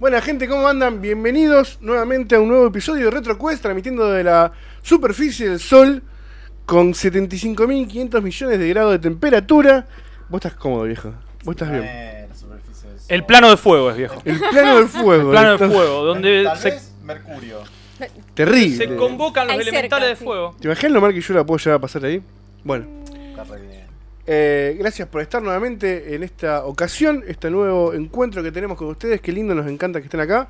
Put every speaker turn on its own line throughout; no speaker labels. Buena gente, ¿cómo andan? Bienvenidos nuevamente a un nuevo episodio de RetroQuest, transmitiendo de la superficie del Sol con 75.500 millones de grados de temperatura. Vos estás cómodo, viejo. Vos estás bien.
Eh, la superficie del
El
Sol.
plano de fuego es viejo.
El plano del fuego.
El plano de
entonces,
fuego, donde
Tal
se,
vez Mercurio.
Terrible.
se convocan los
Ahí cerca,
elementales de
sí.
fuego.
¿Te imaginas lo mal que yo la puedo llegar a pasar ahí? Bueno,
Está re bien.
eh, gracias por estar nuevamente en esta ocasión, este nuevo encuentro que tenemos con ustedes. Qué lindo, nos encanta que estén acá.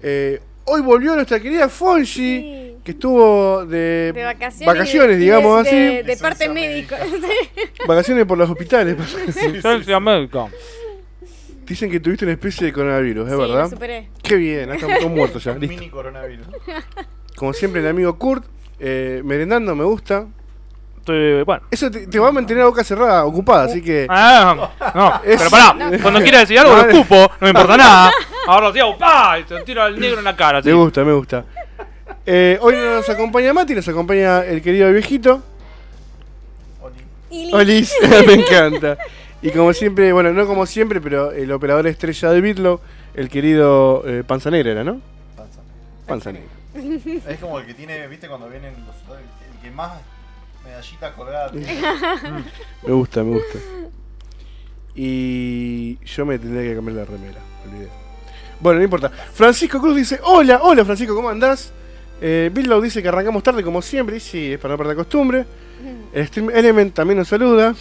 Eh, hoy volvió nuestra querida Fonji,
Sí.
que estuvo de,
De vacaciones.
Eh, vacaciones,
y de-
digamos
de,
así.
De,
Licencia
parte médico.
médica.
Vacaciones por los hospitales.
Licencia médica.
Dicen que tuviste una especie de coronavirus, ¿es
Sí,
verdad?
lo superé.
Qué bien, ah, estamos todos muertos ya.
Un
listo.
mini coronavirus.
Como siempre, el amigo Kurt, eh, merendando, me gusta.
Estoy- bueno.
Eso te, te va a mantener la boca cerrada, ocupada, así que.
Ah, no,
Eh. Es-
pero pará, cuando quiera decir algo lo
Vale.
escupo, no me importa nada. Ahora lo tiro, ¡pah! y te tiro al negro en la cara. así.
Me gusta, me gusta. Eh, hoy no nos acompaña Mati, nos acompaña el querido viejito.
Oli.
Y li-
Olis, me encanta. Y como siempre, bueno, no como siempre, pero el operador estrella de Bitlo, el querido eh, Panza Negra era, ¿no?
Panza.
Panza Negra.
Es como el que tiene, viste, cuando vienen los el que más medallitas colgadas tiene.
Me gusta, me gusta. Y yo me tendría que cambiar la remera, me olvidé. Bueno, no importa. Francisco Cruz dice, hola, hola Francisco, ¿cómo andás? Eh, Billow dice que arrancamos tarde como siempre, y sí, es para no perder costumbre. El Stream Element también nos saluda.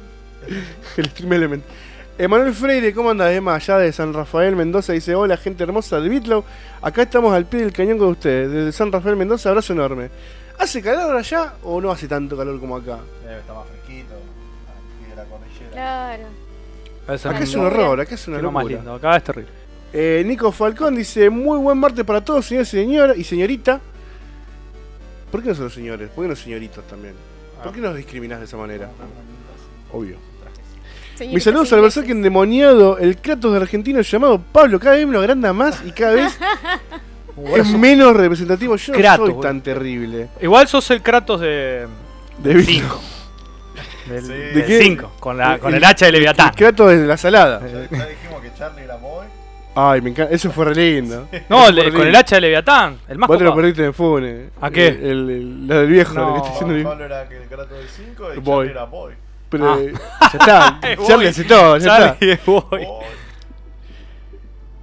El Stream Element. Emanuel Freire, ¿cómo andás? Emma, allá de San Rafael Mendoza, dice, hola gente hermosa de Bitlow. Acá estamos al pie del cañón con ustedes, desde San Rafael Mendoza, abrazo enorme. ¿Hace calor allá o no hace tanto calor como acá?
Debe estar Eh, más fresquito. al pie de la cordillera.
Claro.
Es
Acá es un
un-
una
horror, acá es una
es lo más
locura.
lindo, acá es terrible.
Eh, Nico Falcón dice, muy buen martes para todos, señor y señora y señorita. ¿Por qué no son señores? ¿Por qué no señoritos también?
Ah.
¿Por qué nos discriminás de esa manera? Obvio. Mis saludos al berserk endemoniado, el Kratos de argentino llamado Pablo. Cada vez me lo agranda más y cada vez es menos representativo. Yo no
Kratos,
soy
boludo.
tan terrible.
Igual sos el Kratos de.
De Vito.
del
Sí.
del
¿De qué?
cinco, con, la, con
El-
el hacha de Leviatán.
El Kratos de la salada.
Ya, ya dijimos que Charlie era boy.
Ay, me encanta. Eso fue re lindo.
No,
Eso
le-
fue re
con el
lindo.
hacha de Leviatán, el más
Vos te lo
copado.
perdiste en Fune.
¿A qué?
El, el- la del viejo,
No,
lo que está diciendo el viejo.
Pablo era el grato del 5 y
Boy.
Charlie era boy.
Pero
Ah.
eh, ya está, Charlie
Voy.
hace todo, ya está.
Charlie, voy.
Boy.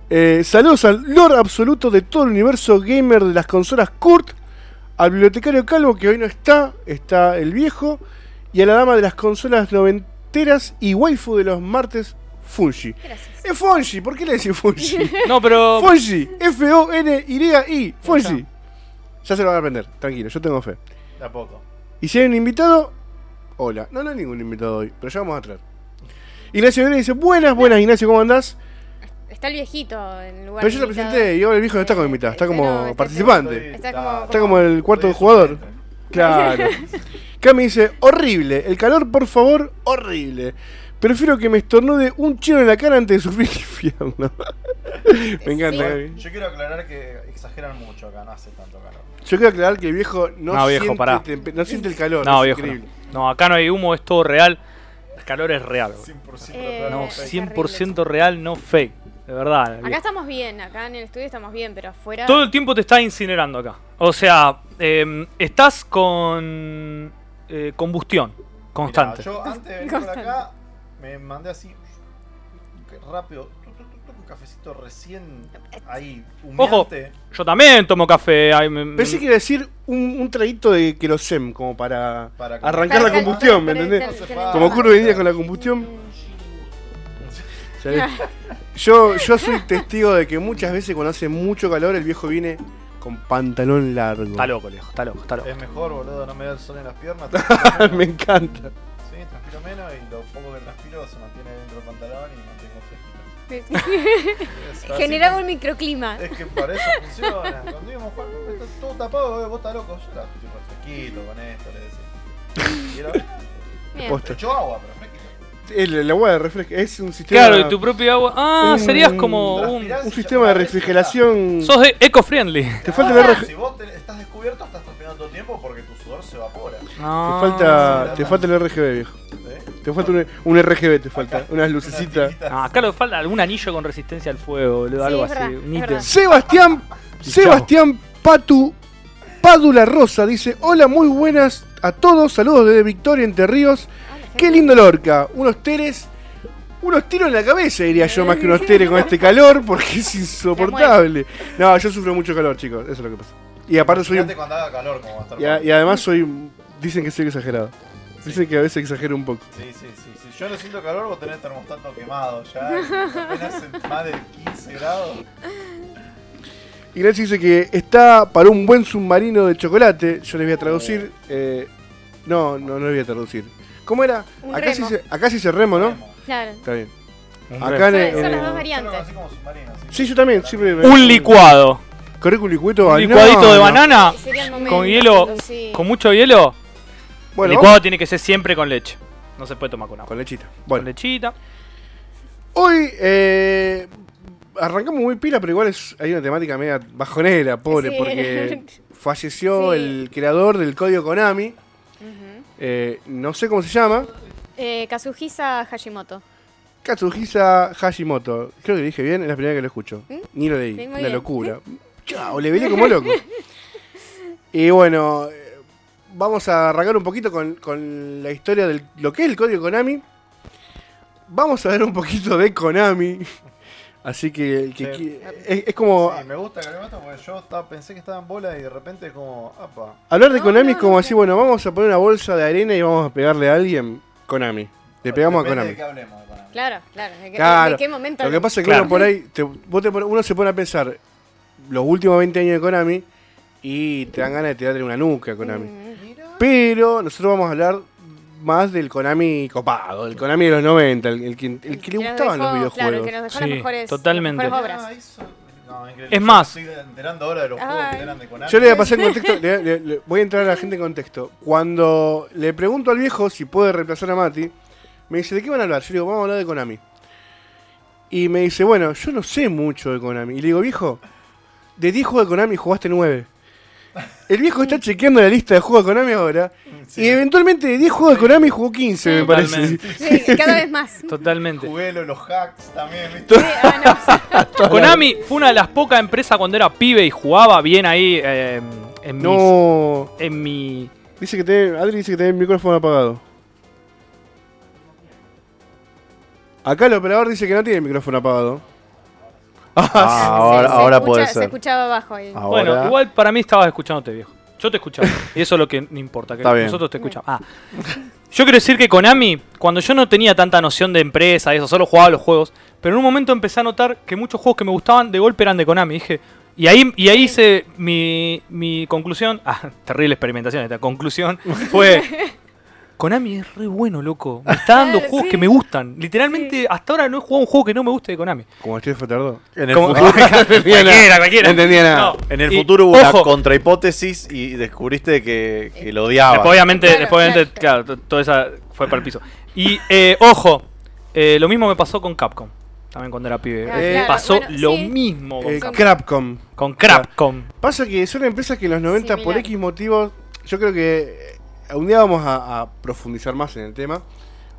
Eh, saludos al Lord absoluto de todo el universo gamer de las consolas Kurt, al bibliotecario Calvo que hoy no está, está el viejo, y a la dama de las consolas noventeras y waifu de los martes, Fungi.
Gracias.
Es Fungi, ¿por qué le decís Fungi?
No, pero.
Fungi, F-O-N-Y-I, Fungi. Ya se lo van a aprender, tranquilo, yo tengo fe.
Tampoco.
Y si hay un invitado, hola. No, no hay ningún invitado hoy, pero ya vamos a traer. Ignacio Vélez dice, buenas, buenas Ignacio, ¿cómo andás?
Está el viejito en lugar
Pero yo
de
lo
invitado.
presenté y ahora el viejo no está como invitado, está
No, está-
como
está-
participante.
Está como-
Está como el cuarto
Estoy
jugador.
suplente.
Claro. Cami dice, horrible, el calor por favor, horrible. Prefiero que me estornude un chino en la cara antes de sufrir infierno. me encanta, eh.
Sí.
Cami.
Yo quiero aclarar que exageran mucho acá, no hace tanto calor.
Yo quiero aclarar que el viejo no,
No, viejo,
siente,
pará.
tempe- no siente el calor.
No,
es
viejo.
increíble.
No. No, acá no hay humo, es todo real. El calor es real. boludo.
100%
Eh,
real,
No,
fake.
sí.
100% real, no fake. De verdad.
Acá estamos bien, acá en el estudio estamos bien, pero afuera.
Todo el tiempo te está incinerando acá. O sea, eh, estás con eh, combustión constante.
Mirá, yo antes de venir por acá me mandé así que rápido, tu, tu, tu, tu, un cafecito recién ahí,
Ojo,
humeante.
yo también tomo café. ay, me-
Pensé que iba a decir un, un traguito de querosem como para,
Para que-
arrancar la
Para cal-
combustión, ¿me
para
entendés?
calentar-
Como
calentar.
Como ocurre hoy día con la combustión. ¿Sabés? Yo, yo soy testigo de que muchas veces cuando hace mucho calor el viejo viene con pantalón largo.
Está loco, viejo, está loco, está loco.
Es mejor, boludo, no me da el sol en las piernas. transpiro
Me
menos.
encanta.
sí, transpiro menos y lo poco que transpiro se mantiene dentro del pantalón y me mantengo fresquito. Es así
Generaba un
como-
microclima.
Es que para eso funciona. Cuando íbamos Juan, está todo tapado, eh, vos estás loco. Yo era tipo fresquito con esto, le decía. Y era,
Bien.
Posta.
echó agua, pero fresquito.
El, la agua de refresca es un sistema.
Claro, y tu propia agua. Ah,
Un-
serías como un.
transpirás
Un
y ya-
sistema de
una vez que está-
refrigeración.
Sos de eco-friendly.
Te falta la ref-
Si vos te- estás descubierto,
Ah.
estás transpirando todo el tiempo porque tu sudor se evapora.
Te falta, te falta el RGB, viejo.
¿eh?
Te falta un, un RGB, te falta, unas lucecitas.
Ah, acá le falta algún anillo con resistencia al fuego, boludo,
Sí,
algo
es
así.
verdad,
un
es
ítem.
verdad.
Sebastián,
Y
Sebastián Patu, Pádula Rosa dice, hola, muy buenas a todos, saludos desde Victoria, Entre Ríos. Qué lindo Lorca, unos teres, unos tiros en la cabeza diría yo, más que unos teres con este calor, porque es insoportable. No, yo sufro mucho calor, chicos, eso es lo que pasa. Y aparte soy un
Fíjate cuando haga calor como va a estar.
Y, a- y
bueno.
además soy. Dicen que soy exagerado. Dicen que a veces exagero un poco.
Sí, sí, sí, sí. Yo no siento calor, vos tenés termostato quemado ya. y Apenas en más de 15 grados.
Ignacio dice que está para un buen submarino de chocolate. Yo les voy a traducir. eh, no, no, no les voy a traducir. ¿Cómo era?
Un
Acá sí,
remo.
se, acá sí se remo, ¿no?
Claro.
Está bien.
Un
Acá en,
Son,
el-
son
en el-
Yo
las dos
lo conocí
variantes.
como submarino. así
Sí,
que-
yo también. Siempre me-
Un licuado.
Corré con un licuito.
Un
ah, no,
licuadito de
no.
banana
Sería el momento,
con hielo,
sí.
con mucho hielo.
Bueno,
el licuado tiene que ser siempre con leche. No se puede tomar con agua.
con lechita.
Con
Bueno,
lechita.
hoy eh, arrancamos muy pila, pero igual es, hay una temática media bajonera, pobre,
Sí.
porque falleció
Sí.
el creador del código Konami.
Ujú.
Eh, no sé cómo se llama.
Eh, Kazuhisa Hashimoto.
Katsuhisa Hashimoto. Creo que lo dije bien, es la primera que lo escucho. Ni lo leí.
¿Eh? Sí, muy
Una
bien.
locura. Chao, le venía como loco. y bueno, eh, vamos a arrancar un poquito con, con la historia de lo que es el código Konami. Vamos a ver un poquito de Konami. Así que, el que
Sí.
qui- es, es como.
Sí, me gusta que lo meto porque yo estaba, pensé que estaba en bola y de repente es como, apa.
Hablar de
No,
Konami
no,
es como
no,
así:
no.
bueno, vamos a poner una bolsa de arena y vamos a pegarle a alguien. Konami. Le pegamos a
Depende
Konami.
de qué hablemos de Konami.
Claro, claro. ¿De qué,
Claro.
de qué momento?
Lo que pasa es que
Claro.
uno por ahí, te- vos te pon- uno se pone a pensar los últimos 20 años de Konami y te dan ganas de tirarle una nuca a Konami.
Mm,
Mira,
Pero nosotros vamos a hablar más del Konami copado, el Konami de los 90, el, el que, el que le
nos
gustaban los
dejó- Claro, el
videojuegos.
que nos dejó
Sí,
las mejores,
totalmente.
las
ah,
mejores obras.
eso- no, increíble.
Es
Yo
más.
me Estoy enterando ahora de los juegos
Ay.
que eran de Konami.
Yo le voy a pasar en contexto, le- le- le- voy a entrar a la gente en contexto. Cuando le pregunto al viejo si puede reemplazar a Mati, me dice, ¿de qué van a hablar? Yo le digo, vamos a hablar de Konami. Y me dice, bueno, yo no sé mucho de Konami. Y le digo, viejo, de 10 juegos de Konami jugaste 9. El viejo está chequeando la lista de juegos de Konami ahora.
Sí.
Y eventualmente de 10 juegos de Konami jugó 15, me parece.
Totalmente.
Sí, cada vez más.
Totalmente.
Jugué los- los hacks también, ¿viste?
Sí, ah, no, sí.
Konami fue una de las pocas empresas cuando era pibe y jugaba bien ahí eh, en, mis-
No.
en mi...
Dice que te, Adri dice que tenés el micrófono apagado. Acá el operador dice que no tiene el micrófono apagado.
Se-
Ah,
se escucha- Se escuchaba abajo ahí.
Ah.
Bueno, igual para mí estabas escuchándote, viejo. Yo te escuchaba. Y eso es lo que no importa, que
Está bien.
nosotros te escuchamos. Ah. Yo quiero decir que Konami, cuando yo no tenía tanta noción de empresa, eso, solo jugaba los juegos, pero en un momento empecé a notar que muchos juegos que me gustaban de golpe eran de Konami. Dije, y ahí, y ahí hice mi, mi conclusión. Ah, terrible experimentación esta. Conclusión fue. Konami es re bueno, loco. Me está dando
Claro,
juegos
sí.
que me gustan. Literalmente, hasta ahora no he jugado un juego que no me guste de Konami.
Como Steve Fatardo.
En el,
Como-
futuro,
cualquiera, cualquiera.
No entendía nada.
No.
en el
Y,
futuro hubo una
ojo,
contrahipótesis y descubriste que, que
Después,
lo odiaba.
obviamente,
Claro,
después, obviamente, claro,
claro.
to- toda esa fue para el piso. Y, eh, ojo, eh, lo mismo me pasó con Capcom. También cuando era pibe.
Ah,
Eh,
claro,
pasó
bueno,
lo
sí.
mismo con,
Eh,
Capcom.
Crapcom.
con Crapcom.
Pasa que son empresas que en los 90 por
Similar.
X motivos, yo creo que eh, un día vamos a, a profundizar más en el tema.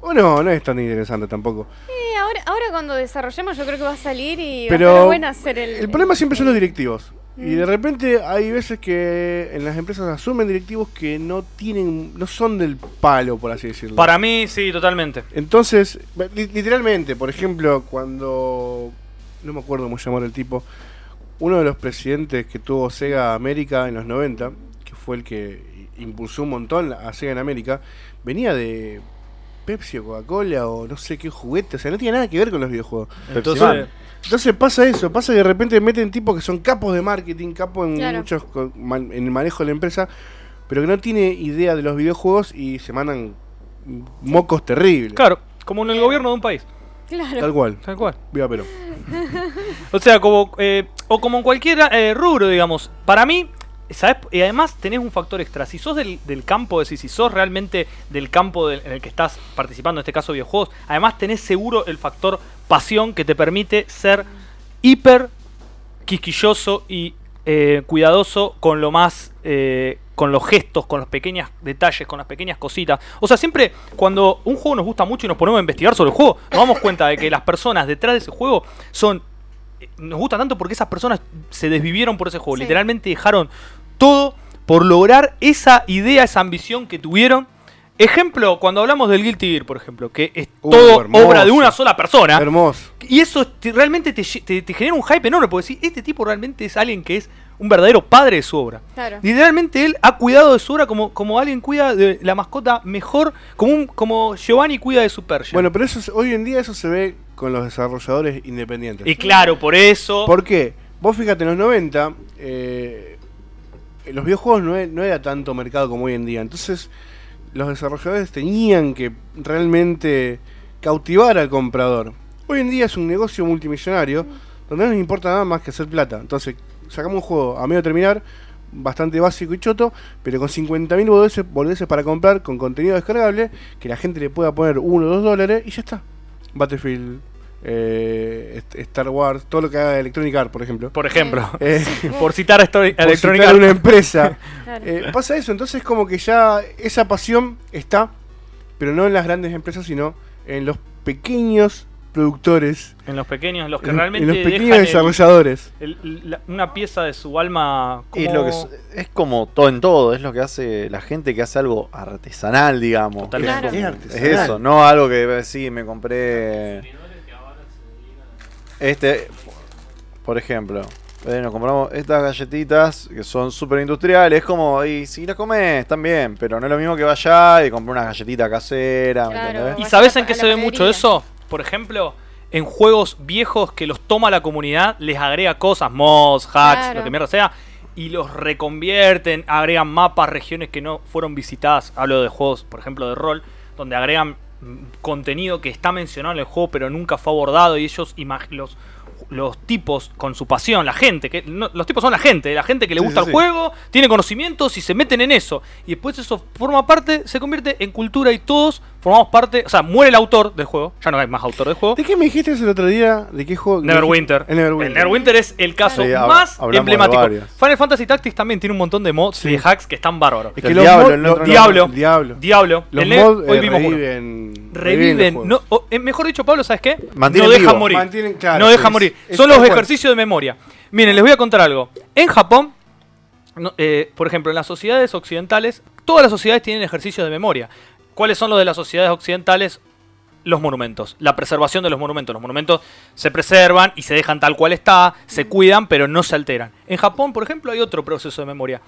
O no, no es tan interesante tampoco.
Eh, ahora, ahora cuando desarrollemos yo creo que va a salir y va a
Pero
estar bueno hacer el...
El problema siempre son los directivos. Y
Mm.
de repente hay veces que en las empresas asumen directivos que no tienen, no son del palo, por así decirlo.
Para mí, sí, totalmente.
Entonces, li- literalmente, por ejemplo, cuando. No me acuerdo cómo llamar el tipo. Uno de los presidentes que tuvo Sega América en los 90, que fue el que i- impulsó un montón a Sega en América, venía de Pepsi o Coca-Cola o no sé qué juguete. O sea, no tiene nada que ver con los videojuegos.
Entonces,
Entonces pasa eso, pasa que de repente meten tipos que son capos de marketing, capos en
Claro.
muchos co- man- en el manejo de la empresa, pero que no tiene idea de los videojuegos y se mandan mocos terribles.
claro, como en el gobierno de un país.
Claro.
Tal cual.
Tal cual.
Viva Perón.
O sea, como, eh, o como en cualquier eh, rubro, digamos. Para mí, ¿sabes? Y además tenés un factor extra. Si sos del, del campo, es decir, si sos realmente del campo del- en el que estás participando, en este caso videojuegos, además tenés seguro el factor pasión que te permite ser hiper quisquilloso y eh, cuidadoso con lo más eh, con los gestos, con los pequeños detalles, con las pequeñas cositas. O sea, siempre cuando un juego nos gusta mucho y nos ponemos a investigar sobre el juego, nos damos cuenta de que las personas detrás de ese juego son. eh, Nos gusta tanto porque esas personas se desvivieron por ese juego.
Sí.
Literalmente dejaron todo por lograr esa idea, esa ambición que tuvieron. Ejemplo, cuando hablamos del Guilty Gear, por ejemplo, que es
Uh,
todo
hermoso.
obra de una sola persona.
Hermoso.
Y eso te- realmente te, lle- te- te genera un hype enorme, porque decís, este tipo realmente es alguien que es un verdadero padre de su obra.
Claro.
Literalmente él ha cuidado de su obra como, como alguien cuida de la mascota mejor, como, un, como Giovanni cuida de su percha.
Bueno, pero eso se- hoy en día eso se ve con los desarrolladores independientes.
y claro, por eso...
¿Por qué? Vos fíjate, en los 90, eh, los videojuegos no, e- no era tanto mercado como hoy en día. Entonces, los desarrolladores tenían que realmente cautivar al comprador. Hoy en día es un negocio multimillonario donde no nos importa nada más que hacer plata. Entonces, sacamos un juego a medio terminar, bastante básico y choto, pero con 50.000 boludeces, boludeces para comprar, con contenido descargable, que la gente le pueda poner 1 o 2 dólares y ya está. Battlefield, eh, est- Star Wars, todo lo que haga Electronic Arts, por ejemplo.
Por ejemplo,
Eh,
por citar a Story-
por
Electronic
citar
Arts.
una empresa.
Claro.
Eh, pasa eso, entonces como que ya esa pasión está, pero no en las grandes empresas, sino en los pequeños productores,
En los pequeños, los que
en,
realmente
en los pequeños
dejan el-
desarrolladores.
el- la- una pieza de su alma...
Y
como-
lo que es, es como todo en todo, es lo que hace la gente que hace algo artesanal, digamos.
Totalmente.
Claro.
Es,
Es
como- es
artesanal.
eso, no algo que eh, sí, me compré. Este, por ejemplo, eh, nos compramos estas galletitas que son súper industriales. Es como, y si las comes, están bien, pero no es lo mismo que vaya y comprar una galletita casera. ¿me
Claro.
entendés?
¿Y
Vaya
sabes
a
en
la
qué se ve mucho
panadería.
eso? Por ejemplo, en juegos viejos que los toma la comunidad, les agrega cosas, mods, hacks,
Claro.
lo que mierda sea, y los reconvierten, agregan mapas, regiones que no fueron visitadas. Hablo de juegos, por ejemplo, de rol, donde agregan mm, contenido que está mencionado en el juego, pero nunca fue abordado, y ellos imag- los los tipos con su pasión, la gente, que no- los tipos son la gente, la gente que le
Sí,
gusta el
sí, sí.
juego, tiene conocimientos y se meten en eso. Y después eso forma parte, se convierte en cultura y todos formamos parte, o sea, muere el autor del juego, ya no hay más autor del juego.
¿De qué me dijiste eso el otro día? ¿De qué juego?
Neverwinter.
El
El
Neverwinter.
Neverwinter es el caso
Sí, hab-
más
hablamos de
emblemático.
varios.
Final Fantasy Tactics también tiene un montón de mods y de hacks que están bárbaros.
Es
El
los
Diablo,
mod-
el
los-
otro
Diablo.
Diablo.
Diablo,
Los
el Nev-
mods
hoy
eh,
vimos uno.
reviven,
Reviven,
los
no,
juegos.
o, eh, mejor dicho, Pablo, ¿sabes qué?
Mantienen
no dejan
vivo.
morir.
Mantienen- claro,
no dejan
es-
morir.
es
Son
tal
los
cual.
ejercicios de memoria. Miren, les voy a contar algo. En Japón, no, eh, por ejemplo, en las sociedades occidentales, todas las sociedades tienen ejercicios de memoria. ¿Cuáles son los de las sociedades occidentales? Los monumentos, la preservación de los monumentos. Los monumentos se preservan y se dejan tal cual está, se cuidan, pero no se alteran. En Japón, por ejemplo, hay otro proceso de memoria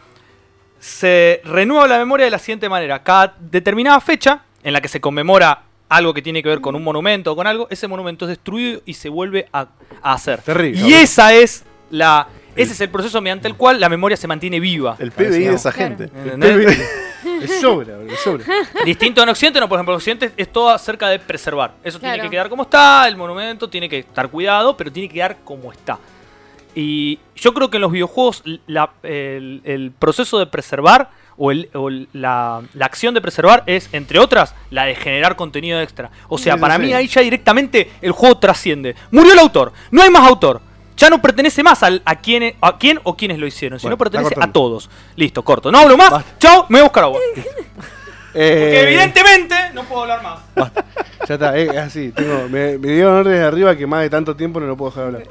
se renueva la memoria de la siguiente manera. Cada determinada fecha en la que se conmemora algo que tiene que ver con un monumento o con algo, ese monumento es destruido y se vuelve a, a hacer.
Terrible,
Y
cabrón.
esa es la. Ese es el proceso mediante el cual la memoria se mantiene viva.
El PBI de esa
Claro.
gente.
¿Entendés?
Es sobra, es sobra.
Distinto en Occidente, no, por ejemplo, en Occidente es todo acerca de preservar. Eso tiene
Claro.
que quedar como está, el monumento tiene que estar cuidado, pero tiene que quedar como está. Y yo creo que en los videojuegos la- el, el proceso de preservar o, el- o el- la, la acción de preservar es, entre otras, la de generar contenido extra. O sea,
Sí, sí,
para
sí.
mí ahí ya directamente el juego trasciende. Murió el autor, no hay más autor. Ya no pertenece más al- a, quién, a quién o quiénes lo hicieron, sino
Bueno, está
pertenece a
cortando.
todos. Listo, corto. No hablo más. Chao, me voy a buscar agua. Porque
Eh,
evidentemente no puedo hablar más.
Ya está, eh, es así. Tengo, me, me dieron orden desde arriba que más de tanto tiempo no lo puedo dejar hablar.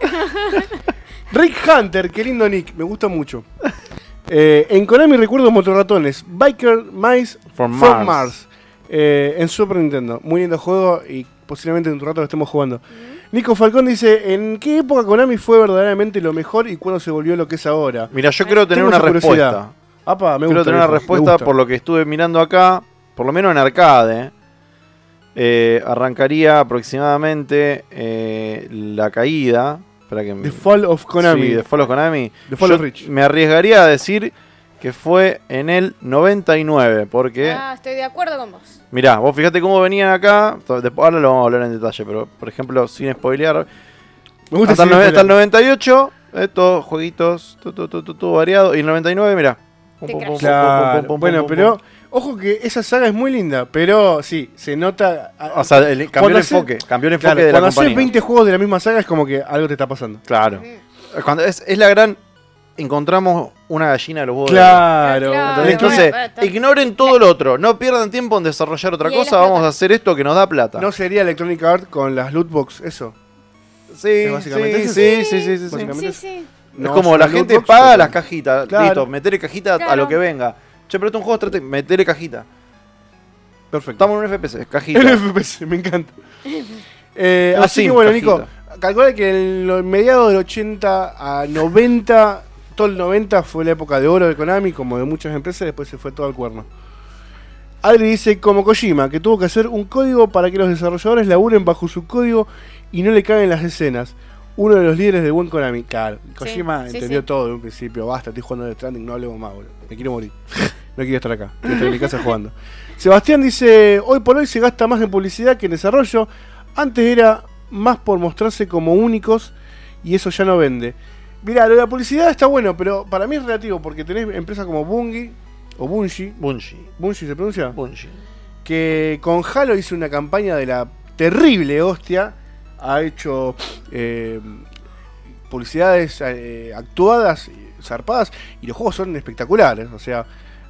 Rick Hunter, qué lindo Nick, me gusta mucho. Eh, en Konami recuerdo motorratones, Biker Mice
From Mars.
eh, en Super Nintendo. Muy lindo juego y posiblemente en un rato lo estemos jugando. Nico Falcón dice, ¿en qué época Konami fue verdaderamente lo mejor y cuándo se volvió lo que es ahora?
Mira, yo quiero tener
Tengo
una
esa curiosidad.
respuesta.
Apa, me
Quiero
gusta,
tener una
viejo, me
respuesta
gusta.
por lo que estuve mirando acá, por lo menos en arcade. eh, arrancaría aproximadamente eh, la caída. Espera que me-
The Fall of Konami.
Sí, de Fall of Konami.
The Fall
Yo
of Rich.
Me arriesgaría a decir que fue en el 99, porque
Ah, estoy de acuerdo con vos.
Mirá, vos fíjate cómo venían acá. to- después- ahora lo vamos a hablar en detalle, pero por ejemplo, sin spoilear.
me gusta
Hasta el,
seguir
nove- hasta el
hablando.
98, estos eh, jueguitos, todo, todo, todo, todo variado. Y el 99, mirá. Pum,
Te
pum, pum,
crasheas.
pum, pum, pum,
Claro.
pum,
Bueno,
pum, pum,
pero ojo que esa saga es muy linda, pero sí, se nota.
O sea, el- cambió
Cuando
el
hace-
enfoque. Cambió el enfoque
Claro,
de la
cuando haces
compañía.
20 juegos de la misma saga es como que algo te está pasando.
Claro.
Mm.
Cuando es, es la gran encontramos una gallina de los huevos de oro.
Claro.
Claro.
¿Entendés?
bueno,
Entonces,
bueno, está.
ignoren todo lo otro. No pierdan tiempo en desarrollar otra
Y ahí
cosa.
la
Vamos
plata.
a hacer esto que nos da plata.
¿No sería Electronic Art con las lootbox eso?
sí,
es básicamente
sí,
eso.
sí, sí, sí, sí, sí.
Básicamente.
Sí, sí.
No,
es como
son
la
loot
gente
box,
paga
pero-
las cajitas.
Claro.
Listo, metele cajita a lo
Claro.
que venga. Che, pero esto es un juego estratégico. Metele cajita.
Perfecto.
Estamos en un FPS, cajita.
El FPS, me encanta. Eh,
Un
así que
sim,
bueno,
cajita.
Nico, calcula que en los mediados del 80 a 90, todo el 90 fue la época de oro de Konami, como de muchas empresas, después se fue todo al cuerno. Adri dice, como Kojima, que tuvo que hacer un código para que los desarrolladores laburen bajo su código y no le caen las escenas. Uno de los líderes del buen Konami. Claro, Kojima
sí,
entendió
sí.
todo de un principio. Basta, estoy jugando de Stranding, no hablemos más, boludo. Me quiero morir. No quiero estar acá. Quiero estar en mi casa jugando. Sebastián dice, hoy por hoy se gasta más en publicidad que en desarrollo. Antes era más por mostrarse como únicos y eso ya no vende. Mirá, lo de la publicidad está bueno, pero para mí es relativo porque tenés empresas como Bungie o Bungie.
Bungie.
¿Bungie se pronuncia?
Bungie.
que con Halo hizo una campaña de la terrible hostia. Ha hecho eh, publicidades eh, actuadas, eh, zarpadas, y los juegos son espectaculares. O sea,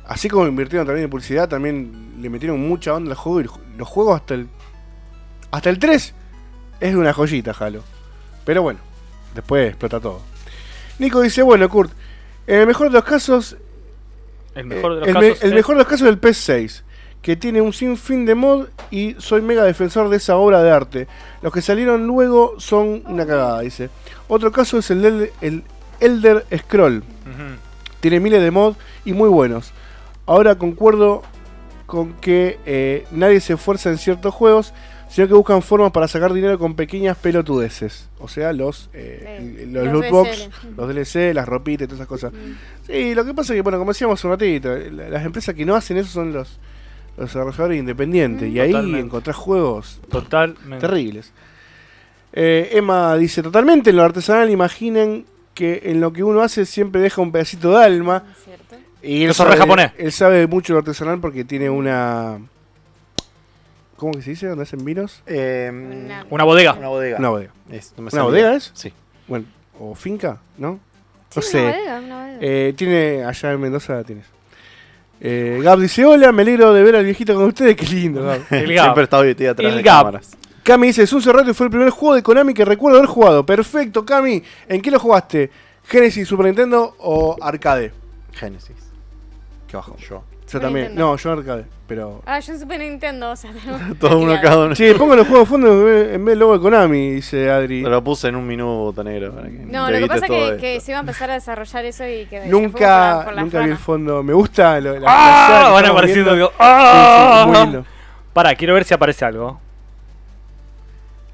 así como invirtieron también en publicidad, también le metieron mucha onda al juego. Y los- los juegos hasta el, hasta el 3 es una joyita, Halo. Pero bueno, después explota todo. Nico dice: Bueno, Kurt, en el mejor de los casos,
El mejor de los
Eh, el, me-
casos.
el
es-
mejor de los casos es el PS6, que tiene un sinfín de mod y soy mega defensor de esa obra de arte. Los que salieron luego son una cagada, dice. Otro caso es el, del- el Elder Scroll.
Ujú.
Tiene miles de mods y muy buenos. Ahora concuerdo con que eh, nadie se esfuerza en ciertos juegos, sino que buscan formas para sacar dinero con pequeñas pelotudeces. O sea, los, eh,
Eh,
los,
los
loot box,
DLC.
los DLC, las ropitas, y todas esas cosas. Sí, lo que pasa es que, bueno, como decíamos hace un ratito, la- las empresas que no hacen eso son los, los desarrolladores independientes. Y ahí
Totalmente.
encontrás juegos
Totalmente.
terribles. Eh, Emma dice, totalmente en lo artesanal imaginen que en lo que uno hace siempre deja un pedacito de alma.
Ah, ¿Cierto?
Y él
Eso re
sabe-
japonés.
Él sabe mucho de lo artesanal porque tiene una... ¿Cómo que se dice? ¿Dónde hacen vinos?
Eh,
Una-
Una bodega.
una bodega.
Una bodega.
Es- no me
¿Una
salía.
bodega es?
Sí.
Bueno, o finca, ¿no?
Sí,
No sé.
Una bodega, una bodega.
Eh, tiene, allá en Mendoza tienes. Eh, Gab dice, hola, me alegro de ver al viejito con ustedes, qué lindo, Gab.
El
Siempre
Gap.
está hoy tía atrás
El
de
Gap.
cámaras.
Cami dice, un cerrato fue el primer juego de Konami que recuerdo haber jugado. Perfecto, Cami. ¿En qué lo jugaste? ¿Genesis, Super Nintendo o Arcade?
Genesis.
Qué bajo. Yo
Yo.
Yo
Super
también.
Nintendo.
No, yo Arcade, pero...
Ah, yo en Super Nintendo, o sea, tenemos-
Todo uno
Claro.
cada uno.
Sí, pongan los juegos de fondo en vez- en vez del logo de Konami, dice Adri.
Te lo puse en un minuto, negro. Para que
No,
te
lo que
evites
pasa es
todo
que,
esto.
que se iba a empezar a desarrollar eso y que
Nunca, nunca vi el fondo. Me gusta lo, la pantalla
¡Ah!
que
Van
estamos
apareciendo.
viendo.
digo, ¡ah!
Sí, sí, muy lindo.
Pará, quiero ver si aparece algo.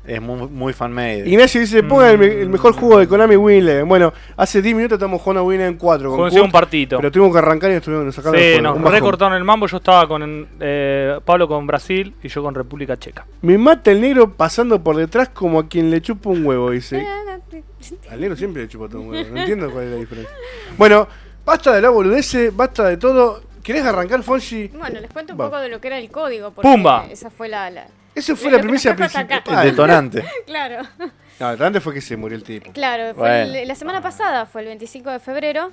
Es muy, muy fan-made.
Ignacio dice, pongan el, me- el mejor juego de Konami Winland. Bueno, hace 10 minutos estamos jugando a Winland 4 con
Juguense
Kurt,
un partidito.
pero tuvimos que arrancar y estuvimos nos sacaron el
Sí,
juego,
nos
un bajón.
recortaron el mambo. Yo estaba con eh, Pablo con Brasil y yo con República Checa.
Me mata el negro pasando por detrás como a quien le chupa un huevo, dice.
Ah,
Al negro siempre le chupa todo un huevo, no entiendo cuál es la diferencia. Bueno, basta de la boludez, basta de todo. ¿Querés arrancar, Fonji?
Bueno, les cuento un
Va.
poco de lo que era el código. Porque
Pumba.
Esa fue la. la-
Esa fue
Lo
la
que
primicia
nos trajo hasta acá.
El
principal.
detonante.
Claro,
No, antes fue que se murió el tipo.
claro. fue
Bueno.
el- la semana pasada fue el 25 de febrero.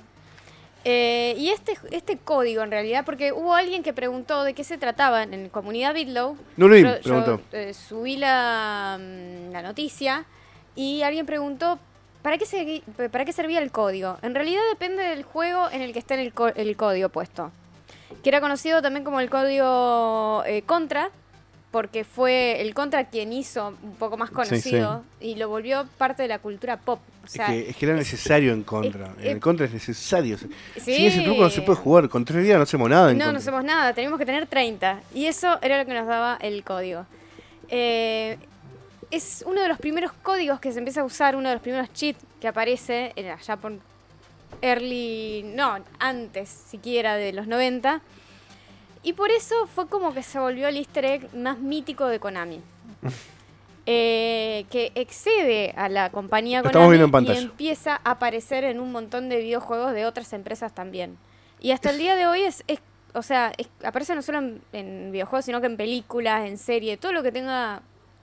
Eh, y este, este código, en realidad, porque hubo alguien que preguntó de qué se trataba en comunidad Bitlow.
Nurim
Yo- yo,
preguntó.
eh, subí la, mm, la noticia y alguien preguntó ¿para qué, segui- ¿para qué servía el código? En realidad depende del juego en el que esté el, co- el código puesto. Que era conocido también como el código eh, contra, porque fue el contra quien hizo un poco más
Sí, sí.
conocido y lo volvió parte de la cultura pop. O sea,
es, que, es que era necesario en contra.
eh,
en el contra es necesario. Sin
sí.
ese truco no se puede jugar. Con tres días no hacemos nada. En
No, no
contra.
hacemos nada, tenemos que tener 30. Y eso era lo que nos daba el código. Eh, es uno de los primeros códigos que se empieza a usar, uno de los primeros cheats que aparece en allá por early, no, antes siquiera de los 90. Y por eso fue como que se volvió el easter egg más mítico de Konami. Eh, que excede a la compañía
Lo
Konami
estamos viendo en
y
pantalla.
empieza a aparecer en un montón de videojuegos de otras empresas también. Y hasta el día de hoy es, es- o sea, es- aparece no solo en, en videojuegos, sino que en películas, en serie, todo lo que tenga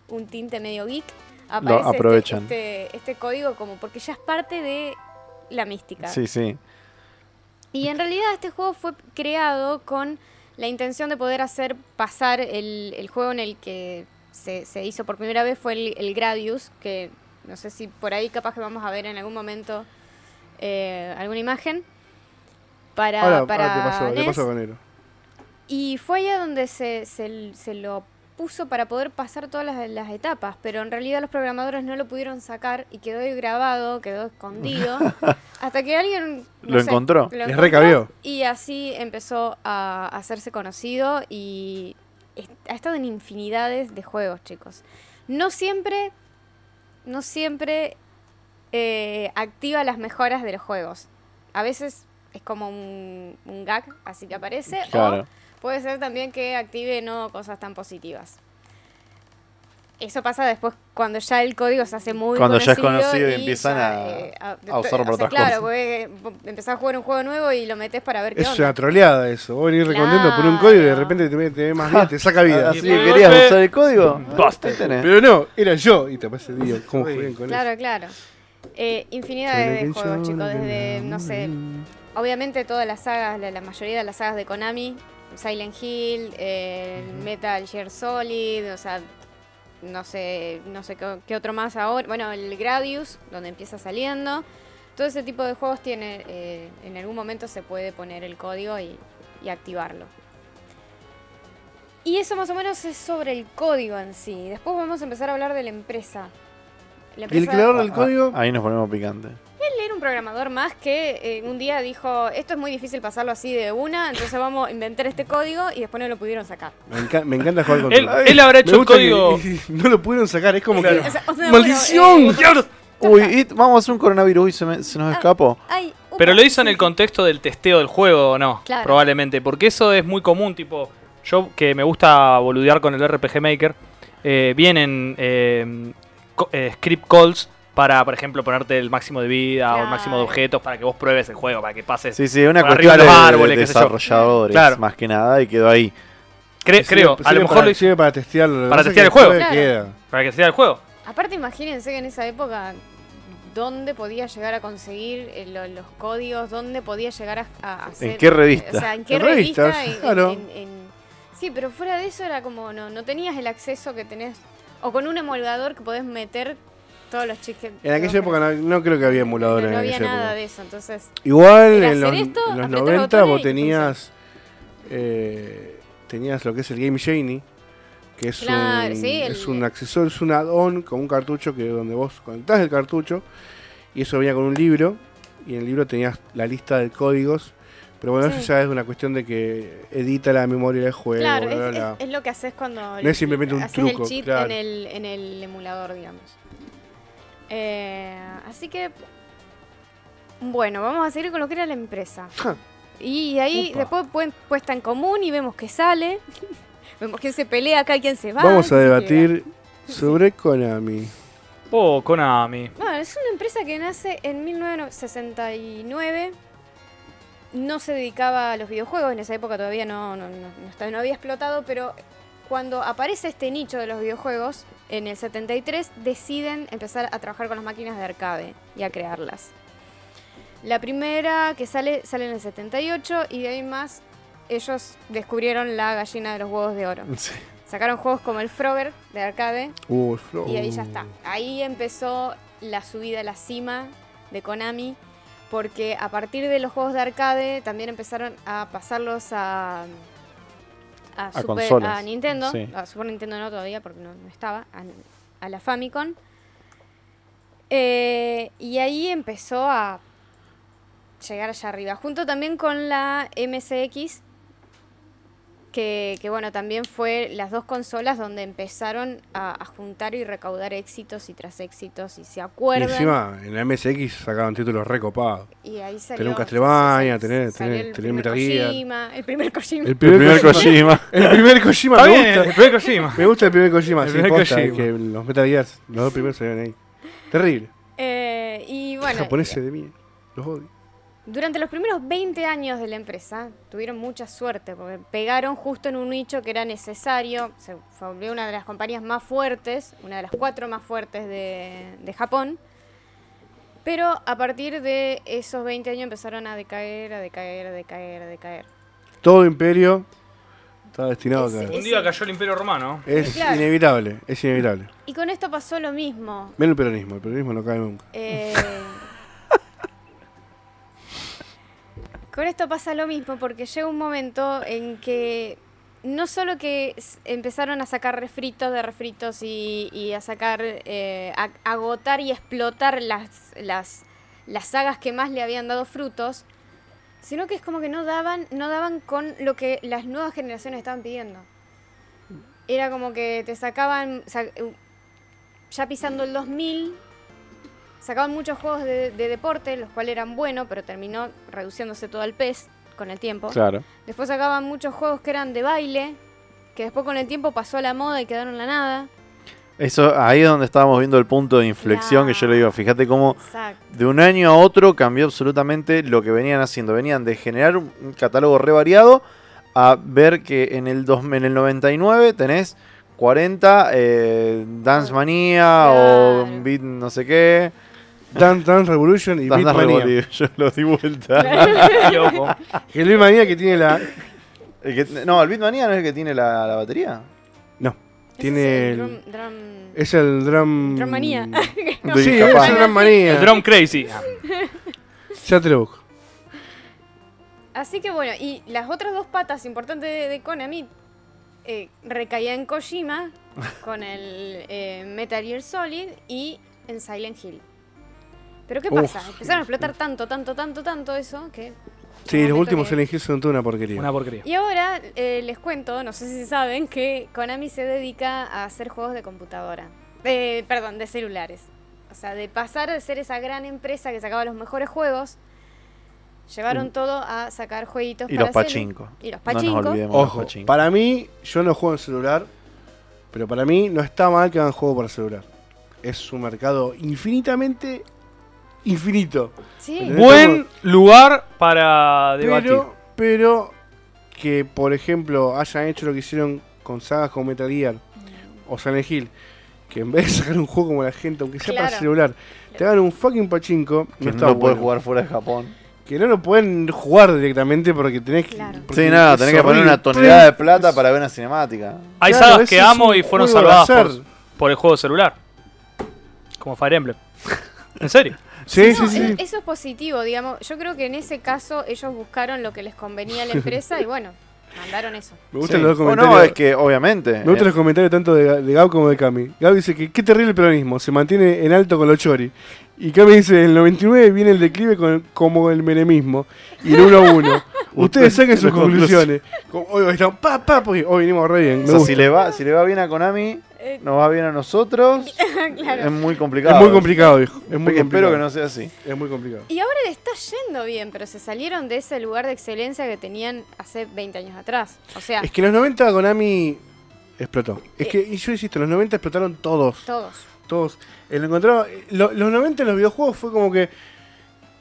un tinte medio geek, aparece este-
aprovechan.
Este, este código como porque ya es parte de la mística.
Sí, sí.
Y en realidad este juego fue creado con la intención de poder hacer pasar el, el juego en el que se, se hizo por primera vez, fue el, el Gradius, que no sé si por ahí capaz que vamos a ver en algún momento eh, alguna imagen. Para,
Ahora, ah,
para
¿qué pasó? ¿Qué
NES.
pasó con él?
Y fue ahí a donde se, se- se lo puso para poder pasar todas las, las etapas, pero en realidad los programadores no lo pudieron sacar y quedó ahí grabado, quedó escondido, hasta que alguien no
Lo
sé,
encontró.
lo
Les
encontró
recabió.
y así empezó a hacerse conocido y est- ha estado en infinidades de juegos, chicos. No siempre, no siempre eh, activa las mejoras de los juegos. A veces es como un, un gag, así que aparece. O
Claro.
Puede ser también que active no cosas tan positivas. Eso pasa después cuando ya el código se hace muy
Cuando ya
conocido. eh,
es conocido y empiezan a- a usarlo por
o sea,
otras
claro,
cosas.
porque eh, empezás a jugar un juego nuevo y lo metes para ver qué
Es
onda.
una troleada eso. Vos venís recontento por un código y de
Claro.
repente te, te más bien, te saca vida.
Así
Y
que
de
querías
golpe-
usar el código.
Basta.
Ahí tenés.
Pero no, era yo. Y te pasé el día. ¿Cómo juegan con eso?
Claro, claro. Eh, infinidad de juegos, chicos, desde, no sé, obviamente todas las sagas, la, la mayoría de las sagas de Konami, Silent Hill, eh, Metal Gear Solid, o sea, no sé, no sé qué, qué otro más ahora, bueno, el Gradius, donde empieza saliendo, todo ese tipo de juegos tiene, eh, en algún momento se puede poner el código y, y activarlo. Y eso más o menos es sobre el código en sí. Después vamos a empezar a hablar de la empresa. La
El
empresa-
creador del
Ah,
código.
Ahí nos ponemos picante.
era un programador más que eh, un día dijo, esto es muy difícil pasarlo así de una, entonces vamos a inventar este código y después no lo pudieron sacar.
Me, enca- me encanta jugar con
ah. Él,
todo.
él habrá
Me
hecho el
gusta que-
código.
no lo pudieron sacar. Es como
O sea, o
que.
sea,
¡Maldición!
bueno, eh,
¡Diablos!
Uy, it, vamos a hacer un coronavirus. Uy, se, me- se
Ah.
nos escapó.
ay, upa.
Pero lo hizo en el contexto del testeo del juego, ¿o no?
Claro.
Probablemente, porque eso es muy común, tipo, yo que me gusta boludear con el RPG Maker, eh, vienen eh, co- eh, script calls para, por ejemplo, ponerte el máximo de vida o el máximo de
Claro.
objetos para que vos pruebes el juego, para que pases.
Sí, sí, una
Por
cuestión
arriba
de,
los
de
árboles, qué sé yo.
desarrolladores
Claro.
más que nada y quedó ahí.
Cre-
Sirve-
creo, a
sirve
lo mejor
para-
lo hizo
sirve para testearlo. lo que
para
pasa es
testear
que
el juego.
después
Claro.
para que sea el juego.
Aparte imagínense que en esa época, ¿dónde podía llegar a conseguir eh, lo- los códigos? ¿Dónde podía llegar a, a hacer...
qué revista?
O sea, ¿en qué
En
revista?
revistas,
En- en-
claro.
en- en- Sí, pero fuera de eso era como, no, no tenías el acceso que tenés, o con un emulgador que podés meter todos los chistes.
En aquella época no, no creo que había
no,
emuladores
no
en
había
aquella
nada
época.
de eso, entonces...
Igual
Era
en los,
hacer esto,
en los
apretar
90
botones
vos
y
tenías eh, tenías lo que es el Game Genie, que es
Claro,
un
sí, el-
es un accesorio, es un add-on con un cartucho que donde vos conectás el cartucho y eso venía con un libro y en el libro tenías la lista de códigos, pero bueno,
Sí.
eso ya es una cuestión de que edita la memoria del juego,
Claro,
bla,
es,
bla,
es-
bla.
es lo que haces cuando
No es simplemente un
haces
truco,
el cheat
claro.
en, el, en el emulador, digamos. Eh, así que, bueno, vamos a seguir con lo que era la empresa.
Ja.
Y ahí
Upa.
después puen- puesta en común y vemos que sale. vemos quién se pelea acá y quién se va.
Vamos a
etcétera.
debatir sobre Konami.
Oh, Konami.
Bueno, es una empresa que nace en 1969. No se dedicaba a los videojuegos, en esa época todavía no, no, no- no estaba- no había explotado, pero cuando aparece este nicho de los videojuegos, en el 73 deciden empezar a trabajar con las máquinas de arcade y a crearlas. La primera que sale sale en el 78 y de ahí en más ellos descubrieron la gallina de los huevos de oro.
Sí.
Sacaron juegos como el Frogger de arcade,
Uh, el flow.
y ahí ya está. Ahí empezó la subida a la cima de Konami, porque a partir de los juegos de arcade también empezaron a pasarlos a. A, Super-
consolas.
a Nintendo.
Sí.
A Super Nintendo no todavía, porque no, no estaba. A, a la Famicom. Eh, y ahí empezó a llegar allá arriba. Junto también con la MSX, que, que, bueno, también fue las dos consolas donde empezaron a, a juntar y recaudar éxitos y tras éxitos, y se
Y
acuerdan.
encima en la MSX sacaban títulos recopados.
y ahí salió.
tener un Castlevania,
sa-
tener-
salió
tener-
el
tener
primer
Metal Gear.
Kojima, el primer Kojima.
El
El primer
primer
Kojima.
El primer Kojima
Está
me
bien,
gusta.
el primer Kojima.
Me gusta el primer Kojima,
El
sí,
primer
posta,
Kojima.
que los Metal Gears, los dos primeros salieron ahí. Terrible.
Eh, y
Los
bueno,
Japoneses de mí, los odio.
durante los primeros 20 años de la empresa tuvieron mucha suerte porque pegaron justo en un nicho que era necesario. Se volvió una de las compañías más fuertes, una de las cuatro más fuertes de, de Japón. Pero a partir de esos 20 años empezaron a decaer, a decaer, a decaer, a decaer.
Todo imperio está destinado a
Ese-
caer.
Un día cayó el Imperio Romano.
Es
Claro.
inevitable, es inevitable.
Y con esto pasó lo mismo.
Menos el peronismo, el peronismo no cae nunca.
Eh, con esto pasa lo mismo porque llega un momento en que no solo que s- empezaron a sacar refritos de refritos y, y a sacar, eh, a, a agotar y explotar las, las, las sagas que más le habían dado frutos, sino que es como que no daban, no daban con lo que las nuevas generaciones estaban pidiendo. Era como que te sacaban, sa- ya pisando el 2000, Sacaban muchos juegos de, de deporte, los cuales eran buenos, pero terminó reduciéndose todo al pez con el tiempo.
Claro.
Después sacaban muchos juegos que eran de baile, que después con el tiempo pasó a la moda y quedaron en la nada.
Eso, ahí es donde estábamos viendo el punto de inflexión que yo le digo. Fíjate cómo
Exacto.
de un año a otro cambió absolutamente lo que venían haciendo. Venían de generar un un catálogo re variado a ver que en el, dos, en el 99 tenés 40 eh, Dance Manía
Claro.
o Beat no sé qué.
Dan, Dan Revolution y
Dance
Beat Mania.
Revolution, Yo lo di vuelta.
Ah,
Loco.
Que El Beat Mania que tiene la.
El que- no, el Beat Manía no es el que tiene la, la batería.
No. Tiene el.
el
Eh.
drum- drum-
Es el drum.
Drum manía.
De
Sí,
incapaz.
es el drum manía.
El Drum Crazy.
Ya te lo busco.
Así que bueno, y las otras dos patas importantes de, de Konami eh, recaían en Kojima con el eh, Metal Gear Solid y en Silent Hill. Pero ¿qué
Uf.
pasa? Empezaron a explotar tanto, tanto, tanto, tanto eso que...
Sí, los
Momento
últimos
que-
Silent Hill son toda una porquería.
Una porquería.
Y ahora eh, les cuento, no sé si saben, que Konami se dedica a hacer juegos de computadora. De- perdón, de celulares. O sea, de pasar de ser esa gran empresa que sacaba los mejores juegos, llevaron todo a sacar jueguitos
Mm. Y
para
los
celu.
pachincos.
Y los
No nos
pachincos.
olvidemos de los
Ojo,
pachincos.
para mí, yo no juego en celular, pero para mí no está mal que hagan juego para celular. Es un mercado infinitamente infinito.
Sí.
Pero-
Buen lugar para debatir.
Pero, pero que, por ejemplo, hayan hecho lo que hicieron con sagas como Metal Gear o Silent Hill, que en vez de sacar un juego como la gente, aunque sea para
Claro.
celular, te hagan un fucking pachinko,
Que no,
está
lo puedes
bueno.
jugar fuera de Japón.
Que no lo pueden jugar directamente porque tenés que.
Claro.
porque
Sí, nada,
es
tenés que poner una
horrible.
tonelada de plata para ver una cinemática.
Hay
Claro,
sagas
ese
que
es
amo
un
y fueron
juego de
salvadas
azar.
por, por el juego celular. Como Fire Emblem. ¿En serio?
Sí,
No,
sí, sí.
e-
sí.
Eso es positivo, digamos. Yo creo que en ese caso ellos buscaron lo que les convenía a la empresa y bueno, mandaron eso.
Me gustan
Sí.
los dos
O
comentarios.
no, es que obviamente.
Me gustan
eh,
los comentarios tanto de, Ga- de Gab como de Cami. Gab dice que qué terrible el peronismo, se mantiene en alto con los chori. Y Cami dice, en el 99 viene el declive con- como el menemismo. Y el 1 a 1. Ustedes saquen sus
Las conclusiones.
conclusiones. Como, Hoy están pa, pa, porque hoy vinimos re bien.
o
me
sea,
gusta.
si le, va, si le va bien a Konami,
Eh,
nos va bien a nosotros. Es
claro.
muy complicado.
Es muy complicado, viejo. Es muy complicado.
Espero que no sea así.
Es muy complicado.
Y ahora le está yendo bien, pero se salieron de ese lugar de excelencia que tenían hace 20 años atrás. O sea,
Es que en los 90 Konami explotó.
Eh.
Es que, y yo insisto, en los 90 explotaron todos.
todos.
Todos. Eh, lo encontraba- eh, lo- los 90 en los videojuegos fue como que.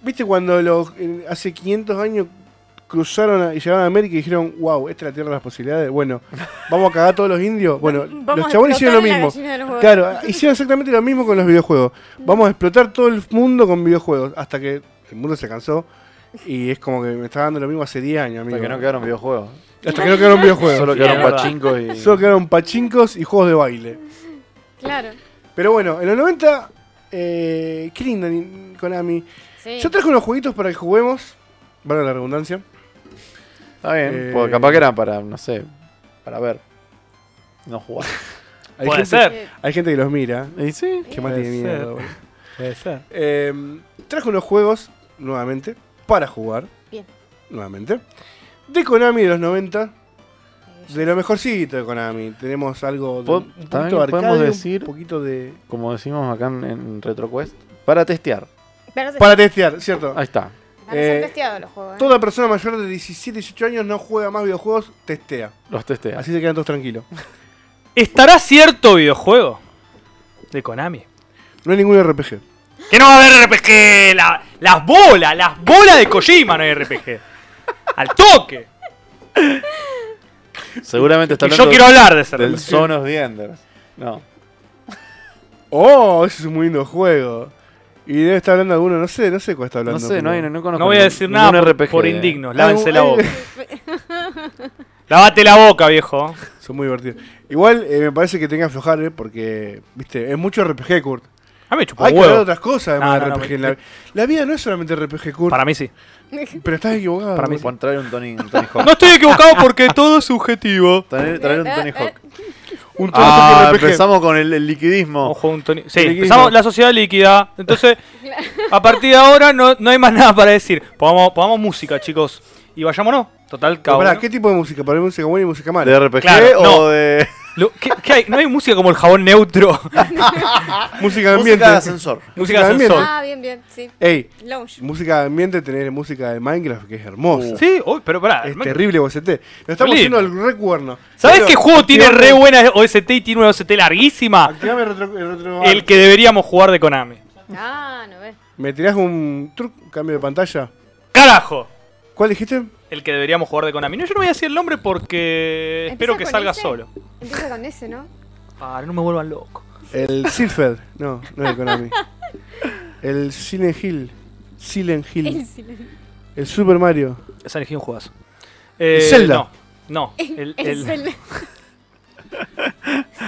¿Viste cuando los en- hace 500 años cruzaron a- y llegaron a América y dijeron, wow, esta es la tierra de las posibilidades? Bueno, vamos a cagar a todos los indios. Bueno,
Vamos
los
a
chabones hicieron lo
explotar la
mismo.
gallina de los huevos.
Claro, hicieron exactamente lo mismo con los videojuegos. Vamos a explotar todo el mundo con videojuegos. Hasta que el mundo se cansó. Y es como que me está dando lo mismo hace 10 años, amigo.
Hasta que no quedaron videojuegos.
Hasta que no quedaron videojuegos.
Solo
Solo,
quedaron
verdad.
pachincos y.
quedaron pachincos y juegos de baile.
Claro.
Pero bueno, en los 90, eh, qué lindo Nin- Konami.
Sí.
Yo traje unos jueguitos para que juguemos. Vale la redundancia.
Está bien.
Eh,
porque capaz que eran para, no sé, para ver. No jugar.
Hay
Puede
gente,
ser.
Eh,
Hay gente que los mira.
Y sí.
Que más tiene
Puede ser.
miedo. boludo.
Puede ser.
Eh, traje unos juegos, nuevamente, para jugar.
Bien.
Nuevamente. De Konami de los 90.
Eh,
De lo mejorcito de Konami. Tenemos algo de
Po-
un
también
poquito
podemos
arcade,
decir-
un poquito de...
Como decimos acá en, en RetroQuest. Para testear.
Pero se-
Para testear, ¿cierto?
Ahí está.
van a ser
eh,
testeados los juegos. ¿eh?
Toda persona mayor de 17, 18 años no juega más videojuegos, testea.
Los testeas.
Así se quedan todos tranquilos.
¿Estará cierto videojuego de Konami?
No hay ningún RPG.
Que no va a haber RPG. La- las bolas, las bolas de Kojima no hay RPG. Al toque.
Seguramente está
Y yo
hablando
quiero hablar de ese
del
RPG.
Sonos the Enders. No.
Oh, ese es un muy lindo juego. Y debe estar hablando alguno, no sé, no sé cuál está hablando.
No sé, no, hay, no, conozco
No voy a
ningún-
decir nada
ningún
por,
RPG
por
de-
Ah,
indignos. Lávense la
eh,
boca. Lavate la boca, viejo.
Son muy divertidos. Igual eh, me parece que tenga que aflojar, eh, porque, viste, es mucho RPG, Kurt.
A mí me chupa
Hay
un
que hablar de
huevo.
otras cosas
No,
además
no,
de
no,
RPG.
me-
en la... la vida no es solamente RPG, Kurt.
Para mí sí.
Pero estás equivocado.
Para mí
Kurt.
Pon- traer un Tony, un Tony Hawk.
No estoy equivocado porque todo es subjetivo.
Traer, traer un Tony Hawk.
Un todo
Ah,
RPG.
empezamos con el, el liquidismo.
Ojo, un Tony- Sí,
Liquidismo.
empezamos la sociedad líquida. Entonces, a partir de ahora no, no hay más nada para decir. Pongamos, pongamos música, chicos. Y vayámonos. Total,
Pero
cabo.
pará, ¿qué tipo de música? ¿Para mí música buena y música mala?
¿De RPG
Claro,
o
no.
de
Lo- ¿qué- qué hay? No hay música como el jabón neutro.
Música de ambiente.
música de ascensor?
música de
También.
ascensor.
Ah, bien, bien, sí.
Ey,
Lounge.
música de ambiente, tener música de Minecraft, que es hermosa.
Sí, uy, pero pará.
Es terrible OST. Nos estamos
Lindo.
yendo al recuerno.
¿Sabés qué juego tiene
activame-
re buena OST y tiene una OST larguísima?
Activame el retro. el retro-
El que deberíamos jugar de Konami.
Ah, no ves.
¿Me tirás un truc, cambio de pantalla?
¡Carajo!
¿Cuál dijiste?
El que deberíamos jugar de Konami. No, yo no voy a decir el nombre porque espero
¿Empieza
que
con
salga
ese?
solo.
Empieza con ese, ¿no?
Ah, no me vuelvan loco.
El Silfeld. No, no es Konami. El Silent Hill. Silent
El
Hill.
silencio.
El Super Mario.
Esa energía un juegazo. Eh,
Zelda.
No, no. El,
El,
el-
silencio.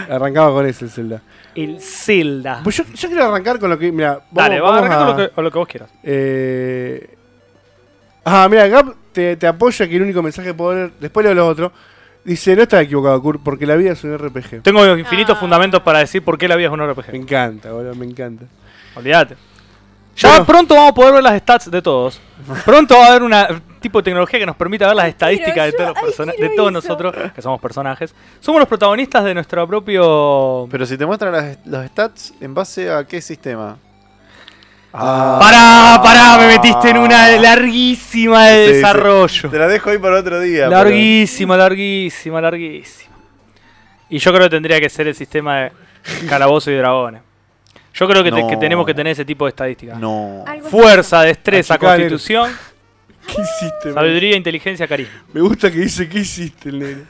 Arrancaba con ese el Zelda.
el Zelda.
Pues yo, yo quiero arrancar con lo que. Mira, vamos,
Dale, vamos, a arrancar
vamos
con lo que, con lo que vos quieras.
Eh... Ah, mira, Gab te, te apoya que el único mensaje que puedo leer. Después leo lo otro. Dice: No estás equivocado, Kurt, porque la vida es un RPG.
Tengo infinitos
Ah.
fundamentos para decir por qué la vida es un
Me
RPG.
encanta, boludo, me encanta.
Olvídate. Ya
Bueno.
pronto vamos a poder ver las stats de todos. Pronto va a haber una tipo de tecnología que nos permita ver las estadísticas de
yo,
todos, los
ay,
persona-
quiero
de todos
eso.
nosotros, que somos personajes. Somos los protagonistas de nuestro propio...
Pero si te muestran las, los stats, ¿en base a qué sistema?
Pará, pará, me metiste en una larguísima de
Sí, sí.
desarrollo.
Te la dejo ahí para otro día. pero-
Larguísima, larguísima, larguísima. Y yo creo que tendría que ser el sistema de calabozo y dragones. Yo creo que, te-
No.
que tenemos que tener ese tipo de estadísticas.
No.
Algo
Fuerza, destreza,
Achicale.
constitución,
¿Qué hiciste, man?
sabiduría, inteligencia, carisma.
Me gusta que dice: ¿Qué hiciste, el nene?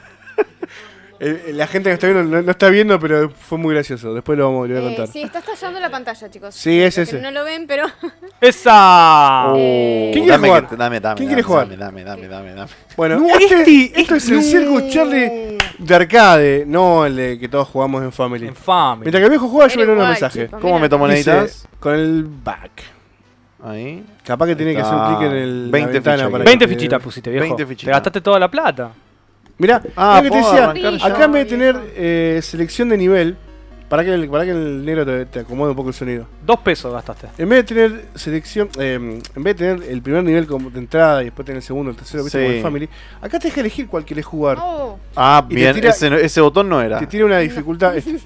El- el- La gente que está viendo no, no está viendo, pero fue muy gracioso. Después lo vamos lo voy a
Eh,
contar.
sí, está estallando la pantalla, chicos.
Sí, Oh. es
Lo que
ese.
No lo ven, pero.
¡Esa!
Eh,
¿Quién
dame,
quiere jugar?
que te- dame, dame,
¿Quién
dame,
quiere jugar?
Dame, dame, dame, dame, dame.
Bueno,
No,
este-
este-
esto es
este-
el Circus
no.
Charlie de arcade, no el de que todos jugamos en Family.
En Family.
Mientras que el viejo juega, yo
Era
leo unos
igual,
mensajes.
chicos,
¿Cómo
mirá.
meto moneditas?
Dice, con el back.
Ahí.
Capaz que tiene que hacer un
Está.
clic en el
20
la ventana
fichas
para
que-
que
20
te-
fichitas pusiste, viejo.
20
Te
fichitas.
gastaste toda la plata.
Mirá,
Ah,
mirá que te
¿puedo
decía,
arrancar
ya?
acá en vez de
Viejo.
tener eh, selección de nivel, para que el, para que el negro te, te acomode un poco el sonido.
Dos pesos gastaste.
En vez de tener selección, eh, en vez de tener el primer nivel como de entrada y después tener el segundo, el tercero, viste,
Sí.
como el family, acá te deja elegir cuál quieres jugar.
Oh,
Ah,
Y te
bien,
tira-
ese, no- ese botón no era.
Te tiene una dificultad. este-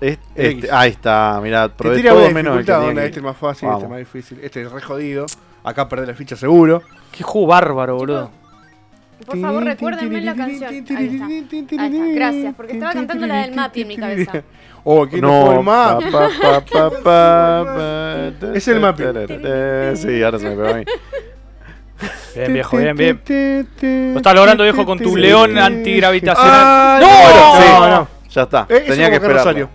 Este-
el
este-
X.
ahí está, mirá,
Te
probé
tira
todo
una
menos el que
dificultad,
tenía
onda,
que-
este es más fácil, este
Vamos.
es más difícil, este es re jodido. Acá perdés la ficha seguro.
Qué juego bárbaro, boludo.
por favor, recuérdenme la canción. Ahí está. Ahí está, gracias, porque estaba cantando la del Mapi en mi cabeza.
Oh, ¿quién no,
No,
el map?
pa, pa, pa, pa, pa, pa,
Es el mapi.
Sí, ahora se me pegó a mí.
Bien, viejo, bien, bien.
Lo
Lo estás logrando, viejo, con tu león antigravitacional. ¡No!
no, no.
Ya está.
Eh, eso
Tenía que
como acá
esperar.
Rosario.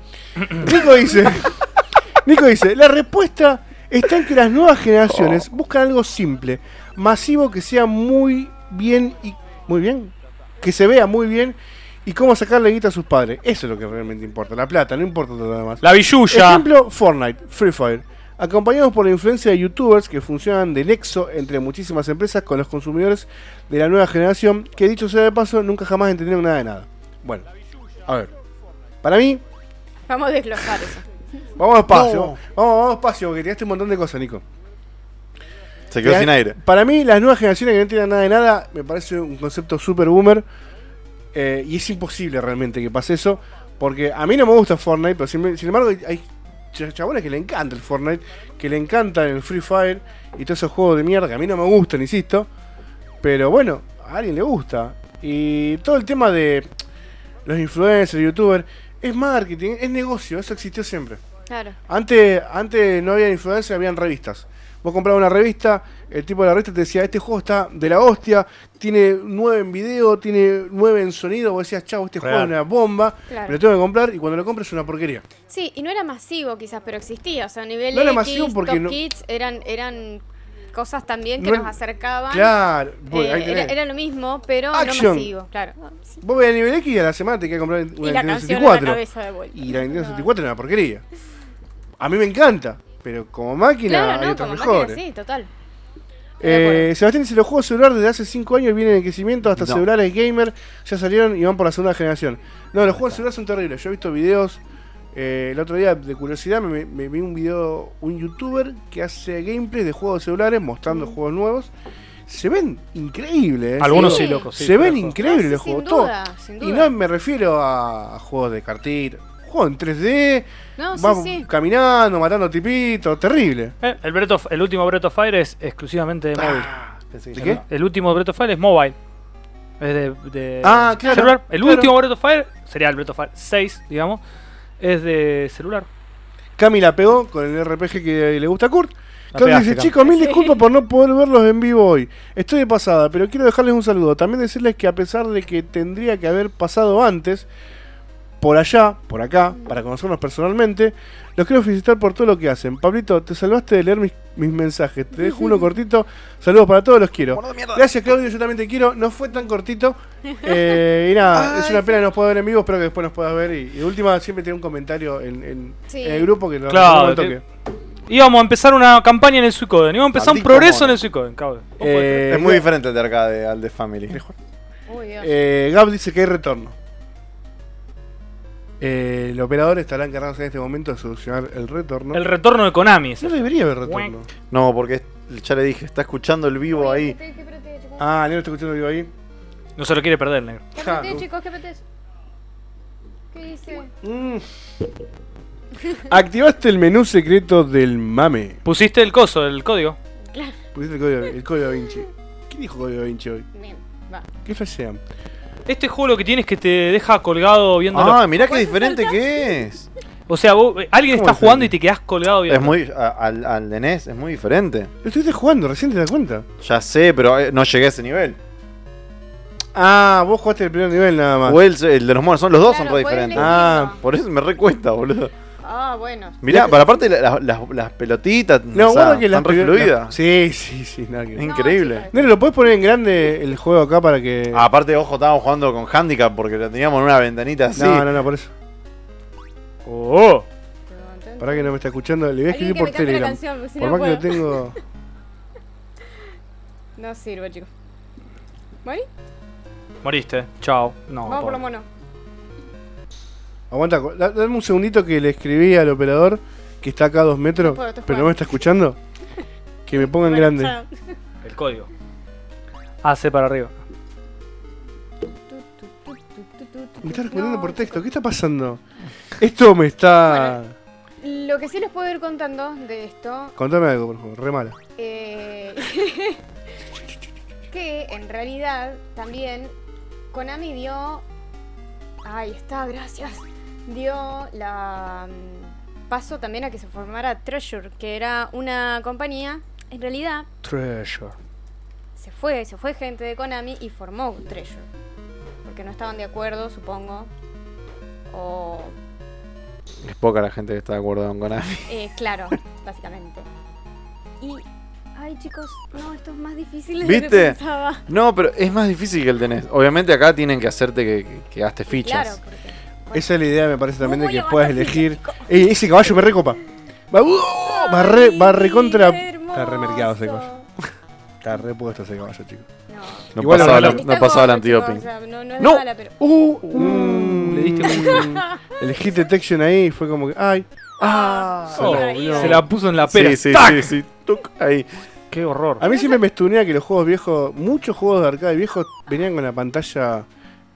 Nico dice, Nico dice, la respuesta está en que las nuevas
Oh.
generaciones buscan algo simple, masivo que sea muy bien y muy bien, que se vea muy bien y cómo sacarle guita a sus padres. Eso es lo que realmente importa, la plata, no importa todo lo demás.
La billulla.
Ejemplo, Fortnite, Free Fire. Acompañados por la influencia de youtubers que funcionan de nexo entre muchísimas empresas con los consumidores de la nueva generación, que dicho sea de paso, nunca jamás entendieron nada de nada. Bueno, a ver. Para mí,
Vamos a desglosar eso.
vamos despacio.
No.
Vamos, vamos despacio, porque tiraste un montón de cosas, Nico.
Se quedó
Mira,
sin aire.
Para mí, las nuevas generaciones que no tienen nada de nada, me parece un concepto super boomer. eh, y es imposible realmente que pase eso. Porque a mí no me gusta Fortnite, pero sin, sin embargo hay ch- chabones que le encanta el Fortnite, que le encanta el Free Fire y todos esos juegos de mierda que a mí no me gustan, insisto. Pero bueno, a alguien le gusta. Y todo el tema de los influencers, youtubers, es marketing, es negocio, eso existió siempre.
Claro.
Antes, antes no había influencers, habían revistas. Vos comprabas una revista, el tipo de la revista te decía, este juego está de la hostia, tiene nueve en video, tiene nueve en sonido, vos decías, chavo, este juego
Real.
es una bomba,
Claro.
me lo tengo que comprar y cuando lo compras es una porquería.
Sí, y no era masivo quizás, pero existía. O sea, a nivel
No era
X,
masivo porque
Top
no-
Kids eran, eran cosas también que
No-
nos acercaban.
Claro, vos,
Eh,
ahí
era,
tenés.
era lo mismo, pero no
Action.
masivo, claro. Ah, sí.
Vos ves a nivel X y a la semana te queda comprar una
Y la
Nintendo
canción en la
64.
cabeza de vuelta.
Y la Nintendo 64 era una porquería. A mí me encanta, pero como máquina
Claro,
hay
no,
otras
como
mejores.
máquina, sí, total. De
Eh, Sebastián dice, los juegos celulares desde hace 5 años vienen en crecimiento, hasta
No.
celulares gamer ya salieron y van por la segunda generación. No, los juegos celulares son terribles. Yo he visto videos, eh, el otro día de curiosidad me, me vi un video, un youtuber que hace gameplay de juegos celulares mostrando juegos nuevos. Se ven increíbles. eh.
Mm. Algunos
Se-
sí,
Sí.
locos. sí,
se ven
locos.
increíbles
Ah,
los
sí,
juegos.
sin
todo.
duda, sin
Y no
duda.
me refiero a juegos de cartita, juegos en 3D,
No, sí,
vas
sí.
caminando, matando tipitos, terrible.
Eh, el, Breath of- el último Breath of Fire es exclusivamente de
Ah.
móvil.
Pensé que
¿De
ya
qué?
no.
El último Breath of Fire es mobile. Es de, de
Ah, claro,
celular. El
claro.
último Breath of Fire sería el Breath of Fire 6, digamos. Es de celular.
Cami la pegó con el RPG que le gusta a Kurt.
La
Cami
pegaste,
dice,
Cami.
chicos, mil disculpas por no poder verlos en vivo hoy. Estoy de pasada, pero quiero dejarles un saludo. También decirles que a pesar de que tendría que haber pasado antes, por allá, por acá, para conocernos personalmente, los quiero felicitar por todo lo que hacen. Pablito, te salvaste de leer mis, mis mensajes. Te dejo uno cortito. Saludos para todos, los quiero. Gracias, Claudio, yo también te quiero. No fue tan cortito. Eh, y nada, es una pena no nos puedas ver en vivo. Espero que después nos puedas ver. Y, y de última, siempre tiene un comentario en, en-
Sí.
en el grupo que nos
Claro,
nos
te- Íbamos a empezar una campaña en el Suicoden. Íbamos a empezar un
Maldito
progreso
mono.
en el Suicoden, cabrón. ¿Vos podés creer?
Eh,
es muy diferente el de arcade al de Family.
Uy, Dios.
Eh, Gab dice que hay retorno. Eh, el operador estará encargado en este momento de solucionar el retorno.
El retorno de Konami. es
no
el-
debería haber retorno.
No, porque es- ya le dije, está escuchando el vivo ahí.
¿Qué apetece, chicos?
Ah, Nero está escuchando vivo ahí.
No se lo quiere perder, negro.
¿Qué
ja,
apetece,
no.
chicos? ¿Qué apetece? ¿Qué dice?
Mm. Activaste el menú secreto del mame.
Pusiste el coso, el código.
Pusiste el código, el código da Vinci. ¿Quién dijo código da Vinci hoy?
Bien, va.
¿Qué falsean?
Este juego lo que tiene es que te deja colgado viéndolo.
Ah, mirá qué diferente que es.
o sea, vos- eh, alguien
¿Cómo
está
es
jugando
el-
y te quedás colgado
Es
viéndolo.
muy a- al, al de NES es muy diferente.
Lo estuviste jugando, recién te das cuenta.
Ya sé, pero eh, no llegué a ese nivel.
Ah, vos jugaste el primer nivel nada más.
O el, el de los monos, son los dos son
Claro,
re
puedes
diferentes.
elegir,
Ah,
¿no?
Por eso me recuesta, boludo.
Ah, bueno.
Mirá, para aparte la- la- las, las pelotitas
No,
o sea,
guarda que las
están re
primer-
fluidas.
la- Sí, sí, sí, nada que ver.
No,
Increíble.
chicos.
Nero, ¿lo podés poner en grande el juego acá para que.?
Aparte, ojo, estábamos jugando con handicap porque lo teníamos en una ventanita así.
No, no, no, por eso.
Oh.
Pará que no me está escuchando, le voy a
Alguien
escribir
que
por
me cante la
Telegram.
canción, porque si
por
no
más que lo tengo.
puedo. No sirve, chicos. ¿Mori?
Moriste. Chao. No.
Vamos por
pobre.
lo mono.
Aguanta, da- dame un segundito que le escribí al operador que está acá a dos metros,
puedo, estoy
pero no
jugando.
me está escuchando. Que me ponga en
Bueno,
grande.
chao.
El código. AC para arriba.
Me está respondiendo
No,
por texto, ¿qué está pasando? Esto me está.
Lo que sí les puedo ir contando de esto,
Contame algo, por favor, re mala.
eh, que en realidad también Konami dio, ahí está, gracias, dio la mm, paso también a que se formara Treasure, que era una compañía, en realidad
Treasure.
se fue, se fue gente de Konami y formó Treasure. Porque no estaban de acuerdo, supongo. O
Es poca la gente que está de acuerdo con Konami.
Eh, claro, básicamente. Y. Ay, chicos, no, esto es más difícil de lo que
¿Viste?
pensaba.
No, pero es más difícil que el de NES. Obviamente acá tienen que hacerte que, que- que gastes fichas.
Claro, porque.
Esa es la idea, me parece también, de
voy
que
a
puedas
matar
elegir. Ey, ese caballo me recopa. Va, uh, va re, va re contra.
qué
Está re merqueado ese
hermoso.
caballo. Está re puesto ese caballo, chico.
No.
No
Igual
pasaba,
ahora-
la-
Está
no pasaba el
gordo, chicos,
antidoping.
o sea, no, no es
No.
mala, pero.
Uh,
Mm, le diste
El hit detection ahí y fue como que. ¡Ay! ¡Ah!
Oh,
no,
ahí,
no.
ahí.
Se la puso en la pera.
Sí, sí,
¡Tac!
sí, sí. Tuc, ahí.
Qué horror.
A mí siempre me estunea que los juegos viejos, muchos juegos de arcade viejos venían con la pantalla.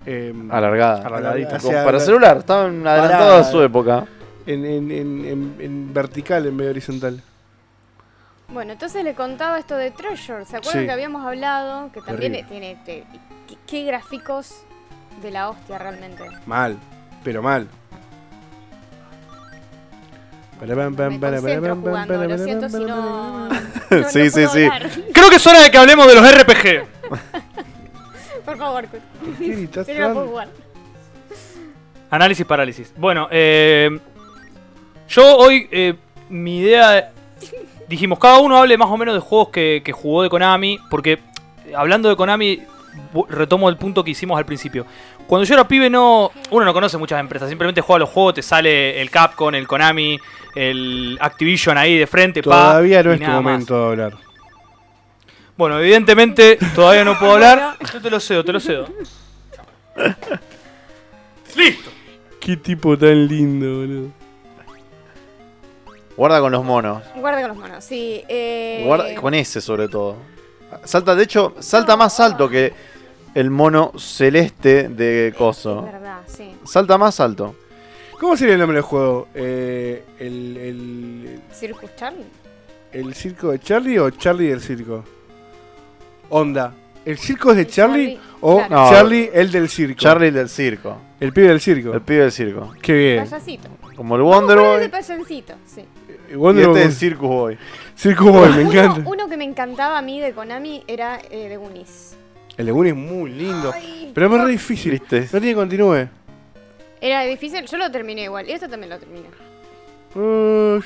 eh,
Alargada.
Alargadita.
Con- para celular, estaban adelantados a su época.
en, en- en- en- en vertical en vez de horizontal.
Bueno, entonces le contaba esto de Treasure. ¿Se acuerdan
Sí.
que habíamos hablado? Que también
Terrible.
tiene. te- qué- qué gráficos de la hostia realmente.
Mal, pero mal. Para, pam, pam,
Me
para, para,
concentro
pam, pam,
jugando,
para,
lo
para,
siento
pam,
si
para,
no...
para.
No-
Sí,
no
sí,
puedo
sí.
hablar.
Creo que es hora de que hablemos de los RPG.
Por favor, Kurt.
¿Qué gritas,
Pero no
Fran?
puedo jugar.
Análisis, parálisis. Bueno, eh, yo hoy, eh, mi idea, dijimos, cada uno hable más o menos de juegos que, que jugó de Konami, porque eh, hablando de Konami, vu- retomo el punto que hicimos al principio. Cuando yo era pibe no, uno no conoce muchas empresas, simplemente juega los juegos, te sale el Capcom, el Konami, el Activision ahí de frente, pa,
Todavía no
y
es tu
nada más.
momento de hablar.
Bueno, evidentemente todavía no puedo hablar. Yo te lo cedo, te lo cedo. Listo.
Qué tipo tan lindo, boludo.
Guarda con los monos.
Guarda con los monos, sí. Eh...
Guarda con ese sobre todo. Salta, de hecho, salta más alto que el mono celeste de
Es
Coso.
verdad, sí.
Salta más alto.
¿Cómo sería el nombre del juego? Eh, el, el,
¿Circus Charlie?
¿El circo de Charlie o Charlie del circo? Onda, ¿el circo es de
El
Charlie,
Charlie,
o
claro.
No.
Charlie el del circo?
Charlie del circo.
El pibe del circo.
El pibe del circo.
Qué bien.
Payasito.
Como el Wonder
Pero de
Boy.
payasito, sí.
Y
Wonder
este
Woman-
es Circus Boy.
Circo Boy, me
Uno,
encanta.
uno que me encantaba a mí de Konami era eh, de Goonies.
El Leguni es muy lindo.
Ay,
Pero es
no.
re difícil.
¿Viste?
No tiene que continúe.
Era difícil, yo lo terminé igual. Y esto también lo terminé.
Ah,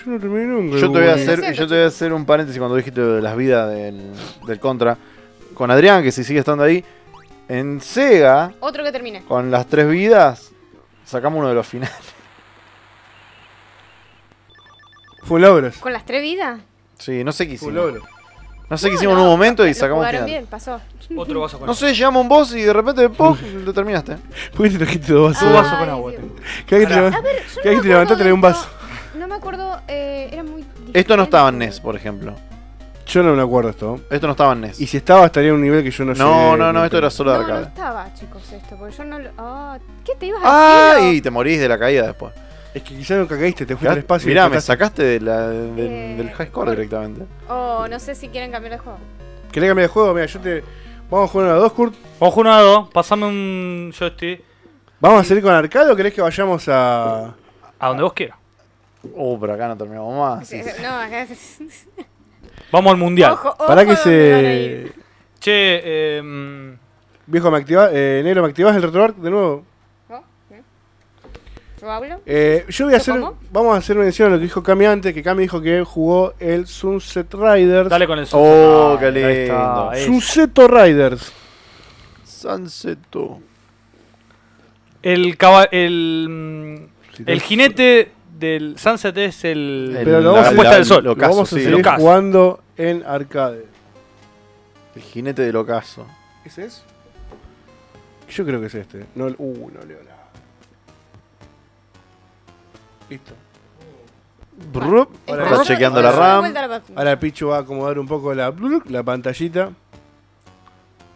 yo no terminé nunca.
Yo te voy a
Bueno.
hacer, yo te voy a hacer un paréntesis cuando dijiste de las vidas del, del contra. Con Adrián, que si sigue estando ahí. En Sega,
Otro que terminé.
con las tres vidas, sacamos uno de los finales.
Fue un logro.
¿Con las tres vidas?
Sí, no sé qué
Fue un
hicimos.
logro.
No sé qué
No,
hicimos en un
no,
momento y
lo
sacamos un
jugaron
final.
bien, pasó.
Otro vaso con
No sé, llegamos a un boss y de repente, ¡pum! lo terminaste.
¿Por qué te trajiste dos vasos?
Su vaso
Ay,
con agua,
Dios.
tengo.
Cada vez que te
Pará.
levant-
Yo
cada vez que te
me
levantás
acuerdo
tenés un
de
vaso.
esto, No me acuerdo, eh, era muy diferente.
Esto no estaba en NES, por ejemplo.
Yo no me acuerdo esto.
Esto no estaba en NES.
Y si estaba, estaría en un nivel que yo no sé.
No, no, no, esto era solo de
No, no
arcade.
estaba, chicos, esto, porque yo no lo... Ah, ¿Qué te ibas a
¡Ah!
decir?
Y te morís de la caída después.
Es que quizás nunca caíste, te fuiste al espacio. y
Mirá, me
explotaste.
sacaste de la- del-
Eh,
del high score
por-
directamente.
Oh, no sé si quieren cambiar de juego.
¿Querés cambiar de juego? Mira, yo te. Vamos a jugar a dos, Kurt.
Vamos a una dos, pasame un joystick
¿Vamos a seguir con arcade o querés que vayamos a.
a donde vos quieras.
Uh, pero acá no terminamos más. Sí, sí.
No, acá...
Vamos al mundial.
Ojo, ojo
Para que
donde van a ir.
se.
Che, eh, mm,
Viejo, me activa. Eh, negro, ¿me activás el retrobar de nuevo?
¿No? ¿Eh? ¿Yo hablo?
Eh, yo voy a
¿Yo
hacer.
como?
Vamos a hacer mención a lo que dijo Cami antes, que Cami dijo que jugó el Sunset Riders.
dale con el sol.
Oh, qué
ahí está,
lindo.
ahí.
Sunseto Riders.
Sunset 2.
El caba- el mm,
Si te-
el jinete del Sunset es el,
El-
Pero lo vamos
la
a-
puesta del sol.
lo-
Lo vamos
Locazo,
a
sí,
seguir
locazo.
jugando en arcade.
El jinete del ocaso.
¿Ese es? Yo creo que es este. No, uh, no leo nada. Listo.
Brup.
Ahora
Está
la-
chequeando
ahora
la
la-
RAM.
Ahora Pichu va a acomodar un poco la, la pantallita.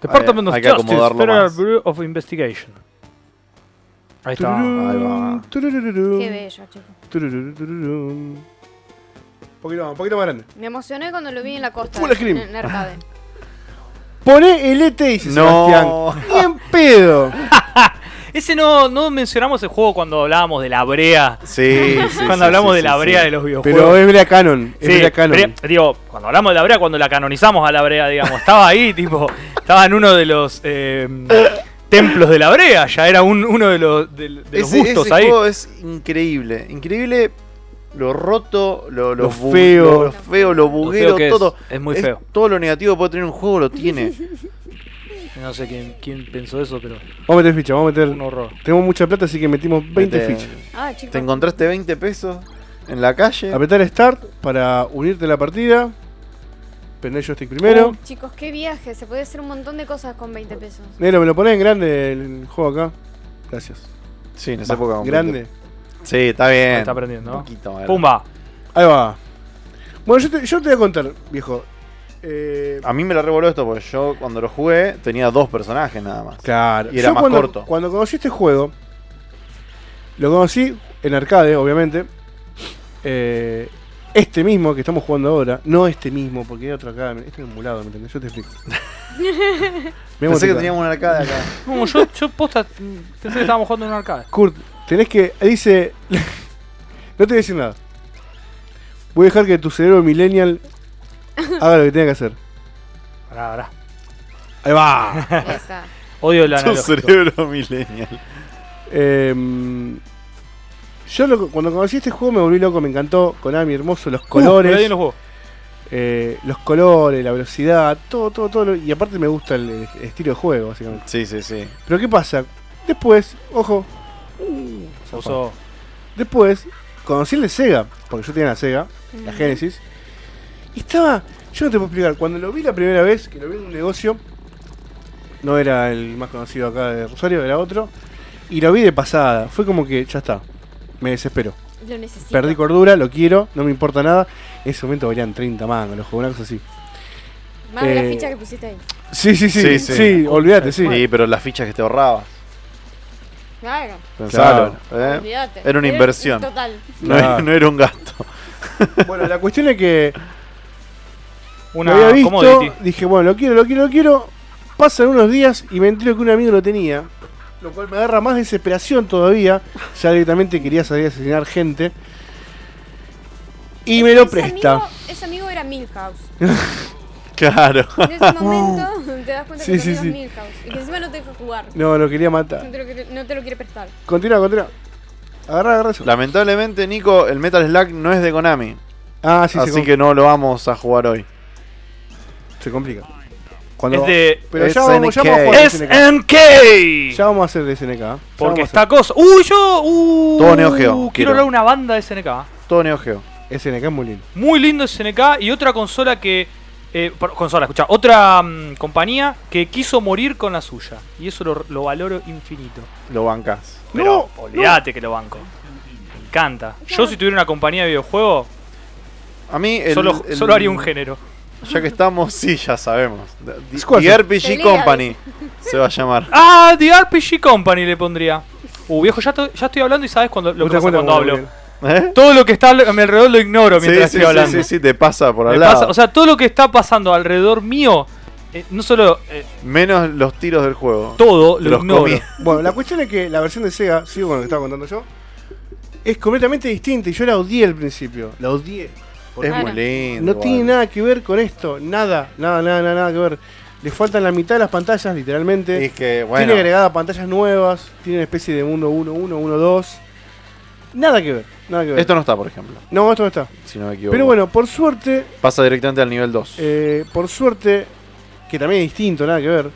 Department of
hay que
Justice,
acomodarlo
Federal
más.
Bureau of Investigation. Ahí está.
Tururú,
ahí va.
turururú,
Qué bello, chicos.
turururú, tururú. Un poquito más, un poquito más grande.
Me emocioné cuando lo vi en la costa.
Full screen.
En, en arcade.
Poné el ET, dice
No.
Sebastián. Bien pedo.
Ese no, no mencionamos el juego cuando hablábamos de la brea.
Sí, sí,
cuando
sí,
hablamos
sí,
de la
sí,
brea
sí.
de los videojuegos.
Pero es Brea Canon. Es
Sí,
Brea Canon.
pero, digo, cuando hablamos de la brea, cuando la canonizamos a la brea, digamos, estaba ahí, tipo, estaba en uno de los eh, templos de la brea, ya era un- uno de los, de, de los
Ese,
gustos
ese
ahí.
juego es increíble. Increíble lo roto, lo, lo
Lo
bu-
feo.
lo, lo feo, lo
Lo
buguero,
feo que es,
todo.
es muy
Es
feo.
todo lo negativo que puede tener un juego lo tiene.
No sé quién, quién pensó eso, pero
Vamos a meter ficha, vamos a
un
meter.
horror.
Tenemos mucha plata, así que metimos 20
Te-
fichas.
Ah, chicos.
Te encontraste 20 pesos en la calle.
Apretar Start para unirte a la partida. Prender joystick primero.
Uh, chicos, qué viaje. Se puede hacer un montón de cosas con 20 pesos.
Negro, me lo ponés en grande el juego acá. Gracias.
Sí, en esa
Va,
época. con
grande.
Sí, está bien.
Está aprendiendo, ¿no?
Un poquito, madre.
Pumba.
Ahí va. Bueno, yo te, yo te voy a contar, viejo. Eh,
A mí me lo revoló esto porque yo cuando lo jugué tenía dos personajes nada más.
Claro.
Y era
Yo
más
cuando,
corto.
Cuando conocí este juego, lo conocí en arcade, obviamente. Eh, este mismo que estamos jugando ahora, no este mismo, porque hay otro acá. Este es emulado, ¿me entendés? Yo te explico. Me
Pensé que
emotiva.
teníamos una arcade acá.
No, yo, yo posta, pensé que estábamos jugando en un arcade.
Kurt, tenés que. Dice. no te voy a decir nada. Voy a dejar que tu cerebro millennial Haga lo que tenga que hacer.
Pará, pará.
Ahí va.
Esa.
Odio el
Tu
analógico.
cerebro millennial.
Em, yo lo- cuando conocí este juego me volví loco, me encantó. Konami hermoso, los
Uh, me la di
colores.
en los huevos.
eh, los colores, la velocidad, todo, todo, todo. lo- Y aparte me gusta el, el estilo de juego, básicamente.
Sí, sí, sí.
Pero ¿qué pasa? Después, ojo. uh, zafá.
Puso-
Después, conocí el de Sega, porque yo tenía la Sega, la Genesis. Y estaba, yo no te puedo explicar, cuando lo vi la primera vez, que lo vi en un negocio, no era el más conocido acá de Rosario, era otro. Y lo vi de pasada, fue como que ya está, me desespero.
Mm, Lo necesito.
Perdí cordura, lo quiero, no me importa nada. En ese momento valían 30 mangos, los juegos, una cosa así.
Más de la
eh,
ficha que pusiste ahí.
Sí, sí, sí, sí,
Sí, sí.
olvídate, sí.
Sí, pero las fichas que te ahorrabas.
Claro.
Pensalo. ¿eh?
Olvídate.
Era una inversión.
Total.
No, era-
Claro.
no era un gasto.
Bueno, la cuestión es que
Una
lo había visto,
commodity.
dije, bueno, lo quiero, lo quiero, lo quiero. Pasan unos días y me entero que un amigo lo tenía, lo cual me agarra más desesperación todavía. Ya directamente quería salir a asesinar gente. Y me lo
Ese
presta.
amigo- Ese amigo era Milhouse.
Claro.
En ese momento te das cuenta
Ah, Sí,
que
sí,
tu amigo es
sí.
Milhouse. Y que encima no te deja jugar.
No, lo quería
No
matar.
te lo quiere, no te lo quiere prestar.
Continúa, continúa. Agarra, agarra eso.
Lamentablemente, Nico, el Metal Slack no es de Konami.
Ah, sí, se,
así
com-
que no lo vamos a jugar hoy.
se complica. Cuando-
Es de-
Pero ya
SNK.
vamos, ya vamos a jugar de SNK. Ya
SNK.
vamos a hacer de SNK. ¿eh? Ya
Porque
vamos a
esta cosa. ¡Uy, yo! Uh,
Todo Neo Geo, quiero.
Quiero hablar de una banda de SNK. ¿eh?
Todo Neo Geo.
hacer- SNK es muy lindo.
Muy lindo SNK y otra consola que. eh, por- consola, escucha, otra mm, compañía que quiso morir con la suya. Y eso lo, lo valoro infinito.
Lo bancas.
Pero
No,
olvídate que lo banco. Me encanta. Yo, si tuviera una compañía de videojuegos,
A mí. el-
solo,
el-
solo haría un género.
Ya que estamos, sí, ya sabemos. The,
Square.
The RPG
Tenía-
Company se va a llamar.
Ah, The RPG Company le pondría. Uh, viejo, ya, to- ya estoy hablando y sabes cuando,
¿Vos
lo que
te das
pasa
cuenta
cuando
cómo
hablo.
viene?
¿Eh?
Todo lo que está a mi alrededor lo ignoro mientras
sí,
estoy
sí,
hablando.
sí, sí, te pasa por
Me
al
pasa-
lado.
o sea, todo lo que está pasando alrededor mío, eh, no solo eh,
Menos los tiros del juego.
todo,
Te
lo
los
ignoro.
comí.
Bueno, la cuestión es que la versión de Sega, sigo con lo que estaba contando yo, es completamente distinta y yo la odié al principio. La odié.
Es
Porque
Claro.
muy lindo.
no tiene
vale.
nada que ver con esto. Nada, nada, nada, nada, nada que ver. Le faltan la mitad de las pantallas, literalmente.
Es que, bueno.
Tiene agregadas pantallas nuevas. Tiene una especie de mundo 1, 1, 1, 2. Nada que ver, nada que ver.
Esto no está, por ejemplo.
No, esto no está.
Si no me equivoco.
Pero bueno, por suerte,
Pasa directamente al nivel 2.
eh, por suerte, que también es distinto, nada que ver.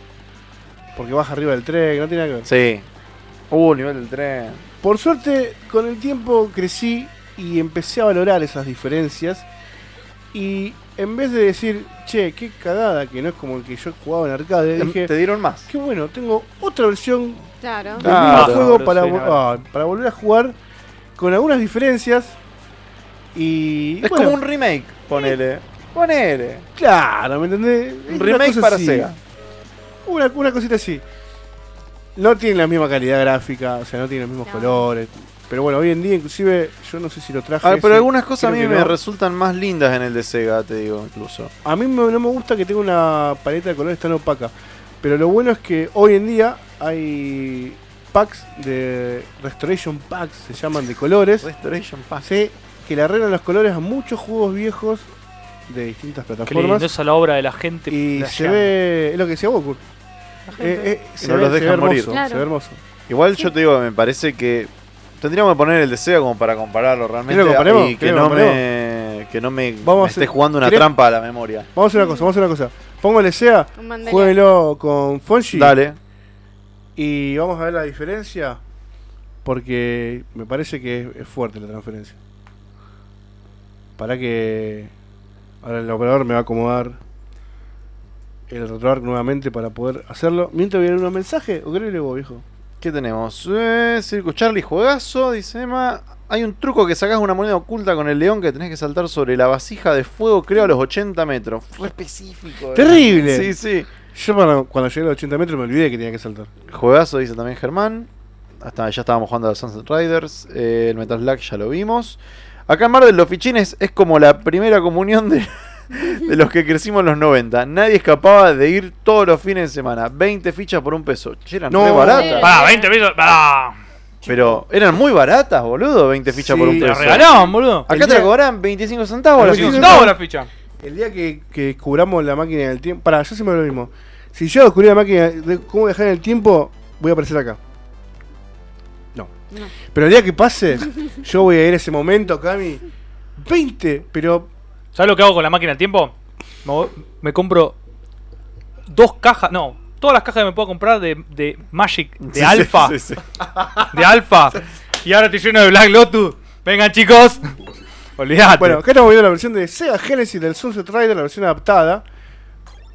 Porque baja arriba del tren, no tiene nada que ver.
Sí. Uh, el nivel del tren.
Por suerte, con el tiempo crecí y empecé a valorar esas diferencias. Y en vez de decir, che, qué cagada, que no es como el que yo jugaba en arcade, dije,
Em, Te dieron más.
qué bueno, tengo otra versión
Claro.
del
Claro,
mismo juego para,
sí,
vo-
claro.
ah, para volver a jugar con algunas diferencias. Y.
Es
bueno,
como un remake, ponele. Ponele.
Claro, ¿me entendés?
Un
Una
remake
cosa
para
así.
Sega.
Una, una cosita así. No tiene la misma calidad gráfica, o sea, no tiene los mismos
No.
colores. Pero bueno, hoy en día inclusive yo no sé si lo traje.
A ver, Ah, pero
ese.
algunas cosas a mí
creo que
me
no.
resultan más lindas en el de Sega, te digo, incluso.
A mí me- no me gusta que tenga una paleta de colores tan opaca. Pero lo bueno es que hoy en día hay packs de restoration packs, se llaman de colores.
Restoration Pass.
Sé que le arreglan los colores a muchos juegos viejos de distintas
Qué lindo
plataformas.
esa la obra de la gente.
Y se
flasheando.
ve, es lo que decía Goku. Eh, eh, se,
No
ve,
los
se
dejan
ve hermoso,
morir.
se
Claro.
ve hermoso.
Igual yo te digo, me parece que tendríamos que poner el de Sega como para compararlo realmente.
¿Querés lo comparemos?
Y que
¿Querés lo
no, me, que no me,
Vamos
me
a hacer-
esté jugando una
¿Querés?
trampa a la memoria.
Vamos a hacer una cosa, vamos a hacer una cosa. Pongo el SEA,
Un mandaloriano.
jueguenlo con Fonji
Dale.
y vamos a ver la diferencia. Porque me parece que es, es fuerte la transferencia. Para que. Ahora el operador me va a acomodar el retroarc nuevamente para poder hacerlo. Mientras voy a leer unos mensajes, o creo que vos, viejo.
¿Qué tenemos? Eh, Circo Charlie, juegazo, dice Emma. Hay un truco que sacás una moneda oculta con el león que tenés que saltar sobre la vasija de fuego, creo, a los 80 metros. Fue específico. eh.
¡Terrible!
Sí, sí.
Yo para- cuando llegué a los 80 metros me olvidé que tenía que saltar.
Juegazo, dice también Germán. Hasta ya estábamos jugando al Sunset Riders. eh, el Metal Slack ya lo vimos. Acá en Mar del los fichines es como la primera comunión de, de los que crecimos en los 90. Nadie escapaba de ir todos los fines de semana. 20 fichas por un peso. Che, eran
No.
muy baratas.
Pa-
Pará, 20 pesos. Pará.
Pero eran muy baratas, boludo. 20 fichas
Sí,
por un
la
peso.
Te regalaban, boludo.
Acá
El
te la
día-
cobran 25 centavos la
Sí,
25
ficha.
sí,
centavos la ficha.
El día que, que cubramos la máquina del tiempo. Para, yo siempre lo mismo. Si yo descubrí la máquina de cómo viajar en el tiempo, voy a aparecer acá. No.
No.
Pero el día que pase, yo voy a ir a ese momento, Cami. 20, pero.
¿Sabes lo que hago con la máquina del tiempo? Me, voy- me compro dos cajas, no, todas las cajas que me puedo comprar de, de Magic, de
Sí, sí,
Alpha,
sí, sí.
de Alpha. Y ahora estoy lleno de Black Lotus. Vengan, chicos. Olvídate.
Bueno, acá estamos viendo la versión de Sega Genesis del Sunset Rider, la versión adaptada.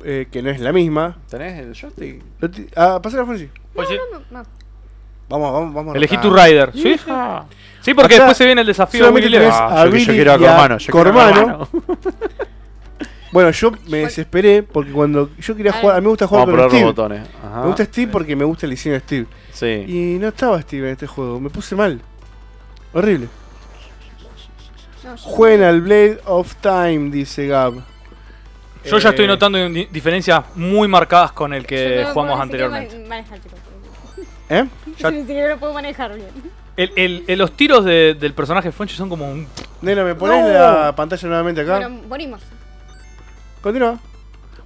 eh, que no es la misma.
¿Tenés el joystick?
Lo ti- Ah, pasar a Fonsi.
Oye,
No,
Vamos, vamos, vamos.
elegí
Ah.
tu rider. Sí, sí porque
Acá
después se viene el desafío de
solamente
Willy Leo.
tenés-
Ah,
a
yo, que- yo
Billy
quiero
y
a
a
Cormano. yo quiero a
Cormano.
Cormano.
Bueno, yo me desesperé porque cuando yo quería jugar. A Ah, mí me gusta jugar
Vamos a probar
con
los
Steve.
botones. Ajá.
Me gusta Steve porque me gusta el diseño de Steve.
Sí.
Y no estaba Steve en este juego, me puse mal. Horrible.
no, yo-
Jueguen al Blade of Time, dice Gab.
Yo ya
Eh,
estoy notando di- diferencias muy marcadas con el
yo
que
no lo puedo
jugamos
ni siquiera
anteriormente.
ma- manejar, chicos.
¿Eh?
Ya-
Yo ni siquiera lo puedo manejar bien.
El- el- el- los tiros de- del personaje Fonchi son como un.
Nena, ¿me pones la pantalla nuevamente acá?
Bueno, morimos.
Continúa.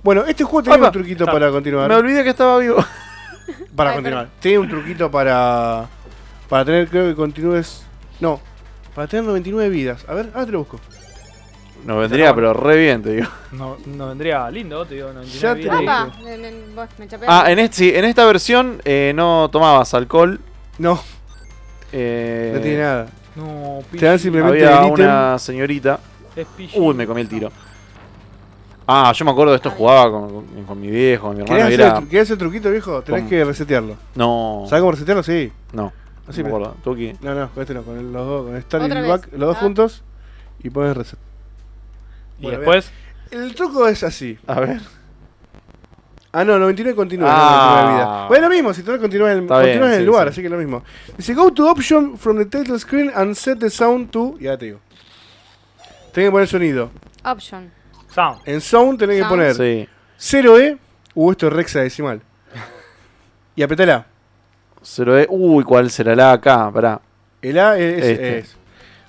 Bueno, este juego tenía
Opa.
un truquito
Está.
para continuar.
Me olvidé que estaba vivo.
Para
Ay,
continuar. Tenía un truquito para. Para tener, creo que continúes. No. Para tener 99 vidas. A ver, ahora te lo busco.
Nos vendría, pero re bien, te digo.
No, no vendría lindo, te digo. No
Ya
tiene
te
vida.
digo.
Apa, me, me, vos, me chapé.
Ah, en, este, sí, en esta versión eh, no tomabas alcohol.
No,
eh,
no tiene nada.
No,
Te dan simplemente-
Había
el ítem.
una señorita.
Es PG.
Uy, me comí el tiro. Ah, yo me acuerdo de esto jugaba con, con- con mi viejo, con mi hermano.
¿Querés,
y
hacer,
Era...
el tru- querés hacer el truquito, viejo? Tenés
¿Cómo?
que resetearlo.
No,
¿Sabés cómo resetearlo? Sí.
no,
Así,
no me
mira.
acuerdo. Tuvo que-
No, no, con este no, con el- los dos, con Star y
Otra
el
vez.
Back, los dos
Ah.
juntos y pones reset.
Y
Bueno,
después.
El truco es así.
A ver.
Ah, no, 99 continúa.
Ah.
no, 99 vida. Bueno, es lo mismo, si tú continúas en,
Está bien,
continúa en el
sí,
lugar,
sí.
así que es lo mismo. Dice, go to option from the title screen and set the sound to... Ya te digo. Tenés que poner sonido.
Option.
Sound.
En sound tenés que
Sound.
poner
Sí.
0E, u esto es rexadecimal. y apretala.
Se lo ve- Uy, ¿cuál será la acá? Pará.
El A es...
Este.
es.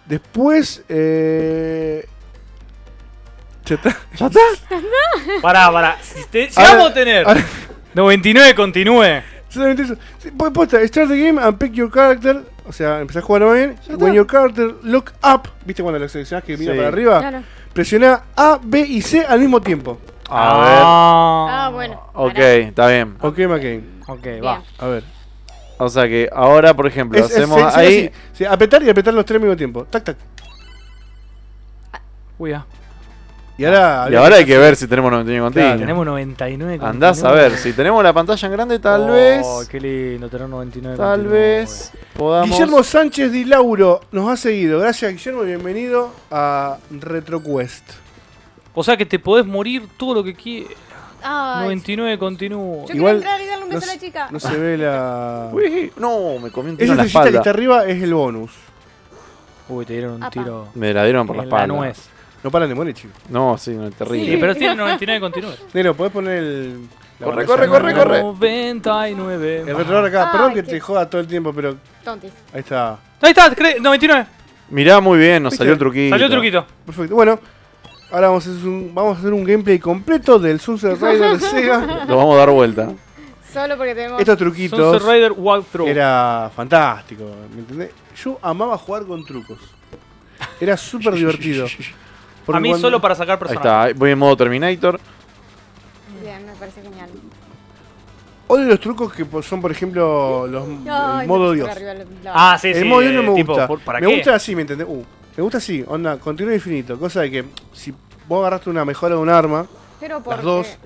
Después... Eh... ya está.
¿Ya está?
Pará, pará. Si, te, si
Ahora-
vamos a tener.
ahora-
99 continúe.
Solamente eso. Sí, po- Posta, start the game and pick your character. O sea, empezás a jugar bien. When your character look up, ¿viste cuando lo seleccionás que mira
Sí.
para arriba?
Claro.
Presiona A, B y C al mismo tiempo.
A
Ah, bueno.
ver. Ok,
pará.
está bien.
Ok, McCain.
Ok,
Bien.
va.
Ah. A ver.
O sea que ahora, por ejemplo,
Es- es-
hacemos
sí, sí,
ahí.
sí. Sí, apretar y apretar los tres al mismo tiempo. Tac, tac.
Uy, ah.
Y ahora.
Ah. Y ahora hay que ver si tenemos 99
Claro,
continuos.
Tenemos 99 continuos.
Andás a ver, si tenemos la pantalla en grande, tal
Oh,
vez.
qué lindo tener 99
Tal
continuos.
vez podamos.
Guillermo Sánchez Di Lauro nos ha seguido. Gracias, Guillermo, y bienvenido a RetroQuest.
O sea que te podés morir todo lo que quieras.
Ay,
99 continúa.
Yo
Igual,
quiero entrar y darle un
no
beso a la
sé-
chica.
No se ve la.
Uy, no, me comí un tiro
Esa
en
estrellita
la
que
espalda.
está arriba es el bonus.
Uy, te dieron un
Apa.
tiro.
Me la dieron por la
en la
espalda.
nuez.
No paran de morir, chicos.
No, sí, no, terrible.
Sí, pero tiene 99 continuos.
Nero, ¿podés poner el. la
Corre,
pantalla?
corre, corre, corre.
99.
El retrovisor acá.
Ay,
Perdón que
qué-
te joda todo el tiempo, pero
Tontis.
ahí está.
Ahí está, cre- 99.
Mirá muy bien, nos
¿Viste?
salió el truquito.
Salió el truquito.
Perfecto. Bueno, ahora vamos a hacer un, vamos a hacer un gameplay completo del Sunset Rider de Sega.
Lo vamos a dar vuelta.
Solo porque tenemos.
Estos
Sunset
truquitos
Rider Walkthrough.
era fantástico, ¿me entendés? Yo amaba jugar con trucos. Era súper divertido.
A mí solo para sacar
Ahí
personajes.
está, ahí- voy en modo Terminator.
Bien, me parece genial.
Odio los trucos que po- son, por ejemplo, los
Ay,
el modo
me puse
Dios.
por arriba el- la-
Ah, sí, sí.
El modo Dios no
eh,
me
tipo,
gusta.
¿por- ¿Para
me
qué?
gusta así, ¿me entendés? Uh, me gusta así, onda, continuo infinito. Cosa de que si vos agarraste una mejora de un arma,
Pero por.
las dos,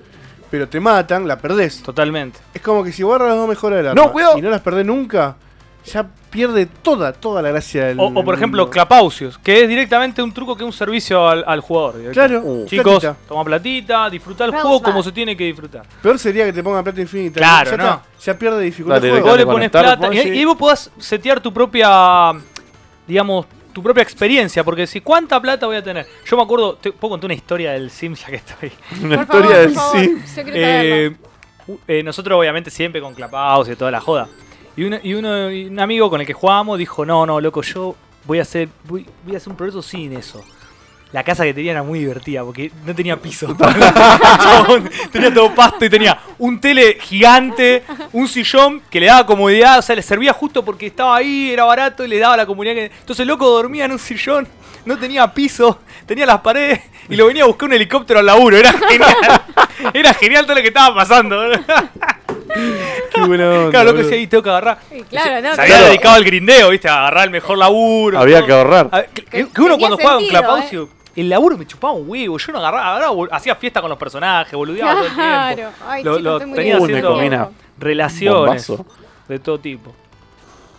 pero te matan, la perdés.
Totalmente.
Es como que si borras las dos mejoras del
No,
arma
cuidado.
y no las perdés nunca, ya pierde toda, toda la gracia del.
O, o, por ejemplo, Clapausius, que es directamente un truco que es un servicio al, al jugador. directamente.
Claro, uh,
Chicos,
platita.
toma platita, disfruta el
Vamos,
juego como
va.
se tiene que disfrutar.
Peor sería que te ponga plata infinita.
Claro,
ya,
¿no?
está, ya pierde dificultad.
Dale,
el
dale,
juego.
Vos le
Bueno,
pones
conectar,
plata y,
Fonsi.
y vos podés setear tu propia, digamos, tu propia experiencia. Porque si cuánta plata voy a tener. Yo me acuerdo, te puedo contar una historia del Sims ya que estoy.
Por
Una historia
favor,
del
por favor,
sí.
Yo quiero saberlo.
Eh, u- eh, nosotros obviamente siempre con clapados y toda la joda. Y, una- y uno, y un amigo con el que jugábamos dijo, no, no, loco, yo voy a hacer, voy, voy a hacer un proyecto sin eso. La casa que tenía era muy divertida porque no tenía piso. Chabón, tenía todo pasto y tenía un tele gigante, un sillón que le daba comodidad, o sea, le servía justo porque estaba ahí, era barato y le daba la comunidad que. Entonces, el loco dormía en un sillón, no tenía piso, tenía las paredes y lo venía a buscar un helicóptero al laburo. Era genial. Era genial todo lo que estaba pasando.
Qué buena onda,
Claro, loco
boludo.
decía, ahí tengo que agarrar.
Y claro, no,
Se había
claro.
dedicado al grindeo, ¿viste? A agarrar el mejor laburo.
Había
todo.
que ahorrar.
A- que, que
Tenía
uno cuando juega con
sentido, eh.
Clapaucio, eh, el laburo me chupaba un huevo. Yo no agarraba, agarraba, bol- hacía fiesta con los personajes, boludeaba todo el
Claro.
tiempo.
Ay,
Lo-
chicos,
lo
estoy muy
tenía
bien.
Uy, me
haciendo
comí una-
relaciones
Bombazo.
de todo tipo.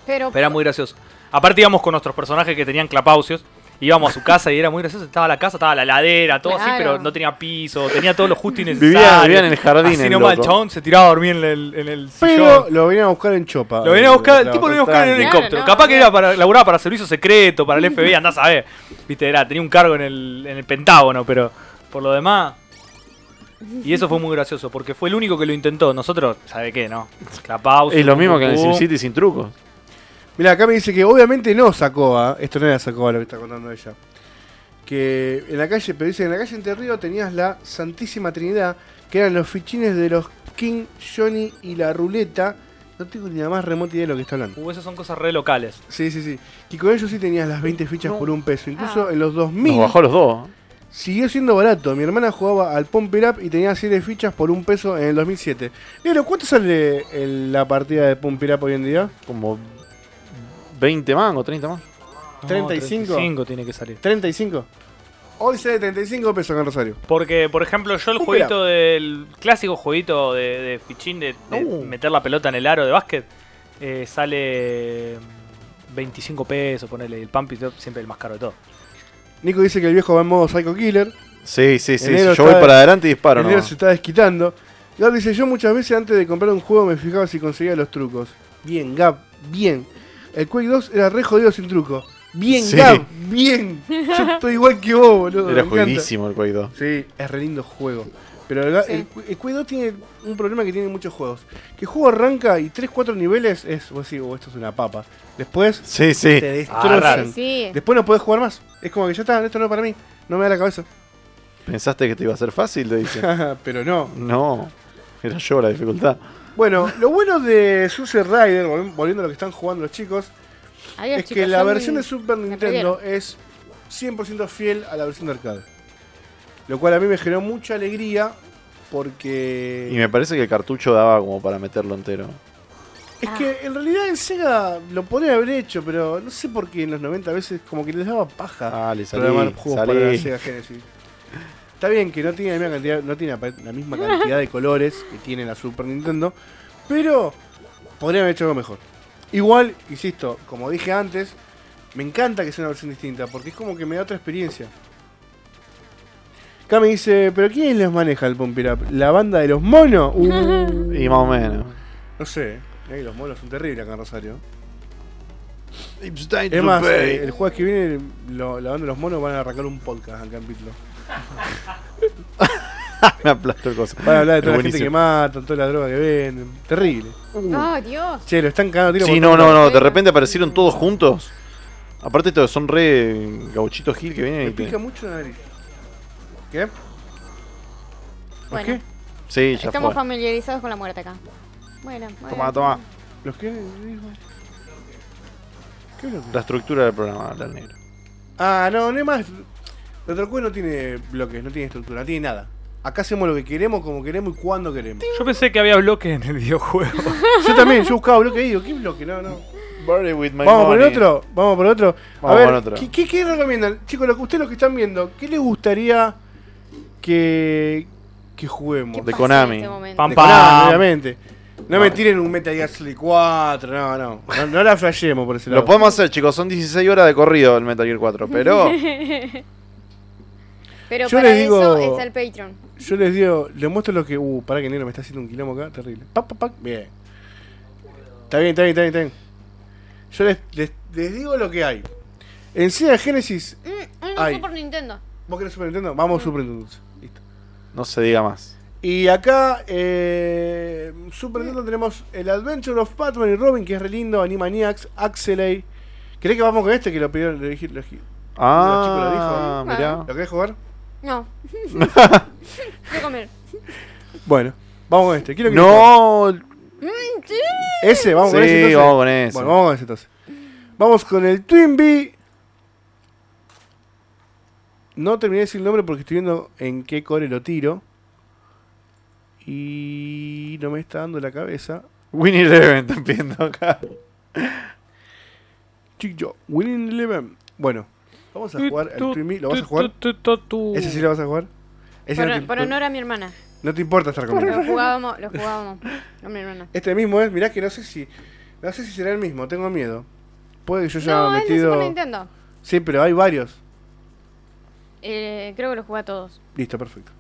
Pero,
Pero era muy gracioso. Aparte íbamos con nuestros personajes que tenían Clapaucios. Íbamos a su casa y era muy gracioso. Estaba la casa, estaba la ladera, todo así,
Claro.
pero no tenía piso, tenía todo lo justo y necesario.
Vivía- vivía en el jardín,
Así
el
nomás el
loco.
chabón se tiraba a dormir en el, en el
Pero
sillón.
lo venían a buscar en
Ah,
Chopa.
Lo venía a buscar, el
Claro,
tipo lo venía a buscar en un
total.
Claro,
helicóptero.
no,
Capaz que
olvidate.
era para, laburaba para servicio secreto, para el FBI, andás a ver. Viste, era, tenía un cargo en el, en el Pentágono, pero por lo demás. Y eso fue muy gracioso, porque fue el único que lo intentó. Nosotros, ¿sabe qué? No. Clapaus.
Es lo mismo que en el
Cucú.
SimCity sin trucos.
Mirá, acá me dice que obviamente no Sacoa, esto no era Sacoa lo que está contando ella. Que en la calle, pero dice, en la calle Entre Ríos tenías la Santísima Trinidad, que eran los fichines de los King, Johnny y la ruleta. No tengo ni la más remota idea de lo que está hablando.
Uh, esas son cosas re locales.
Sí, sí, sí. Que con ellos sí tenías las 20 fichas por un peso. Incluso
Ah.
en los
Nos
2000
bajó los dos.
siguió siendo barato. Mi hermana jugaba al Pump It Up y tenía 7 fichas por un peso en el 2007. Mira, ¿cuánto sale el- la partida de Pump It Up hoy en día?
Como 20 mangos, 30 más.
No,
35.
35 tiene que salir.
¿35? Hoy sale 35 pesos acá en Rosario.
Porque, por ejemplo, yo el
Pupila.
jueguito del. clásico jueguito de, de fichín de, de
Uh.
meter la pelota en el aro de básquet. eh, sale. mm, 25 pesos, ponerle el Pump It Up, siempre el más caro de todo.
Nico dice que el viejo va en modo Psycho Killer.
Sí, sí, sí.
Enero
Yo voy
está-
para adelante y disparo.
el negro
nomás.
se está desquitando. Gab dice, yo muchas veces antes de comprar un juego me fijaba si conseguía los trucos. Bien, Gab, bien. El Quake 2 era re jodido sin truco. Bien,
Sí.
Gab, bien. Yo estoy igual que vos, boludo.
Era
me encanta.
jodidísimo el Quake 2.
Sí, es re lindo juego. Pero el, Ga-
Sí.
el Qu- el Quake 2 tiene un problema que tiene muchos juegos. Que el juego arranca y 3, 4 niveles es, vos decís, oh, esto es una papa. Después
Sí, sí.
te
raro.
destrozan.
sí.
Después no podés jugar más. Es como que ya está, esto no es para mí. No me da la cabeza.
¿Pensaste que te iba a ser fácil? Te dicen.
Pero no.
no. Era yo la dificultad.
Bueno, lo bueno de Suicide Rider, volvi- volviendo a lo que están jugando los chicos,
Adiós,
es
chicos,
que la
son
versión
muy-
de Super Nintendo
perdieron.
es 100% fiel a la versión de arcade. Lo cual a mí me generó mucha alegría porque...
Y me parece que el cartucho daba como para meterlo entero.
Es
Ah.
que en realidad en Sega lo podrían haber hecho, pero no sé por qué en los 90 a veces como que les daba paja
Ah, le salí,
programar juegos para la
salí.
Sega Genesis. Está bien que no tiene la misma cantidad, no tiene apa- la misma cantidad de colores que tiene la Super Nintendo, pero podrían haber hecho algo mejor. Igual, insisto, como dije antes, me encanta que sea una versión distinta, porque es como que me da otra experiencia. Acá me dice, ¿pero quién les maneja el Pump It Up? ¿La banda de los monos? Uh.
Y más o menos.
No sé, ahí los monos son terribles acá en Rosario. Es más, eh, el jueves que viene, lo- la banda de los monos van a arrancar un podcast acá en Pitlo.
me aplastó el coso.
Van a hablar de toda la gente
Buenísimo.
que matan, toda la droga que venden. Terrible.
Ah, Dios.
Che, lo están cagando a tiro
Sí,
por
no,
todos
no,
lados.
no. De repente aparecieron todos juntos. Aparte, todos son re gauchitos Gil que vienen
Me
y te-
pica mucho la nariz. ¿Qué?
Bueno,
qué?
Sí, ya
estamos
fue.
familiarizados con la muerte acá. Bueno, bueno.
Toma, toma.
¿Los qué? dijo? ¿Qué es lo que-
La estructura del programa, habla el negro.
Ah, no, no es más. Retro Quest no tiene bloques, no tiene estructura, no tiene nada. Acá hacemos lo que queremos, como queremos y cuando queremos.
Yo pensé que había bloques en el videojuego.
Yo también, yo buscaba bloque y digo, ¿qué bloque? No, no.
with my
Vamos por el otro, vamos por el otro.
Vamos
a ver,
por otro.
¿qué, qué, qué recomiendan? Chicos, lo que ustedes los que están viendo, ¿qué les gustaría que, que juguemos?
¿Qué
De
De
pasa
Konami.
en este momento?
Pam, pam.
Konami, obviamente. No me tiren un Metal Gear Solid 4, no, no. No, no la flashemos por ese lado.
Lo podemos hacer, chicos. Son 16 horas de corrido el Metal Gear 4. Pero
Pero
Yo
para
le digo-
eso está el Patreon.
Yo les digo, les muestro lo que. Uh, pará que negro me está haciendo un quilombo acá, terrible. Pac, pac, pac. Bien. Está bien, está bien, está bien, está bien. Yo les, les, les digo lo que hay. En Sega Genesis,
Mm, un
Ay.
Super Nintendo.
¿vos querés Super Nintendo? Vamos a Super Nintendo. Listo.
no se diga más.
Y acá, eh, Super Nintendo tenemos el Adventure of Batman y Robin, que es re lindo, Animaniacs, Axelay. ¿Querés que vamos con este que lo pidieron? Lo, dij- lo dij- Los chicos lo
Ah,
dijo.
mirá.
¿Lo querés jugar?
No. Quiero comer.
Bueno, vamos con este. Quiero que
No,
Ese, vamos con
Sí,
ese. entonces.
vamos con ese.
Bueno, vamos con ese entonces. Vamos con el Twin Bee. No terminé de decir el nombre porque estoy viendo en qué core lo tiro. Y no me está dando la cabeza.
Winnie Eleven están pidiendo acá.
Chico, Winning Eleven. Bueno, vamos a jugar al Twin Bee. ¿Lo vas a jugar?
Tu, tu, tu, tu.
¿Ese sí lo vas a jugar? Ese no,
Por,
te,
por honor a mi hermana.
no te importa estar conmigo.
Lo jugábamos, lo jugábamos. Con mi hermana.
Este mismo es, mirá que no sé si. No sé si será el mismo, tengo miedo. Puede que yo ya
No, es de
metido.
Super Nintendo.
Sí, pero hay varios.
Eh, creo que lo jugué a todos.
Listo, perfecto.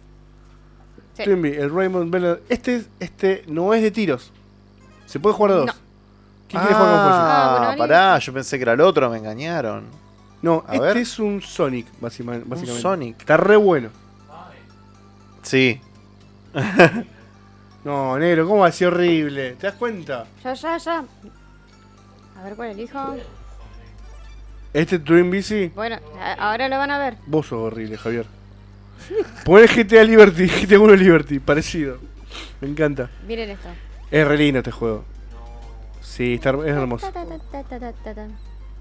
Sí.
Twinbee, el Raymond Bell. Este, es- este no es de tiros. Se puede jugar a dos.
No.
¿Quién quiere jugar con Follo?
Ah, bueno,
Ah,
alguien-
pará, yo pensé que era el otro, me engañaron.
No,
A
este
ver.
es un Sonic, básima- básicamente.
Sonic.
Está re bueno.
Sí.
No, negro, ¿cómo así horrible? ¿Te das cuenta?
Ya, ya, ya. A ver cuál elijo.
Este Twinbee sí.
Bueno, a- ahora lo van a ver.
Vos sos horrible, Javier. Pon el GTA Liberty, GTA 1 Liberty, parecido. Me encanta.
Miren esto.
Es re lindo este juego. Sí, está, es hermoso.
Ta, ta, ta, ta, ta, ta, ta.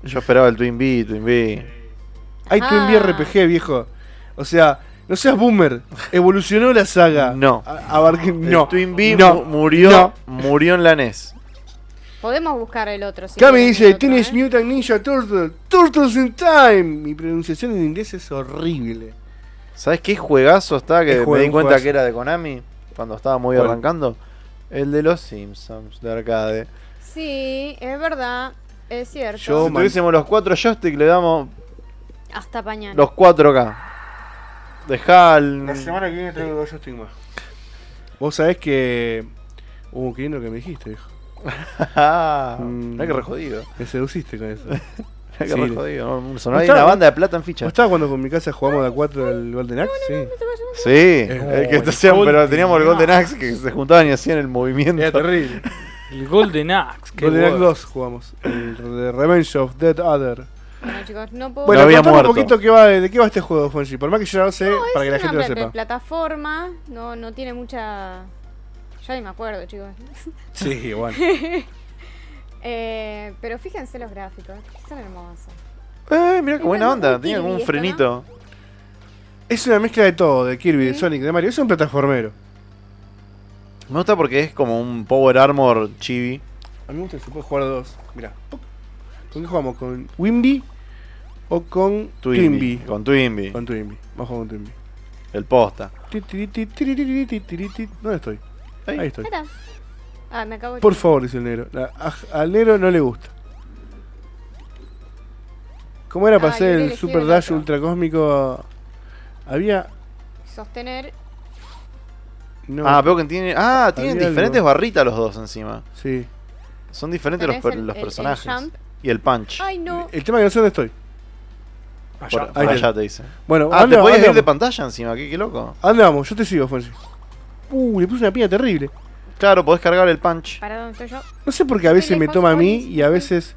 Yo esperaba el Twin B, Twin B.
Hay
Ah.
Twinbee RPG, viejo. O sea, no seas boomer. Evolucionó la saga.
No.
A- abarque- no.
El Twin B
no.
mu- murió, murió en la E NES.
Podemos buscar el otro. si
Cami
quieren el
dice,
otro,
Teenage
¿eh?
Mutant Ninja Turtle, Turtles in Time. Mi pronunciación en inglés es horrible.
¿Sabes qué juegazo está
¿Qué
que me
juego,
di
un
cuenta
juegazo?
que era de Konami cuando estaba muy
¿Cuál?
arrancando? El de los Simpsons de arcade.
Sí, es verdad. Es cierto.
Yo-
si tuviésemos los cuatro joystick le damos
Hasta mañana.
los cuatro acá. Dejá el...
que viene traigo dos joystick más. Vos sabés que... Uh, qué lindo que me dijiste, viejo.
Ah,
Mm.
mirá que re jodido.
Me seduciste con eso. ¿Vos
Mirá que
Sí.
re jodido. No, sonó
No
ahí
está-
una banda de plata en ficha.
estabas cuando con mi casa jugamos de a 4 el Golden Axe? Sí.
Sí, el que
el
te hacían, pero
Golden
teníamos el Golden Axe que se juntaban y hacían el movimiento.
Era terrible.
El Golden Axe. qué
Golden Axe
bueno.
2 jugamos. El de Revenge of Dead Other.
Bueno, chicos, no puedo.
Bueno,
había
contame
muerto.
un poquito qué va, de qué va este juego, Fonji. Por más que yo no lo sé,
No, es
para que la
una
gente lo
pla-
sepa.
plataforma. No, no tiene mucha. Ya ni me acuerdo, chicos.
Sí, igual.
Eh, pero fíjense los gráficos. Son hermosos.
Eh, mirá qué buena
muy
onda.
Kirby
Tenía como un
esto, ¿no?
frenito.
Es una mezcla de todo, de Kirby, de
Sí.
Sonic, de Mario. Es un plataformero.
Me gusta porque es como un Power Armor chibi.
A mí me gusta que se puede jugar a dos. Mirá. Puc. ¿Con qué jugamos? ¿Con Wimby o con
Twinbee.
Twinbee?
Con Twinbee.
Con Twinbee. Vamos a jugar con Twinbee.
El posta.
Ti, ti, ti, ti, ti, ti, ti, ti. ¿Dónde estoy?
Ahí.
Ahí
Ahí
estoy.
está. Ah, me acabo de.
Por favor, dice el negro. La- a- al negro no le gusta. ¿Cómo era para
Ah,
hacer
yo
el
elegí
Super
el
Dash
otro.
ultracósmico? Había.
Sostener.
No.
Ah, veo que tiene. Ah, tienen
Había
diferentes
algo.
barritas los dos encima.
Sí.
Son diferentes los,
tenés
per-
el-
los
el- el
personajes.
jump.
y el punch.
Ay, no.
El tema es que no sé dónde estoy.
por,
Allá.
por
Ahí
allá
está.
te dice.
Bueno,
Ah, te
anda-
podías ir
anda-
de pantalla encima, qué, qué loco.
anda, vamos, yo te sigo, Fonsi. Uh, le puse una piña terrible.
Claro, podés cargar el punch.
¿Para dónde estoy yo?
No sé por qué a veces me
lejos,
toma a mí
Fonsi.
y a veces.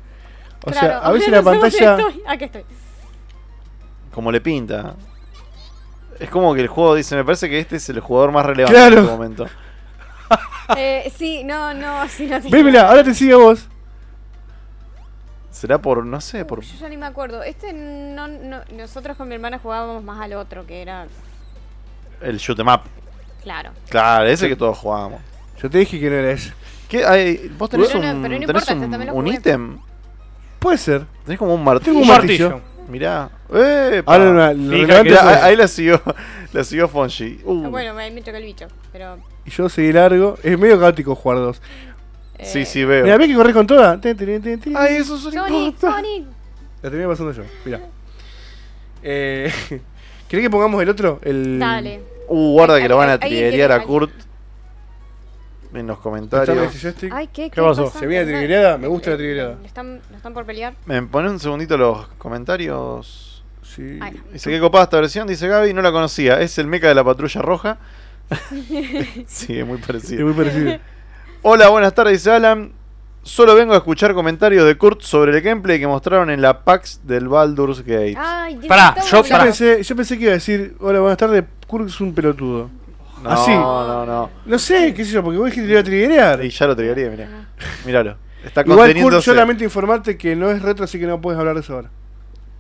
O sea,
Claro,
a veces
no
la
sé dónde
pantalla.
estoy. Aquí estoy.
Como le pinta. Es como que el juego dice, me parece que este es el jugador más relevante
Claro.
en este momento.
Eh, sí, no, no, sí, no. sí.
Ve, mirá, ahora te sigue a vos.
Será por, no sé, por...
Yo ya ni me acuerdo. Este no, no- Nosotros con mi hermana jugábamos más al otro, que era.
El shoot 'em up.
Claro.
Claro, ese que todos jugábamos.
Yo te dije que no era ese.
¿Qué? Ay, ¿Vos tenés
Pero no- pero no
un, tenés
importa,
un-
yo también lo
un
jugué.
ítem?
Puede ser.
Tenés como un martillo.
Tengo un
Un martillo.
martillo.
Mirá. ¡Epa!
Ahora no, lo
Fija
relevante
Mirá,
es-
ahí, ahí la siguió, la siguió Fonji. Uh,
Bueno, me, me chocó el bicho, pero.
Y yo seguí largo. Es medio caótico jugar dos.
eh,
sí, sí, veo.
Mirá, ve que corres con toda. Tin, tin, tin, tin.
Ay, eso es un
Sonic, Sonic.
La terminé pasando yo. Mirá. Eh, ¿Querés que pongamos el otro? El...
Dale.
Uh, guarda que lo van a
Alguien quiere
triggerear a
alguien.
Kurt en los
Está bien,
comentarios.
ese joystick.
Ay, ¿qué,
¿Qué pasó? ¿Se viene
Perdón.
triggereada? Me gusta la triggereada.
¿Lo están, lo están por pelear?
¿Me ponen un segundito los comentarios?
Sí.
Ay, no.
Dice que copada esta versión, dice Gaby, no la conocía. Es el meca de la patrulla roja. sí, es muy
Es
parecido.
muy parecido.
Hola, buenas tardes, dice Alan. Solo vengo a escuchar comentarios de Kurt sobre el gameplay que mostraron en la PAX del Baldur's Gate.
Ay, Dios,
Pará,
está
yo
Yo
bueno.
pará.
pensé, yo pensé que iba a decir, hola, buenas tardes, Kurk es un pelotudo.
no,
ah, sí.
no, no.
No sé, qué sé yo, porque vos dijiste que te iba a triggerear.
Y ya lo triggería, mirá. Míralo. Está
Igual, Kurk,
conteniéndose.
yo lamento informarte que no es retro, así que no puedes hablar de eso ahora.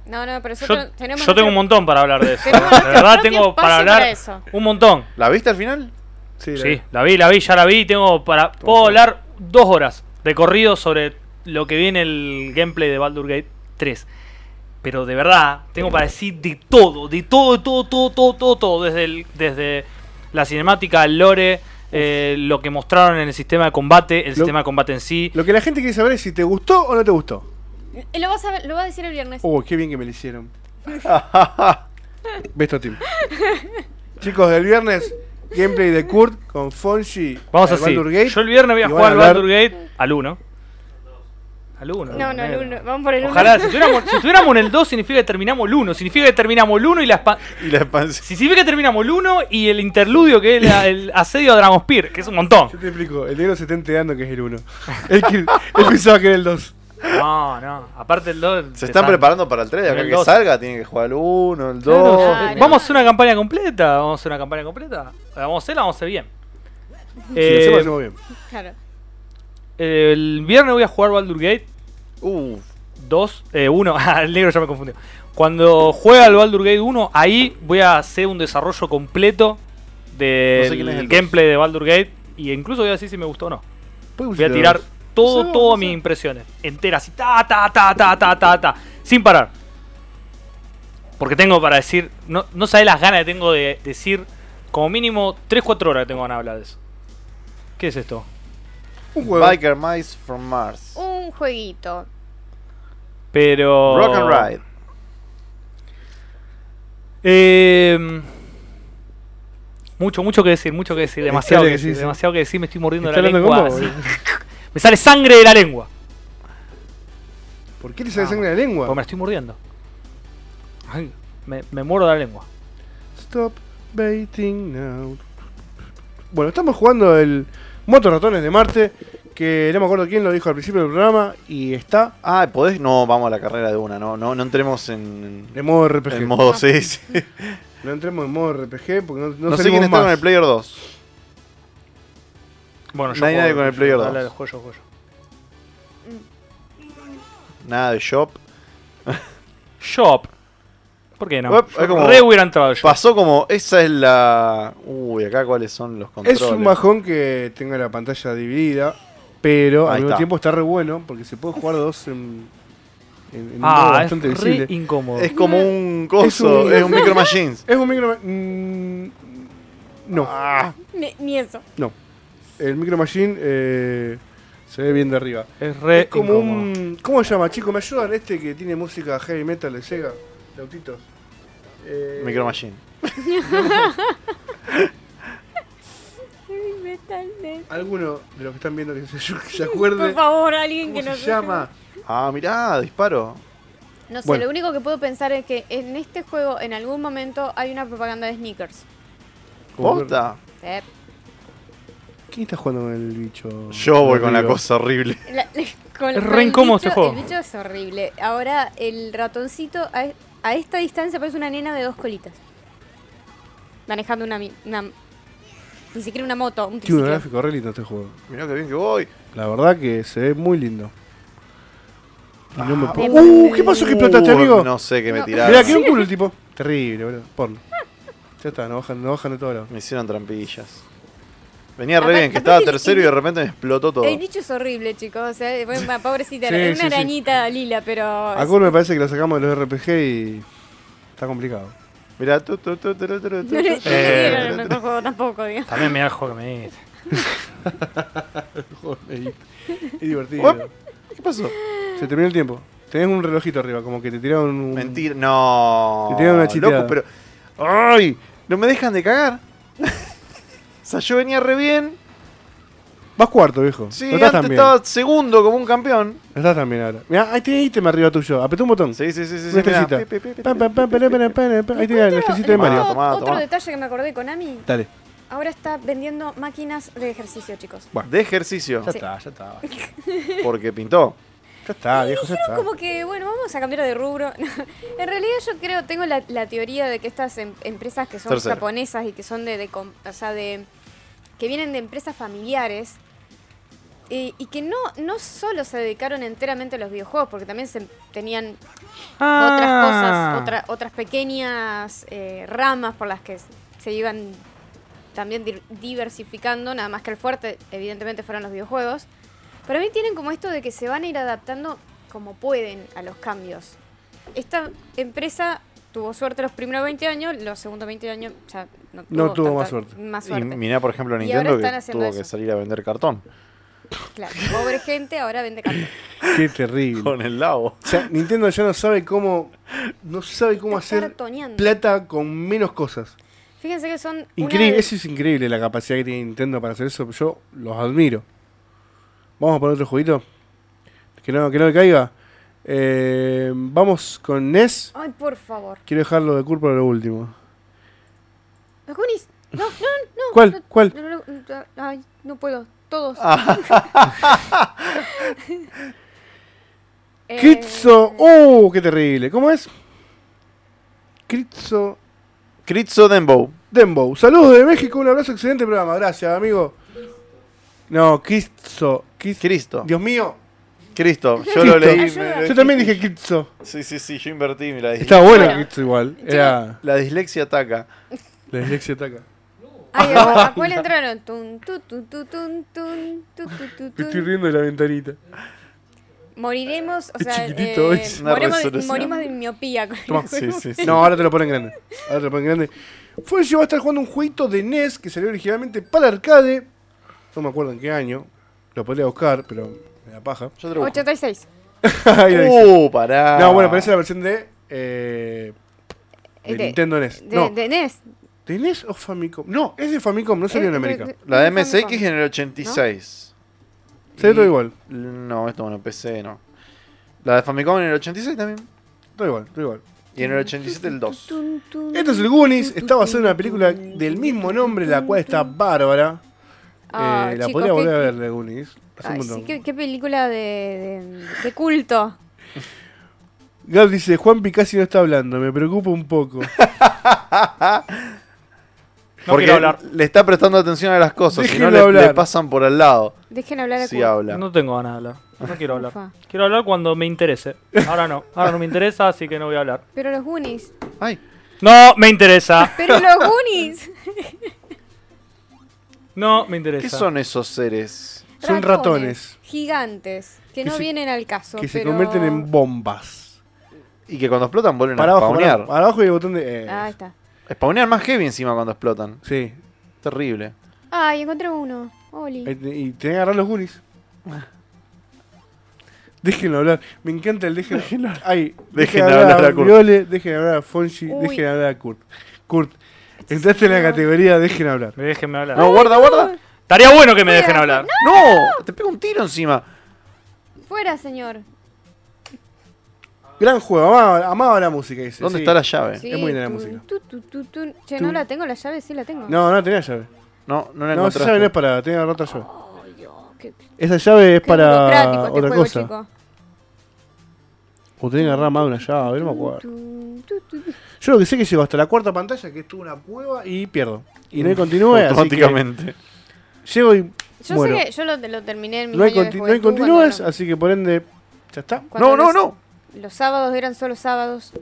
No, no, pero
Yo,
nosotros tenemos.
yo tengo un montón para hablar de eso. De
Tenemos nuestro
verdad
propio
tengo para
espacio para
hablar
eso.
un montón.
¿La viste al final?
Sí, la-
Sí, la vi, la vi, ya la vi. Tengo para puedo hablar dos horas de corrido sobre lo que viene el gameplay de Baldur Gate 3. Pero de verdad, tengo para decir de todo, de todo, de todo, todo, todo, todo, todo. Desde, el- desde la cinemática, el lore, eh, lo que mostraron en el sistema de combate, el sistema de combate en sí.
Lo que la gente quiere saber es si te gustó o no te gustó.
Eh, Lo vas a ver- lo va a decir el viernes.
Oh, qué bien que me lo hicieron. Besto team. Chicos, del viernes, gameplay de Kurt con Fonji.
Vamos
al
así.
Baldur Gate.
Yo el viernes voy a
Y van
jugar al
hablar-
Baldur Gate al 1. Al 1.
No, no, el uno. Vamos por el uno.
Ojalá, si tuviéramos, si tuviéramos en el 2 significa que terminamos el 1, significa que terminamos el 1 y la expa-
Y la expansión.
Si significa que terminamos el 1 y el interludio que es la- el asedio a Dragospir, que es un montón.
Yo te explico, el negro se está enterando que es el 1. Él, que- él pensaba que era el 2.
No, no, aparte el 2.
Se están preparando para el 3. De acá
El
que
dos.
salga, tienen que jugar el 1, el 2.
Claro.
Vamos a hacer una campaña completa, vamos a hacer una campaña completa. La vamos a hacer, la vamos a hacer bien.
Sí,
Eh,
lo hacemos, lo hacemos bien.
Claro.
el viernes voy a jugar Baldur Gate
Uf.
2, eh, 1, ah, el negro ya me confundió. Cuando juega el Baldur Gate 1, ahí voy a hacer un desarrollo completo
No sé
del
quién es el dos.
gameplay de Baldur Gate y incluso voy a decir si me gustó o no.
¿Puedes
Voy a
buscar
tirar
los-
todo,
Sí,
todo
sí.
mis impresiones. Enteras. Y ta, ta, ta, ta, ta, ta, ta. Sin parar. Porque tengo para decir. No, no sabés las ganas que tengo de decir. Como mínimo 3-4 horas que tengo ganas de hablar de eso. ¿Qué es esto?
Un juego.
Biker Mice from Mars.
Un jueguito.
Pero.
Rock and Ride.
Eh, mucho, mucho que decir, mucho que decir. Demasiado
Dale,
que
sí,
decir,
sí.
demasiado que decir. Me estoy mordiendo la
¿Está hablando
lengua.
con vos?
así. Me sale sangre de la lengua.
¿Por qué le sale sangre en la lengua?
Porque me la estoy mordiendo. Ay, me, me muero de la lengua.
Stop baiting now. Bueno, estamos jugando el Moto Ratones de Marte, que no me acuerdo quién lo dijo al principio del programa, y está
Ah, ¿podés? No, vamos a la carrera de una. No, no, no entremos en.
en modo RPG.
En modo, sí, sí.
No entremos en modo RPG porque no, no
No, sé
salimos
quién está
más.
con el Player 2.
Bueno,
No hay nadie con el Player
yo-
2.
dale, juego yo, juego yo.
Nada de shop.
Shop. ¿Por qué no?
Uep,
Yo
es como-
Re hubiera entrado al shop.
Pasó como. Esa es la. Uy, acá cuáles son los controles.
Es un bajón que tenga la pantalla dividida, pero
Ahí
al mismo
está.
tiempo está re bueno porque se puede jugar dos en, en- en un modo
ah, es
bastante
re
visible.
incómodo.
Es como un coso.
Es
Es
un-
un, Micro Machines.
Es un micro. mm, no,
Ni, ni eso.
no. El micro machine eh, se ve bien de arriba.
Es re
es como
incómodo.
un. ¿Cómo se llama, chico? ¿Me ayudan este que tiene música heavy metal de Sega? De autitos. Eh,
Micro Machine.
Ay, metal net.
Alguno de los que están viendo que se, se
Por
acuerde.
favor, alguien
¿Cómo
que
se
nos
llama?
Ah, mirá, disparo.
No sé,
Bueno.
lo único que puedo pensar es que en este juego, en algún momento, hay una propaganda de sneakers.
Posta.
Eh,
¿Quién está jugando con el bicho?
Yo voy con la
Arriba.
cosa horrible.
la- con-
Es re
con el
incómodo
bicho-
este juego.
El bicho es horrible. Ahora, el ratoncito, a, e- a esta distancia, parece una nena de dos colitas. Manejando una. mi- una- ni siquiera una moto,
Tiene
un
un
triciclo.
gráfico re lindo este juego.
Mirá que bien que voy.
La verdad que se ve muy lindo. Y no me
Ah,
puedo-
uh,
¡Uh! ¿Qué pasó que explotaste,
Uh,
amigo?
No sé qué me
No.
tiraron.
Mirá, que un culo el tipo. Terrible, boludo. Porno. Ya está, nos bajan, nos bajan de todos lados.
Me hicieron trampillas. Venía re
Aparte-
bien, que estaba
aparte el-
tercero y de repente me explotó todo.
El bicho es horrible, chicos. O sea, bueno, pa- pobrecita,
Sí,
era
sí,
una
sí.
arañita lila, pero.
A Kurt me parece que lo sacamos de los RPG y. Está complicado.
Mirá, tu, tu, tu, tu, tu, tu, tu,
No le, no
tu.
le
Eh.
dieron el mejor juego tampoco, digamos.
También me da el juego que me diste.
es divertido.
¿Qué pasó?
Se terminó el tiempo. Tenés un relojito arriba, como que te tiraron un.
Mentira, no.
Te tiraron una chiteada.
Loco, pero. ¡Ay! No me dejan de cagar. o sea, yo venía re bien.
Vas cuarto, viejo.
Sí,
no
antes
estás tan bien.
estaba segundo como un campeón.
No estás tan bien ahora. Mirá, ahí tenés ítem arriba tuyo. Apretá un botón.
Sí, sí, sí, sí.
Una
sí, mirá.
estrellita.
Pi, pi, pi, pi,
Pam,
pi.
pam, pam, pam, pam, pam, pam, pam. Ahí tenés la
Encuentro-
estrellita de Mario.
Mario.
encuentro
Tomá, tomá,
Otro
tomá.
detalle que me acordé con Ami.
Dale.
ahora está vendiendo máquinas de ejercicio, chicos.
Bueno.
De ejercicio,
Ya
Sí.
está, ya está.
porque pintó.
Ya
Ah,
está, viejo, ya está.
Como que, bueno, vamos a cambiar de rubro. en realidad yo creo, tengo la, la teoría de que estas em- empresas que son
Tercero.
japonesas y que son de, de com- o sea, de, que vienen de empresas familiares eh, y que no, no solo se dedicaron enteramente a los videojuegos, porque también se, tenían otras
Ah.
cosas, otra- otras pequeñas eh, ramas por las que s- se iban también dir- diversificando, nada más que el fuerte, evidentemente, fueron los videojuegos. Para mí tienen como esto de que se van a ir adaptando como pueden a los cambios. Esta empresa tuvo suerte los primeros 20 años, los segundos 20 años ya no tuvo,
No tuvo
tanta-
más suerte.
Más
Y
suerte.
mirá, por ejemplo,
ahora
Nintendo
están
que
haciendo
tuvo
eso.
que salir a vender cartón
Claro, pobre gente ahora vende cartón.
Qué terrible.
con el labo.
O sea, Nintendo ya no sabe cómo. No sabe cómo
Está
hacer
cartoneando.
plata con menos cosas.
Fíjense que son... una
Increíble,
de-
eso es increíble la capacidad que tiene Nintendo para hacer eso. Yo los admiro. Vamos a poner otro jueguito. Que no, que no me caiga. Eh, vamos con NES.
Ay, por favor.
Quiero dejarlo de culpa para lo último.
Los Goonies. No, no, no.
¿Cuál?
No,
¿Cuál?
no, no, no, ay, no puedo. Todos.
Ah.
Eh,
Critzo. ¡Uh! ¡Qué terrible! ¿Cómo es? Critzo
Critzo Dembow.
Dembow. Saludos de México. Un abrazo. Excelente programa. Gracias, amigo. No, Critzo. Cris-
Cristo.
Dios mío.
Cristo. Yo
Cristo.
lo leí.
Ayuda.
me-
Yo también dije Critzo.
Sí, sí, sí, yo invertí. Me la, dis-
Está bueno
Bueno.
Critzo igual. Era
la dislexia ataca.
la dislexia ataca.
Ay, ¿a a cuál entraron? Tun, tu, tu, tu, tun, tun, tu, tu, tu,
Me estoy
tun.
riendo de la ventanita.
Moriremos, o
Qué
sea,
chiquitito
eh,
es.
Una
morimos, de,
resolución.
morimos de miopía. con-
Toma.
Sí, sí, sí.
No, ahora te lo ponen grande. Ahora te lo ponen grande. Fue yo a estar jugando un jueguito de NES que salió originalmente para arcade. No me acuerdo en qué año. Lo podría buscar, pero me da paja.
Yo te lo busco.
86.
Ahí lo dice.
Uh, pará.
No, bueno, pero esa es la versión de. eh, de
De-
Nintendo NES.
De,
no,
de NES.
¿de NES o Famicom? No, es de Famicom, no salió
Eh,
en
de-
América.
de-
La de
Famicom.
MSX en el 86.
Salió
eh,
todo
Y-
igual,
No, esto no, PC no. La de Famicom en el 86 también.
todo igual, todo igual.
Y en el 87 el 2.
Tun, tun.
Esto es el Goonies, está basado en una película del mismo nombre, la cual está bárbara.
Ah,
Eh, la
chicos,
podría
qué-
volver a ver de Goonies. Hace un
Ay,
montón.
sí, qué, qué película de, de, de culto.
Gab dice, Juan Picassi no está hablando, me preocupa un poco.
No quiero hablar.
le está prestando atención a las cosas, si no
Déjenlo
le, le
hablar.
pasan por al lado.
Dejen hablar a
Si
culto.
habla.
No tengo ganas de hablar. No quiero hablar.
Ufa.
Quiero hablar cuando me interese. Ahora no. Ahora no me interesa, así que no voy a hablar.
Pero los Goonies.
Ay,
No me interesa.
Pero los Goonies.
No me interesa.
¿qué son esos seres?
Son ratones.
Gigantes. Que,
Que
no
se-
vienen al caso.
que se
pero-
convierten en bombas.
Y que cuando explotan vuelven
Para
a
abajo, para,
spawnear.
para abajo y el botón de... eh,
Ah, ahí está.
Spawnean más heavy encima cuando explotan.
sí,
Terrible.
Ay, encontré uno. Oli.
Ahí te- Eh, y tenés que agarrar los Goonies. Ah. Déjenlo hablar. Me encanta el déjenlo, Ay,
Dejen hablar a Kurt.
Viole, dejen hablar a Fonji,
Uy.
dejen hablar a Kurt. Kurt, entraste en la categoría dejen hablar.
Déjenme hablar.
No, guarda, guarda.
Estaría bueno que me dejen hablar.
No, te pego un tiro encima.
Fuera, señor.
Gran juego, amaba, amaba la música, dice.
¿Dónde
sí.
está la llave?
Sí,
es muy buena la
tun,
música.
tu, tu, tu, tun. Che,
Tun.
no la tengo la llave, sí la tengo.
No, no tenía llave.
No, no la
No, esa
encontraste.
llave no es para, tenía que agarrar otra llave.
Ay, Dios, qué, qué
Esa llave es para
burocrático este
otra
juego,
cosa.
chico.
O tenía que agarrar más de una llave, a ver, no me acuerdo.
Tun, tu, tu, tu.
Yo lo que sé es que llego hasta la cuarta pantalla, que es toda una cueva, y pierdo. Y no hay continúe, así que
Automáticamente.
llego y
Yo
Bueno.
sé que yo lo, lo terminé en mi
no hay,
año de
conti- no hay
juventud,
continúes,
cuando
así que por ende, ya está.
cuando
No, no,
los-
no.
Los sábados eran solo sábados.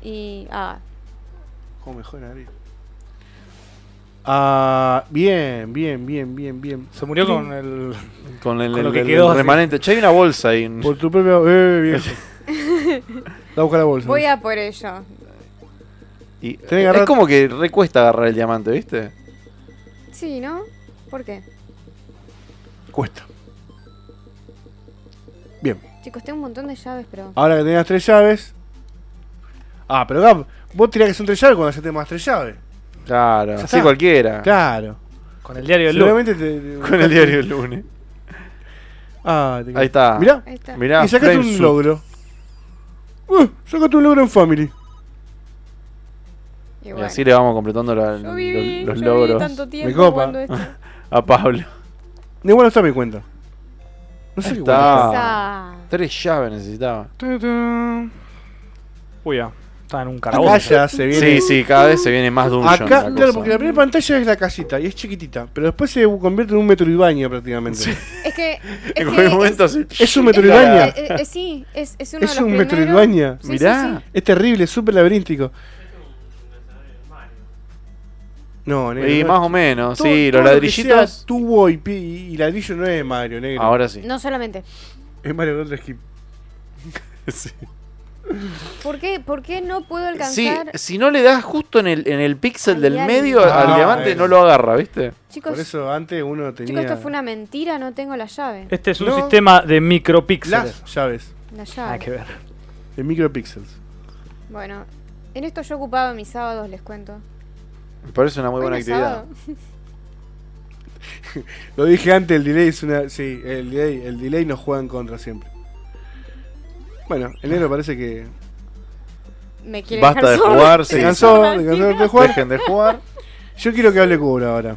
Y. Ah,
Como mejor Ariel. Ah, bien, bien, bien, bien, bien.
Se murió con el.
Con el,
Con lo
el-
que
el
quedó, sí.
remanente. Che, hay una bolsa ahí.
Por tu propia. Eh, bien. La busca la bolsa.
voy a por ello.
Y-
que agarrar-
Es como que recuesta agarrar el diamante, ¿viste?
Sí, ¿no? ¿Por qué?
Cuesta. Bien.
Chicos, tengo un montón de llaves, pero.
Ahora que tenés las tres llaves. Ah, pero Gab, vos tirás que son tres llaves cuando ya tenés más tres llaves.
Claro,
Ya
así
está.
cualquiera.
Claro.
Con el diario del lunes.
Seguramente te, te-
Ah. Con el diario del lunes.
Ah, te-
Ahí está.
Mirá.
Ahí está.
Mirá,
y sacaste un
Framesuit.
logro. Uh, sacaste un logro en Family.
Y
Y
bueno.
así le vamos completando la-
Yo
los,
viví,
los
yo viví
logros
tanto tiempo
copa.
jugando esto.
a Pablo.
Igual no está mi cuenta. No sé qué cuenta.
Ah.
Esa-
Tres llaves necesitaba.
Tutum. Uy, ya. Está en un
Acá
carabobo.
ya se viene.
Sí, sí, cada vez se viene más dungeon.
Acá,
la
claro,
cosa.
porque la primera pantalla es la casita y es chiquitita, pero después se convierte en un metroidvania prácticamente.
Es que. Es que
En cualquier momento
es-
así.
Es un metroidvania.
eh, eh, sí, es, es uno
Es
de los
un
primeros.
Metroidvania.
Sí, sí,
Mirá.
Es terrible, es súper laberíntico. No, negro.
Y
no.
más o menos,
Todo-
sí,
todo lo
los
que
ladrillitos.
sea tubo y, pi- y ladrillo no es Mario, negro.
Ahora
sí.
sí.
No solamente.
Es Mario con otro skip.
Sí.
¿Por qué, ¿Por qué no puedo
Sí,
alcanzar?
si no le das justo en el, en el píxel
Al
del
diamante.
medio al
Ah,
diamante,
bueno.
no lo agarra, ¿viste?
chicos,
Por eso antes uno tenía
chicos, esto fue una mentira, no tengo la llave.
Este es un
No.
sistema de micropíxeles.
las llaves
Ah,
La
Nada
llave.
que ver.
de micropíxeles.
Bueno, en esto yo ocupaba mis sábados, les cuento.
Me parece una muy
Hoy
buena
no es
actividad.
sábado.
Lo dije antes, el delay es una. Sí, el delay, el delay nos juega en contra siempre. Bueno, el negro parece que.
Me quiere
Basta
dejar
de
sola.
jugar,
Se
sí,
cansó,
sí.
se cansó de jugar.
Dejen de jugar.
Yo quiero que hable Cobra ahora.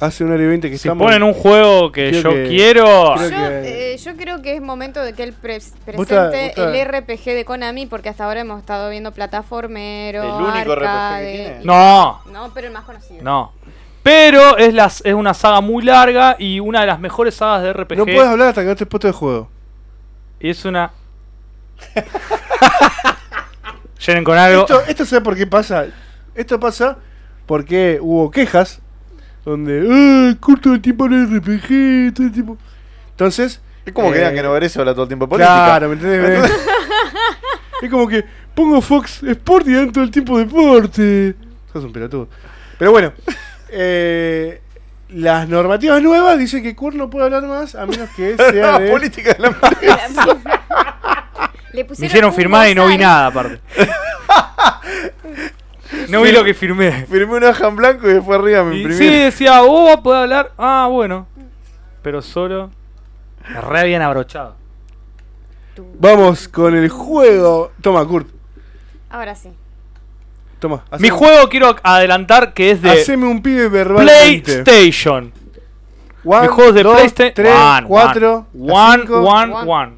Hace una hora y veinte que
Si
estamos.
ponen un juego que
Creo
yo
que-
quiero.
creo
Yo,
que-
eh, yo creo que es momento de que él pre- presente
Vos está- vos está-
el RPG de Konami porque hasta ahora hemos estado viendo plataformero,
El único RPG que
arcade.
tiene.
No,
No, pero el más conocido.
no. Pero es, las, es una saga muy larga y una de las mejores sagas de RPG.
No puedes hablar hasta que no estés puesto de juego.
Y es una. Llenen con algo.
Esto, esto sabe por qué pasa. Esto pasa porque hubo quejas donde "Ay, corto el tiempo en RPG, todo el tiempo. Entonces,
Es como que
Eh,
digan que no ver eso habla todo el tiempo de política.
claro, ¿me entendés? es como que pongo Fox Sport y dan todo el tiempo deporte. Sos un pelotudo. Pero bueno, eh, las normativas nuevas dicen que Kurt no puede hablar más a menos que sea
La
de.
política de la
Le
Me
pusieron
hicieron
un
firmar y no vi
bozal.
nada, aparte. no vi lo que firmé.
Firmé una hoja en blanco y después arriba me
Y
imprimí.
sí, decía, vos vas a poder hablar. Ah, bueno. Pero solo. Re bien abrochado.
Vamos con el juego. Toma, Kurt.
Ahora sí.
Toma. haceme-
Mi juego quiero adelantar que es de
Haceme un pibe verbal.
PlayStation.
One,
Mis juegos de
dos,
PlayStation.
tres,
One,
cuatro,
One,
cinco.
one,
One.
one.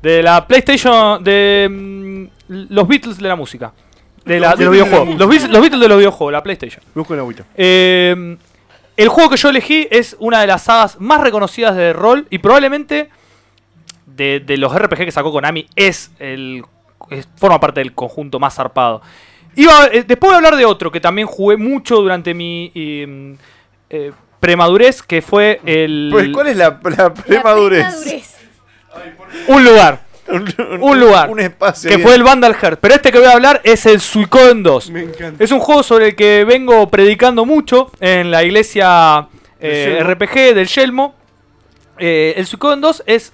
De la PlayStation. De mm, los Beatles de la música. De, la-
Los
de los
Beatles de la
videojuegos. Los, Beatles- los Beatles de los videojuegos, la PlayStation.
Busco una agüita.
Eh, el juego que yo elegí es una de las sagas más reconocidas de rol y probablemente de, de los RPG que sacó Konami es el es- forma parte del conjunto más zarpado. Iba, eh, después voy a hablar de otro que también jugué mucho durante mi eh, eh, premadurez, que fue el
Pues, ¿cuál es la, la
La
premadurez?
premadurez.
un lugar
un,
Un lugar.
Un espacio.
que
bien.
fue el Vandal Heart. Pero este que voy a hablar es el Suicon 2.
Me encanta.
Es un juego sobre el que vengo predicando mucho en la iglesia eh,
Del Yelmo.
RPG del Yelmo. Eh, el Suikoden 2 es,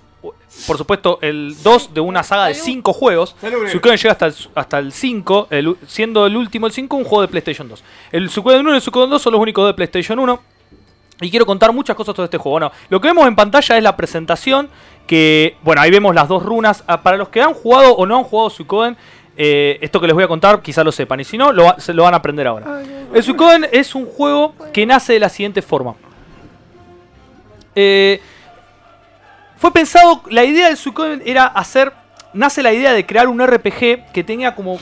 por supuesto, el 2 de una saga de 5 juegos.
Salud, negro.
Suikoden llega hasta el, hasta el 5, el u- siendo el último, el 5, un juego de PlayStation 2. El Suikoden 1 y el Suikoden 2 son los únicos de PlayStation 1. Y quiero contar muchas cosas sobre este juego. Bueno, lo que vemos en pantalla es la presentación. Que, bueno, ahí vemos las dos runas. Ah, Para los que han jugado o no han jugado Suikoden, eh, esto que les voy a contar quizá lo sepan. Y si no, lo, va- se lo van a aprender ahora. El Suikoden es un juego que nace de la siguiente forma. Eh, fue pensado, la idea del Suikoden era hacer, nace la idea de crear un RPG que tenga como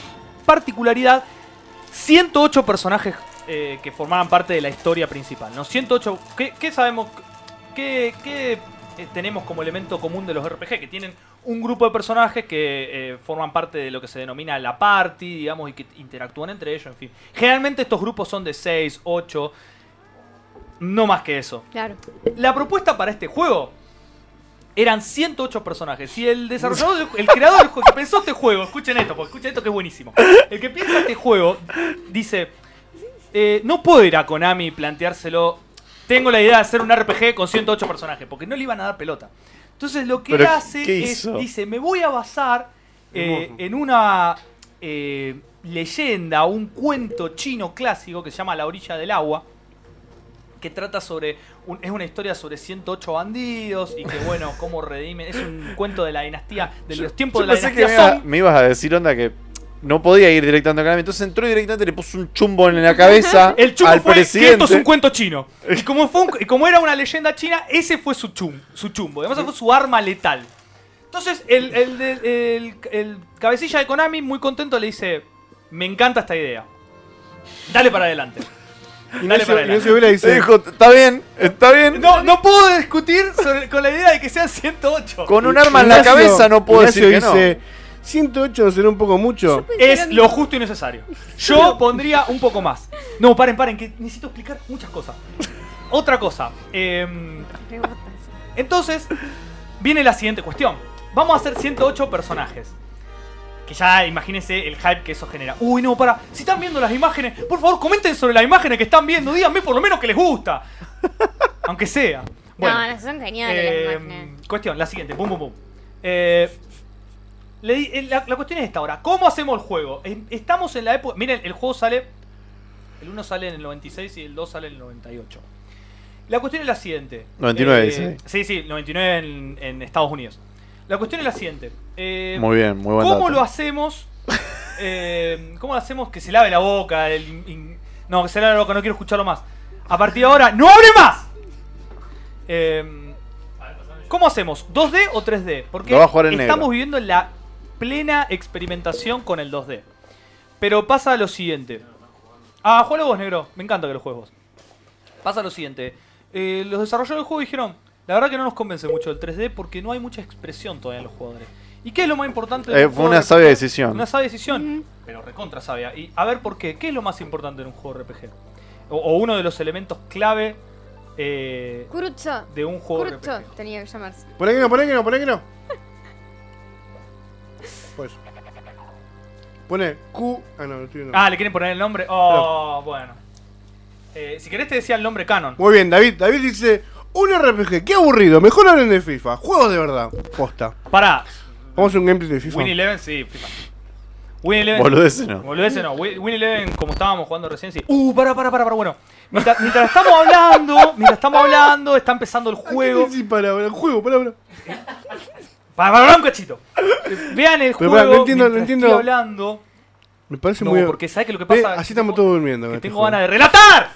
particularidad 108 personajes eh, que formaban parte de la historia principal, ¿no? 108, ¿qué, qué sabemos? ¿Qué, qué, eh, tenemos como elemento común de los RPG? Que tienen un grupo de personajes que eh, forman parte de lo que se denomina la party, digamos, y que interactúan entre ellos, en fin. Generalmente estos grupos son de 6, 8, no más que eso.
Claro.
La propuesta para este juego eran 108 personajes. Y el desarrollador, del- el creador del juego, que pensó este juego, escuchen esto, porque escuchen esto que es buenísimo. El que piensa este juego dice: eh, No puedo ir a Konami y planteárselo. Tengo la idea de hacer un RPG con 108 personajes, porque no le iban a dar pelota. Entonces lo que él
Pero,
hace
¿qué
es,
hizo?
dice, me voy a basar eh,
Hermoso.
en una eh, leyenda, un cuento chino clásico que se llama La orilla del agua, que trata sobre, un- es una historia sobre 108 bandidos y que bueno, cómo redimen, es un cuento de la dinastía, de los tiempos de
Yo
la
pensé que
dinastía
me, iba-
Song.
me ibas a decir, onda, que no podía ir directamente a Konami. Entonces entró y directamente le puso un chumbo en la cabeza
El chumbo
al
fue
presidente.
que esto es un cuento chino. Y como, fue un- y como era una leyenda china, ese fue su, chum, su chumbo. Además, fue su arma letal. Entonces, el, el de- el- el cabecilla de Konami, muy contento, le dice: Me encanta esta idea. Dale para adelante. Dale para
Ignacio,
adelante.
Ignacio Vela
Le
dice.
dijo, está bien, está bien.
No, no puedo discutir sobre- con la idea de que sea 108.
Con un arma en la
Ignacio-
cabeza no puedo
Ignacio
decir que no.
dice, 108 no será un poco mucho.
Es lo justo y necesario. Yo pondría un poco más. No, paren, paren, que necesito explicar muchas cosas. Otra cosa. em,
Me gusta eso.
Entonces, viene la siguiente cuestión. Vamos a hacer 108 personajes. Que ya imagínense el hype que eso genera. Uy, no, para. Si están viendo las imágenes, por favor, comenten sobre las imágenes que están viendo. Díganme por lo menos que les gusta. Aunque sea. Bueno,
no, no, son geniales
eh,
las imágenes.
cuestión, la siguiente. Bum, bum, bum. Eh, le di- eh, la, la cuestión es esta ahora. ¿Cómo hacemos el juego? En- Estamos en la época... Miren, el juego sale... El 1 sale en el 96 y el 2 sale en el 98. La cuestión es la siguiente.
99
Eh,
dice ahí.
Sí, sí, 99 en, en Estados Unidos. La cuestión es la siguiente. Eh,
Muy bien, muy buen
¿Cómo
dato.
lo hacemos? Eh, ¿Cómo lo hacemos que se lave la boca? el in- in- no, que se lave la boca, no quiero escucharlo más. A partir de ahora, ¡no hable más! Eh, ¿Cómo hacemos? ¿2D o 3D? Porque
Lo va a jugar en
estamos
negro.
viviendo la plena experimentación con el 2D. Pero pasa lo siguiente. Ah, juega vos, negro. Me encanta que lo juegues vos. Pasa lo siguiente. Eh, los desarrolladores del juego dijeron, la verdad que no nos convence mucho el 3D porque no hay mucha expresión todavía en los jugadores. ¿Y qué es lo más importante? de
Eh,
un
fue
juego
una
de
sabia
RPG?
decisión.
Una sabia decisión, pero recontra sabia. Y a ver por qué. ¿Qué es lo más importante en un juego RPG? O, o uno de los elementos clave eh,
Kurucho.
de un juego
Kurucho
RPG.
tenía que llamarse.
Poné que no, poné que no, poné que no. Pues. Pone Q. Ah, no, estoy viendo.
Ah, ¿le quieren poner el nombre? Oh, bueno. Eh, si querés te decía el nombre canon.
Muy bien, David. David dice: Un RPG, qué aburrido. Mejor hablen de FIFA. Juegos de verdad. Posta.
Pará.
Vamos a hacer un gameplay de FIFA.
Win Eleven, sí, flipa. Win Eleven.
Boludece, no.
Volvese no, Win Win Eleven como estábamos jugando recién, sí. Uh, para, para, para, para, bueno. Mientras, mientras estamos hablando, mientras estamos hablando, está empezando el juego.
Sí, palabra, juego, palabra.
Para, para, para un cachito. Vean el
Pero,
juego.
para, no entiendo, no
mientras
entiendo.
Estoy hablando.
Me parece
No,
muy.
porque ¿sabes qué lo que
Ve,
pasa?
así estamos todos durmiendo.
Que
este
tengo
juego.
ganas de relatar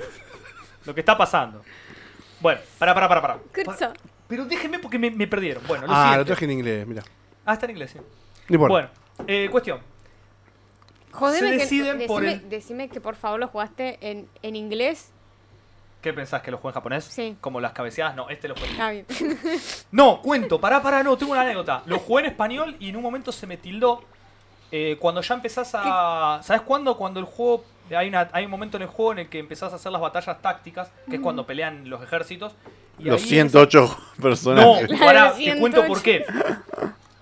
lo que está pasando. Bueno, para, para, para, para.
Kurucho.
Pero déjenme porque me, me perdieron. Bueno, lo
Ah,
siguiente.
lo traje en inglés, mira.
Ah, está en inglés, sí.
No importa.
Bueno, eh, cuestión.
Jodeme
Se
que,
deciden por
decime,
el-
decime que por favor lo jugaste en, en inglés.
¿Qué pensás que lo juega en japonés?
Sí.
Como las cabeceadas, no, este lo juega en
Ah, bien.
No, cuento, pará, pará, no, tengo una anécdota. Lo jugué en español y en un momento se me tildó. eh, cuando ya empezás a. ¿Sabes cuándo? Cuando el juego. Hay, una, hay un momento en el juego en el que empezás a hacer las batallas tácticas, que es cuando pelean los ejércitos. y
Los
ahí es-
108 personajes.
No, pará,
Claro,
te cuento por qué.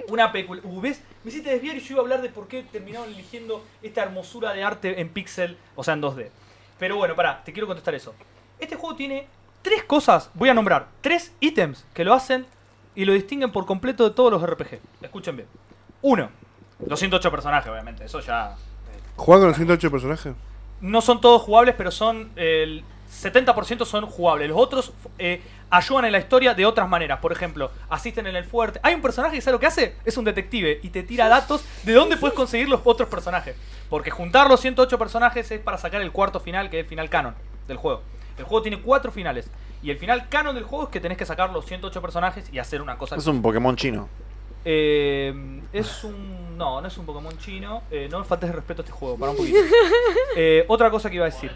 Una pecul... Uh, ¿Ves? Me hiciste desviar y yo iba a hablar de por qué terminaron eligiendo esta hermosura de arte en pixel, o sea, en 2D. Pero bueno, pará, te quiero contestar eso. Este juego tiene tres cosas, voy a nombrar, tres ítems que lo hacen y lo distinguen por completo de todos los RPG. Escuchen bien. Uno, los 108 personajes, obviamente, eso ya...
¿Jugás con los 108 personajes?
No son todos jugables, pero son... eh, El 70% son jugables. Los otros eh, ayudan en la historia de otras maneras. Por ejemplo, asisten en el fuerte. Hay un personaje que sabe lo que hace. Es un detective y te tira datos de dónde puedes conseguir los otros personajes. Porque juntar los 108 personajes es para sacar el cuarto final, que es el final canon del juego. El juego tiene cuatro finales. Y el final canon del juego es que tenés que sacar los 108 personajes y hacer una cosa.
Es un Pokémon chino.
Eh, es un. No, no es un Pokémon chino. Eh, no me faltes de respeto a este juego, para un poquito. Eh, otra cosa que iba a decir.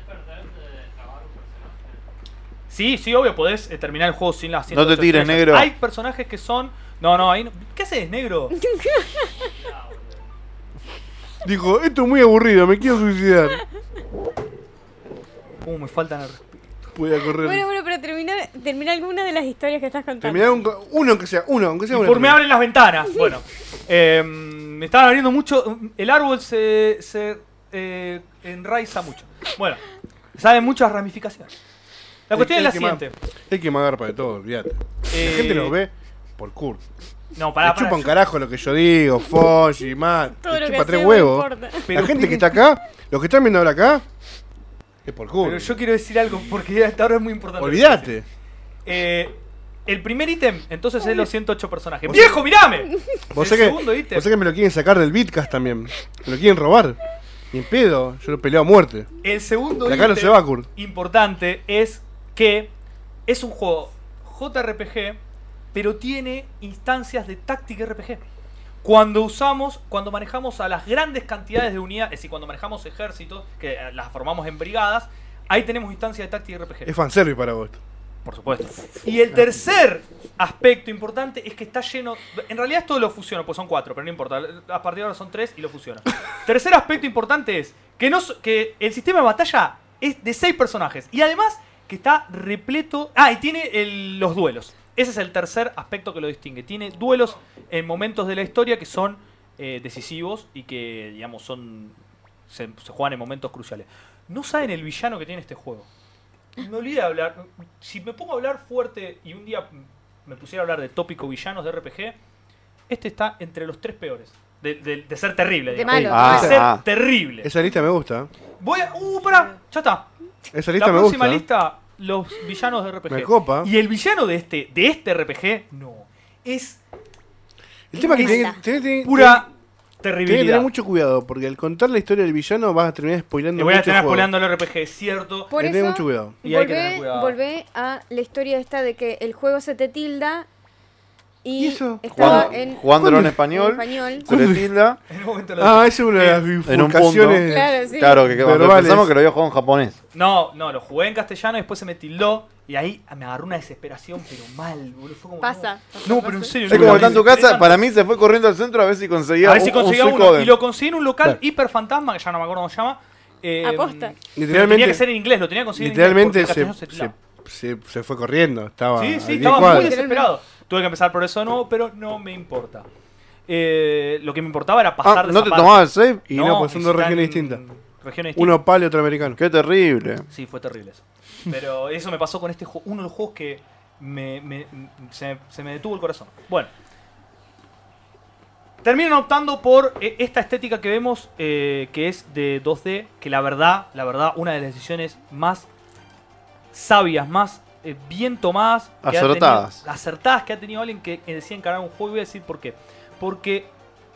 Sí, sí, obvio, podés eh, terminar el juego sin las
No te
108
tires,
estrellas.
negro.
Hay personajes que son. No, no, ahí. no- ¿Qué haces, negro?
Dijo: Esto es muy aburrido, me quiero suicidar.
Uh, me faltan el respeto.
Voy a correr.
Bueno, bueno, pero termina, termina alguna de las historias que estás contando.
Terminar un, uno, aunque sea uno, aunque sea uno.
Por me abren las ventanas. Bueno, eh, me estaban abriendo mucho. mm, El árbol se, se eh, enraiza mucho. Bueno, saben muchas ramificaciones. La cuestión es la siguiente.
Hay que me agarra de todo, olvídate.
Eh,
La gente nos ve por culo.
No,
Le
pará, pará.
chupa un carajo lo que yo digo, Foshi, man.
Todo
Le
lo que
chupa tres
hacemos
huevos.
importa.
Pero-
la gente que está acá, los que están viendo ahora acá, es por culo.
Pero yo quiero decir algo, porque hasta ahora es muy importante.
Olvídate.
Eh, el primer ítem, entonces es los 108 personajes. ¡Viejo, mirame!
Vos
El
sé, que,
segundo ítem.
vos sé que me lo quieren sacar del Bitcast también. Me lo quieren robar. Ni en pedo. Yo lo peleo a muerte.
El segundo
La cara
ítem
se va, Kurt.
importante es que es un juego JRPG, pero tiene instancias de táctica RPG. Cuando usamos, cuando manejamos a las grandes cantidades de unidades, es decir, cuando manejamos ejércitos, que eh, las formamos en brigadas, ahí tenemos instancias de táctica RPG.
Es fanservice para vos. esto.
Por supuesto. Y el tercer aspecto importante es que está lleno. En realidad esto lo fusiona, pues son cuatro, pero no importa. A partir de ahora son tres y lo fusiona. tercer aspecto importante es que, no, so- que el sistema de batalla es de seis personajes. Y además que está repleto. Ah, y tiene el- los duelos. Ese es el tercer aspecto que lo distingue. Tiene duelos en momentos de la historia que son eh, decisivos y que, digamos, son. Se, se juegan en momentos cruciales. No saben el villano que tiene este juego. Me olvidé de hablar. Si me pongo a hablar fuerte y un día me pusiera a hablar de tópico villanos de RPG, este está entre los tres peores. De, de- de ser terrible,
De
digamos.
malo.
Ah,
de ser
ah.
terrible.
Esa lista me gusta. ¿eh?
Voy a. ¡Uh, pará! Ya está.
Esa lista
la
me
próxima
gusta. ¿eh?
lista, los villanos de RPG.
Me copa.
Y el villano de este, de este RPG, no. Es
El tema es que
Esta.
tiene, tiene- tiene-
pura
tiene- Eh, tiene que
terribilidad.
tener mucho cuidado, porque al contar la historia del villano vas a terminar spoileando
Le voy
mucho
a
el
estar
este juego.
spoilando el RPG, es cierto.
Por
Hay que tener
eso,
eh, mucho cuidado.
Y hay que
volvé-
tener cuidado.
volvé a la historia esta de que el juego se te tilda y,
¿Y eso?
estaba
Jugando,
en,
jugándolo en
¿Cuándo?
en
español,
español.
se le tilda
En un momento lo
Ah, esa es una de las
en un
bifurcaciones.
punto.
Claro, sí.
Claro, que cuando
Verbales.
pensamos que lo había jugado en japonés.
No, no, lo jugué en castellano y después se me tildó. Y ahí me agarró una desesperación, pero mal, boludo. Fue como,
Pasa.
No, no, pero en serio.
Es como está en tu casa, para mí se fue corriendo al centro a ver si conseguía,
A ver si
un- un
conseguía uno.
Suicoden.
Y lo conseguí en un local
Claro.
hiper fantasma, que ya no me acuerdo cómo se llama. Eh,
Aposta.
pero Tenía que
Literalmente,
ser en inglés, lo tenía que conseguir
literalmente
en inglés. porque en
se,
castellano se
se,
tildaba.
se- se fue corriendo. Estaba
Sí,
a
sí,
10
estaba muy
cuadras.
desesperado. Tuve que empezar por eso de nuevo, pero no me importa. Eh, lo que me importaba era pasar
Ah,
de
¿No
esa
te
parte.
tomaba el save?
Y no, pues son dos
están
regiones distintas.
Regiones distintas.
Uno palo y otro americano.
Qué terrible.
Sí, fue terrible eso. Pero eso me pasó con este juego, uno de los juegos que me, me- m- se, se me detuvo el corazón. Bueno. Terminan optando por eh, esta estética que vemos, eh, que es de 2D, que la verdad, la verdad, una de las decisiones más sabias, más eh, bien tomadas. que ha tenido-
Acertadas.
acertadas que ha tenido alguien que que decía encarar un juego. Y voy a decir por qué. Porque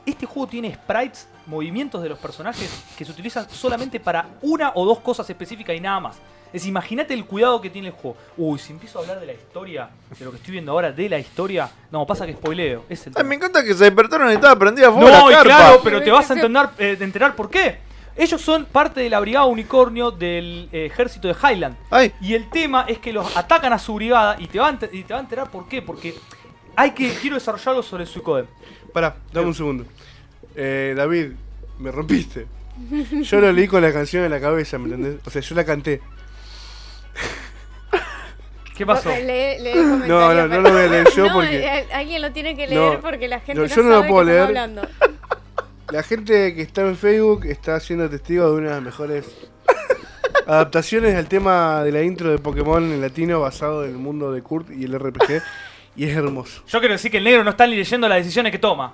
este juego tiene sprites, movimientos de los personajes que se utilizan solamente para una o dos cosas específicas y nada más. Es imagínate el cuidado que tiene el juego. Uy, si empiezo a hablar de la historia, de lo que estoy viendo ahora, de la historia. No, pasa que spoileo. Es el
Ay,
tema.
me encanta que se despertaron y estaba prendida fuego
No,
la
y
carpa.
claro, pero te vas a
Sí.
entender, eh, de enterar por qué. Ellos son parte de la brigada unicornio del eh, ejército de Highland.
Ay,
Y el tema es que los atacan a su brigada y te va a, enter- y te va a enterar por qué. Porque hay que quiero desarrollarlo sobre el Suicoden.
Pará, dame un segundo. Eh, David, me rompiste. Yo lo leí con la canción en la cabeza, ¿me entendés? O sea, yo la canté.
¿Qué pasó?
Lee- lee el
No, no,
comentario,
no lo voy a leer yo
No,
porque
eh, alguien lo tiene que leer
No,
porque la gente
no,
no,
yo no lo
sabe
puedo
que estamos
leer.
hablando.
la gente que está en Facebook está siendo testigo de una de las mejores adaptaciones al tema de la intro de Pokémon en latino basado en el mundo de Kurt y el RPG. Y es hermoso.
Yo quiero decir que el negro no está ni leyendo las decisiones que toma.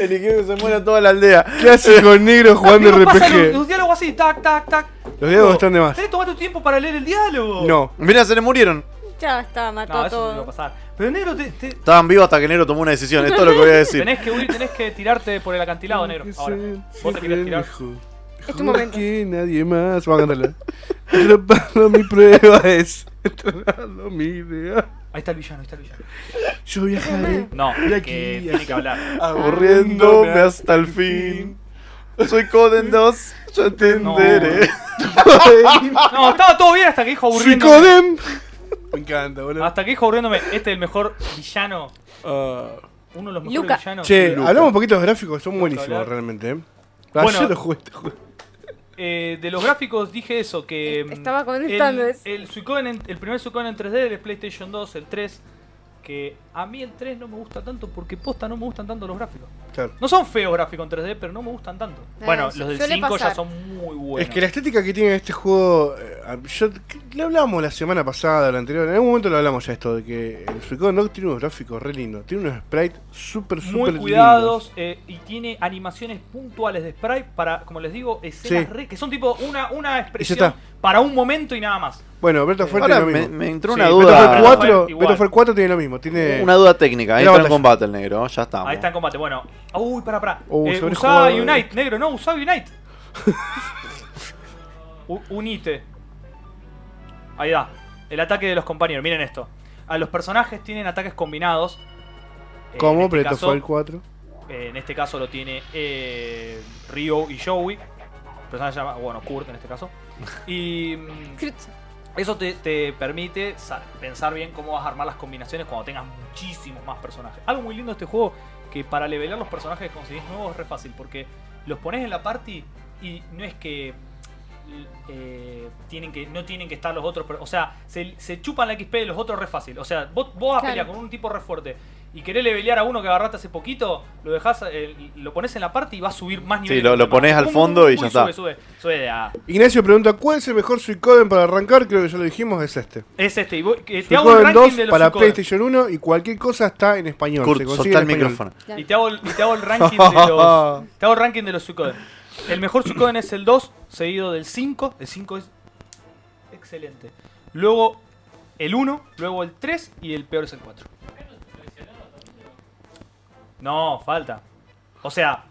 eligió que se muera toda la aldea.
Clásico negro jugando
Digo, pasa los,
RPG.
los diálogos así, tac, tac, tac.
Los diálogos están de más.
¿Tenés tomado tu tiempo para leer el diálogo?
No.
Mira, se le murieron.
Ya está, mató
No,
a
eso no iba a
todo.
pasar. Pero el negro, te, te-
Estaban vivos hasta que Nero tomó una decisión. Esto es lo que voy a decir.
tenés, que huir, tenés que tirarte por el acantilado, negro. Ahora, vos te querés tirar.
Es tu momento.
Que nadie más. Vamos a cantarla. Atraparlo mi prueba es. Atraparlo mi idea.
Ahí está el villano, ahí está el villano.
Yo viajaré.
No,
Mira
que
aquí.
tiene que hablar.
Aburriéndome hasta el fin. Soy Coden 2, yo te
No.
enteré.
No, estaba todo bien hasta que dijo aburriéndome.
Psicodem. Me encanta, boludo.
Hasta que dijo aburriéndome. Este es el mejor villano.
Ah.
Uno de los mejores
Luca.
villanos.
Che,
Luca.
hablamos un poquito de los gráficos, son buenísimos
hablar.
realmente. ¿eh?
Bueno.
Ayer lo jugué este juego.
Eh, de los gráficos dije eso, que... mm,
Eh, Estaba comentando
el,
eso.
el, Suicoden en- el primer Suicoden en 3D del PlayStation 2, el 3, que a mí el 3 no me gusta tanto porque posta no me gustan tanto los gráficos.
Claro.
No son feos gráficos en 3D, pero no me gustan tanto.
Eh,
bueno,
su-
los del
suele
5 ya
pasar.
son muy buenos.
Es que la estética que tiene este juego, eh, a- yo, que- le hablamos la semana pasada, la anterior, en algún momento lo hablamos ya esto, de que el Suicode no tiene unos gráficos re lindos, tiene unos sprites súper, súper
muy
lindos.
cuidados eh, y tiene animaciones puntuales de sprite para, como les digo, escenas
Sí.
re- que son tipo una, una
ya
expresión
está.
para un momento y nada más.
Bueno, Breath of Fire
Ahora
tiene lo
me,
mismo.
me entró
Sí,
una
pero
duda.
Breath of Fire
Breath of
4,
Fire
Breath of Fire
igual.
4 tiene lo mismo, tiene...
Una duda técnica. Ahí
Una
entró en
batalla.
combate el negro, ya estamos.
Ahí está en combate. Bueno, uy, para, para.
Uh,
Eh,
se habrá
usá
jugado, eh.
Unite, negro, no, usá Unite. U- unite. Ahí da. El ataque de los compañeros, miren esto. A los personajes tienen ataques combinados. Eh, en
¿Cómo?
este
Breath of
caso-
Fire 4.
Eh, en este caso lo tiene eh, Ryo y Joey. Personaje llama, bueno, Kurt en este caso. Y mm, eso te, te permite sa- pensar bien cómo vas a armar las combinaciones cuando tengas muchísimos más personajes. Algo muy lindo de este juego que para levelar los personajes que conseguís nuevos es re fácil porque los pones en la party y no es que eh, tienen que no tienen que estar los otros pero- o sea se, se chupan la XP de los otros re fácil o sea vos, vos vas a
Claro.
pelear con un tipo re fuerte y querés levelear a uno que agarraste hace poquito lo dejas lo pones en la party y va a subir más nivel
lo- lo pones al fondo y ya está.
sube, sube, sube de a-
Ignacio pregunta, ¿cuál es el mejor Suicoden para arrancar? Creo que ya lo dijimos, es este.
es este y vos- eh, te hago un
Suicoden
ranking
2
de los
para
Suicoden.
PlayStation 1 y cualquier cosa está en español. se
Kurt,
consigue
soltá el
en español.
micrófono.
Y te hago, el- y te hago el ranking de los. Te hago el ranking de los Suicoden. El mejor Suicoden es el 2, seguido del 5. El 5 es. Excelente. Luego el 1, luego el 3 y el peor es el 4. No, falta. O sea.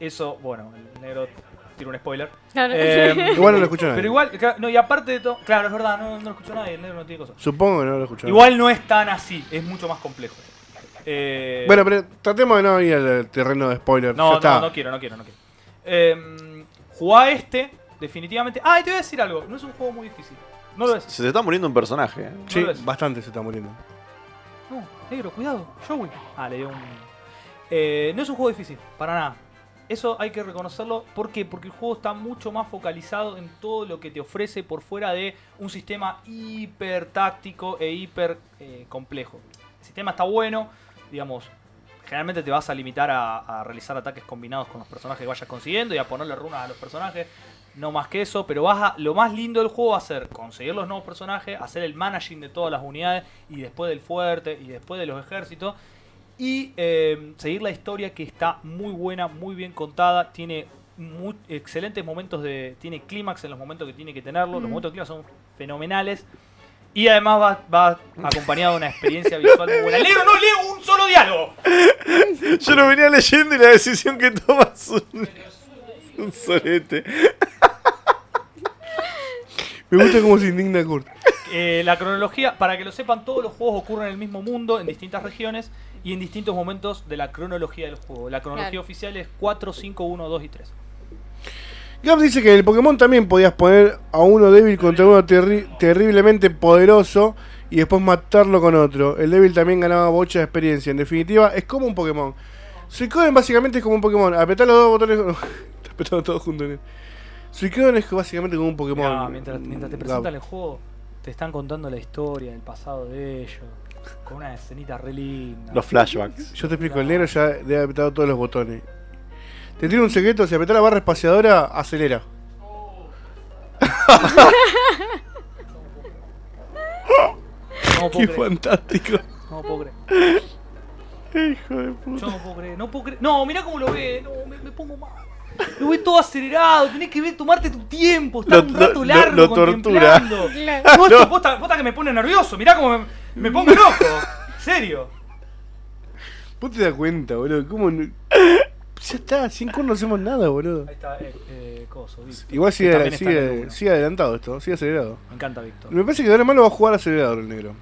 Eso, bueno, el negro tira un spoiler.
Claro.
Eh,
Igual no lo escuchó nadie.
pero igual, claro, no, y aparte de todo. Claro, es verdad, no, no lo escuchó nadie, el negro no tiene cosas.
Supongo que no lo escuchó
Igual no es tan así, es mucho más complejo. Eh,
nadie. Bueno, pero tratemos de no ir al terreno de spoilers.
No,
ya
no,
está.
no quiero, no quiero, no quiero. Eh, jugá este, definitivamente. Ah, y te voy a decir algo. No es un juego muy difícil. No lo es.
Se te está muriendo un personaje. eh.
Sí,
no lo es.
bastante se está muriendo.
No, negro, cuidado. Joey. Ah, le dio un. Eh, no es un juego difícil, para nada. Eso hay que reconocerlo. ¿Por qué? Porque el juego está mucho más focalizado en todo lo que te ofrece por fuera de un sistema hiper táctico e hiper eh, complejo. El sistema está bueno, digamos. Generalmente te vas a limitar a, a realizar ataques combinados con los personajes que vayas consiguiendo y a ponerle runas a los personajes. No más que eso, pero vas a, lo más lindo del juego va a ser conseguir los nuevos personajes, hacer el managing de todas las unidades y después del fuerte y después de los ejércitos y eh, seguir la historia que está muy buena, muy bien contada, tiene muy, excelentes momentos de. tiene clímax en los momentos que tiene que tenerlo, los
Mm.
momentos de clímax son fenomenales. Y además va, va acompañado de una experiencia visual muy buena. Leo, no leo un solo diálogo.
Yo lo venía leyendo y la decisión que tomas un, un solete.
Me gusta cómo se indigna Kurt.
Eh, la cronología, para que lo sepan, todos los juegos ocurren en el mismo mundo, en distintas regiones y en distintos momentos de la cronología del juego. La cronología
Claro.
oficial es 4, 5, 1, 2 y 3.
Gab dice que en el Pokémon también podías poner a uno débil contra uno terri- terriblemente poderoso y después matarlo con otro. El débil también ganaba bocha de experiencia. En definitiva, es como un Pokémon. Suicoden básicamente es como un Pokémon. Apretar los dos botones. Está apretando todos juntos. ¿no? Suicoden es básicamente como un Pokémon.
No, mientras, mientras te
Gab.
presentan el juego, te están contando la historia, el pasado de ellos, con una escenita re linda.
Los flashbacks.
Yo te explico, el negro ya debe haber apretado todos los botones. Te tiene un secreto, si apretás la barra espaciadora, acelera.
no, puedo creer,
fantástico.
no puedo creer.
Hijo de puta.
Yo no puedo creer, no puedo creer. No, mirá cómo lo ve, no, me, me pongo mal. Lo ve todo acelerado, tenés que ver, tomarte tu tiempo, estar
Lo-
un
lo-
rato
lo-
largo
lo tortura.
contemplando.
Claro.
No, esto posta, posta que me pone nervioso, mirá cómo me, me pongo loco. Serio.
Vos te das cuenta, boludo, cómo no- Ya está, sin Kurt no hacemos nada, boludo.
Ahí está, eh, eh, coso, Víctor.
Igual sigue,
Que también está en el
sigue,
número.
sigue adelantado esto, sigue acelerado.
Me encanta Víctor.
Me parece que de mano va a jugar acelerador el negro.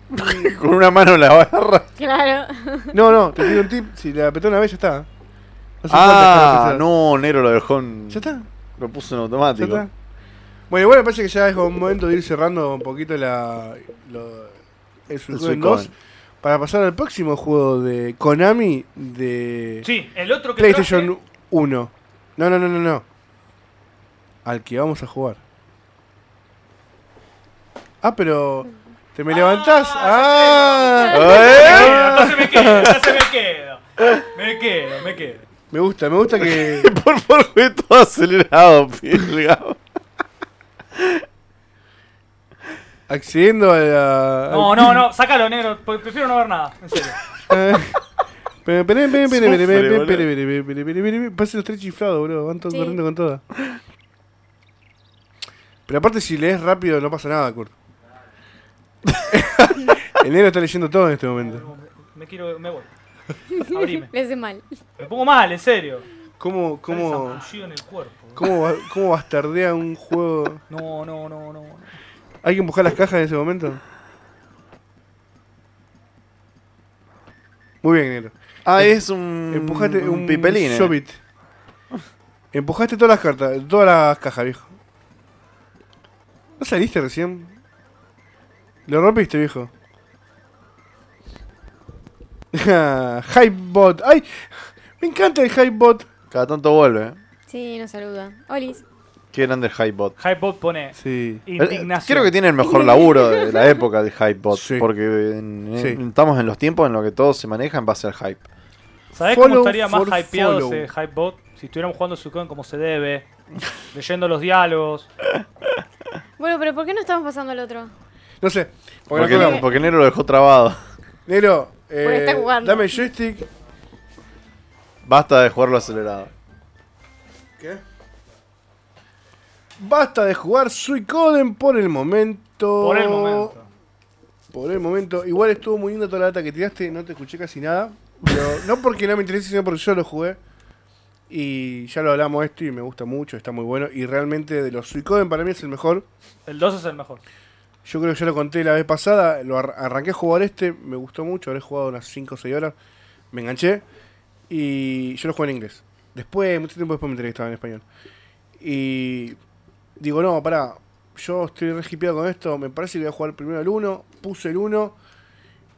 Con una mano la barra.
Claro.
No, no, te pido un tip, si le apretó una vez ya está. No hace falta
Ah,
esperar que sea.
no, negro lo dejó en.
Ya está,
Lo puso en
ya está.
automático.
Bueno, igual me parece que ya es un momento de ir cerrando un poquito la, lo- el Suicoden 2
Suicoden.
para pasar al próximo juego de Konami de
Sí, el otro que
PlayStation
traje-
1. No, no, no, no, no. Al que vamos a jugar. Ah, pero. ¿Te me levantás?
ya
¡Ah!
¡Eh!
¿Eh?
Entonces me quedo, entonces me quedo. Me quedo, me quedo.
Me gusta, me gusta que.
Por favor, jugué todo acelerado, pilga.
accediendo a la.
No, no, no, sácalo, negro. porque Prefiero no ver nada, en serio.
Pero, pero, pero, pero, pero,
Sufre,
pero, pero,
boludo.
pero, pero, pero, pero, pero, Parecen los tres chiflados, boludo. Van todos
Sí.
corriendo con todas. Pero aparte, si lees rápido, no pasa nada, Kurt. El negro está leyendo todo en este momento.
Me quiero, me voy. Abrime.
Le hace mal.
Me pongo mal, en serio.
¿Cómo, cómo,
Sale zambullido en el cuerpo.
cómo, ba- cómo bastardea un juego?
No, no, no, no.
¿Hay que buscar las cajas en ese momento? Muy bien, negro.
Ah, es un.
Empujaste un,
pipelín. eh.
Sobit. Empujaste todas las cartas, todas las cajas, viejo. ¿No saliste recién? Lo rompiste, viejo. Hypebot. ¡Ay! Me encanta el Hypebot.
Cada tanto vuelve.
Sí, nos saluda. Olis.
Qué grande el Hypebot.
Hypebot pone
Sí.
indignación.
Creo que tiene el mejor laburo de la época del Hypebot.
Sí.
Porque en-
Sí.
en- estamos en los tiempos en los que todo se maneja en base al hype.
¿Sabés
Follow
cómo estaría más
for
hypeado
follow.
ese Hypebot? Si estuviéramos jugando Sucon como se debe, leyendo los diálogos.
Bueno, pero ¿por qué no estamos pasando al otro?
No sé. Porque
Porque,
no
el-
colgamos.
porque el negro lo dejó trabado.
Nero,
Porque está
eh,
jugando.
dame el joystick.
Basta de jugarlo acelerado.
¿Qué? Basta de jugar Suicoden por el momento.
Por el momento.
Por el momento, igual estuvo muy linda toda la data que tiraste, no te escuché casi nada. Pero no porque no me interese, sino porque yo lo jugué. Y ya lo hablamos esto y me gusta mucho, está muy bueno. Y realmente de los Suicoden para mí es el mejor.
El 2 es el mejor.
Eh, Yo creo que ya lo conté la vez pasada, lo ar- arranqué a jugar este, me gustó mucho, habré jugado unas 5 o 6 horas, me enganché y yo lo jugué en inglés. Después, mucho tiempo después me enteré que estaba en español. Y digo, no, pará, yo estoy re hipeado con esto, me parece que voy a jugar primero el 1, puse el 1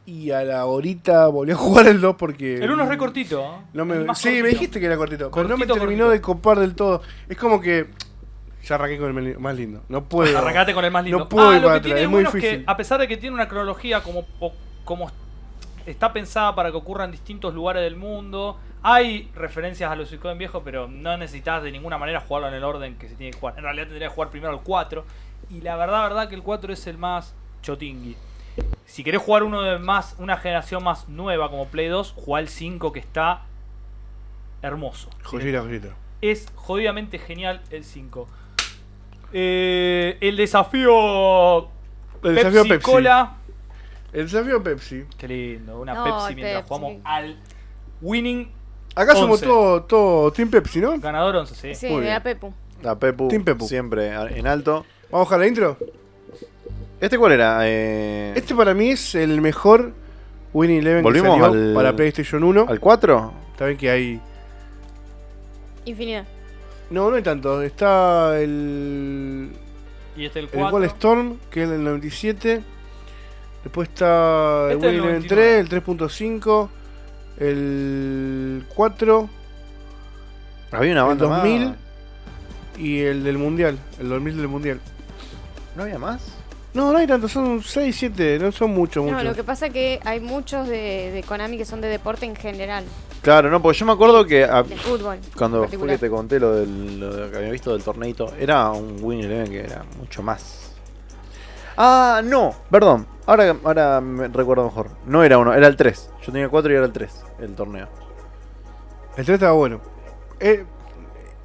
y a la horita volví a jugar el 2 porque...
El 1 es re cortito. ¿eh?
No me,
El más
sí, me
cortito.
dijiste que era cortito, pero no me
Cortito,
terminó
cortito.
de copar del todo. Es como que... Ya arranqué con el meli- más lindo, no puedo.
Arrancate con el más lindo.
No puedo
ah,
ir
lo
para
que
atrás,
tiene
es muy
bueno es que,
difícil.
a pesar de que tiene una cronología como, o- como está pensada para que ocurra en distintos lugares del mundo, hay referencias a los Suicoden viejos, pero no necesitas de ninguna manera jugarlo en el orden que se tiene que jugar. En realidad tendría que jugar primero al 4. Y la verdad, verdad que el 4 es el más chotingui. Si querés jugar uno de más, una generación más nueva como Play 2, juega el 5 que está hermoso.
Joyita, joyita.
Es jodidamente genial el 5. Eh, el desafío.
El desafío
Pepsi
Pepsi.
Cola.
El desafío Pepsi.
Qué lindo, una
No,
Pepsi mientras
Pepsi.
jugamos al Winning
Acá somos
Once.
todo, todo Team Pepsi, ¿no? Vamos
Ganador 11, sí.
Sí,
Muy
de
bien.
la Pepu.
La Pepu,
Team Pepu.
siempre a- en alto.
a bajar la intro.
¿Este cuál era? Eh,
Este para mí es el mejor Win Eleven que
Volvimos
salió
al-
para PlayStation 1.
¿Al 4?
Está bien que hay.
Infinidad.
No, no hay tanto. Está el.
Y este el
El
4.
Wall Storm, que es el 97. Después está el
Este es
Win
el
Eleven 3, el 3.5, el 4
Había una
El
banda
2000.
más.
y el del Mundial. El 2000 del Mundial.
¿No había más?
No, no hay tanto. Son 6, 7. No son muchos,
No,
muchos.
lo que pasa que hay muchos de, de Konami que son de deporte en general,
Claro, no, porque yo me acuerdo que ah,
de fútbol.
cuando fue
particular.
que te conté lo, del, lo que había visto del torneito, era un Win Eleven que era mucho más. Ah, no, perdón. Ahora, ahora me recuerdo mejor. No era uno, era el 3. Yo tenía 4 y era el 3, el torneo.
El 3 estaba bueno. Eh,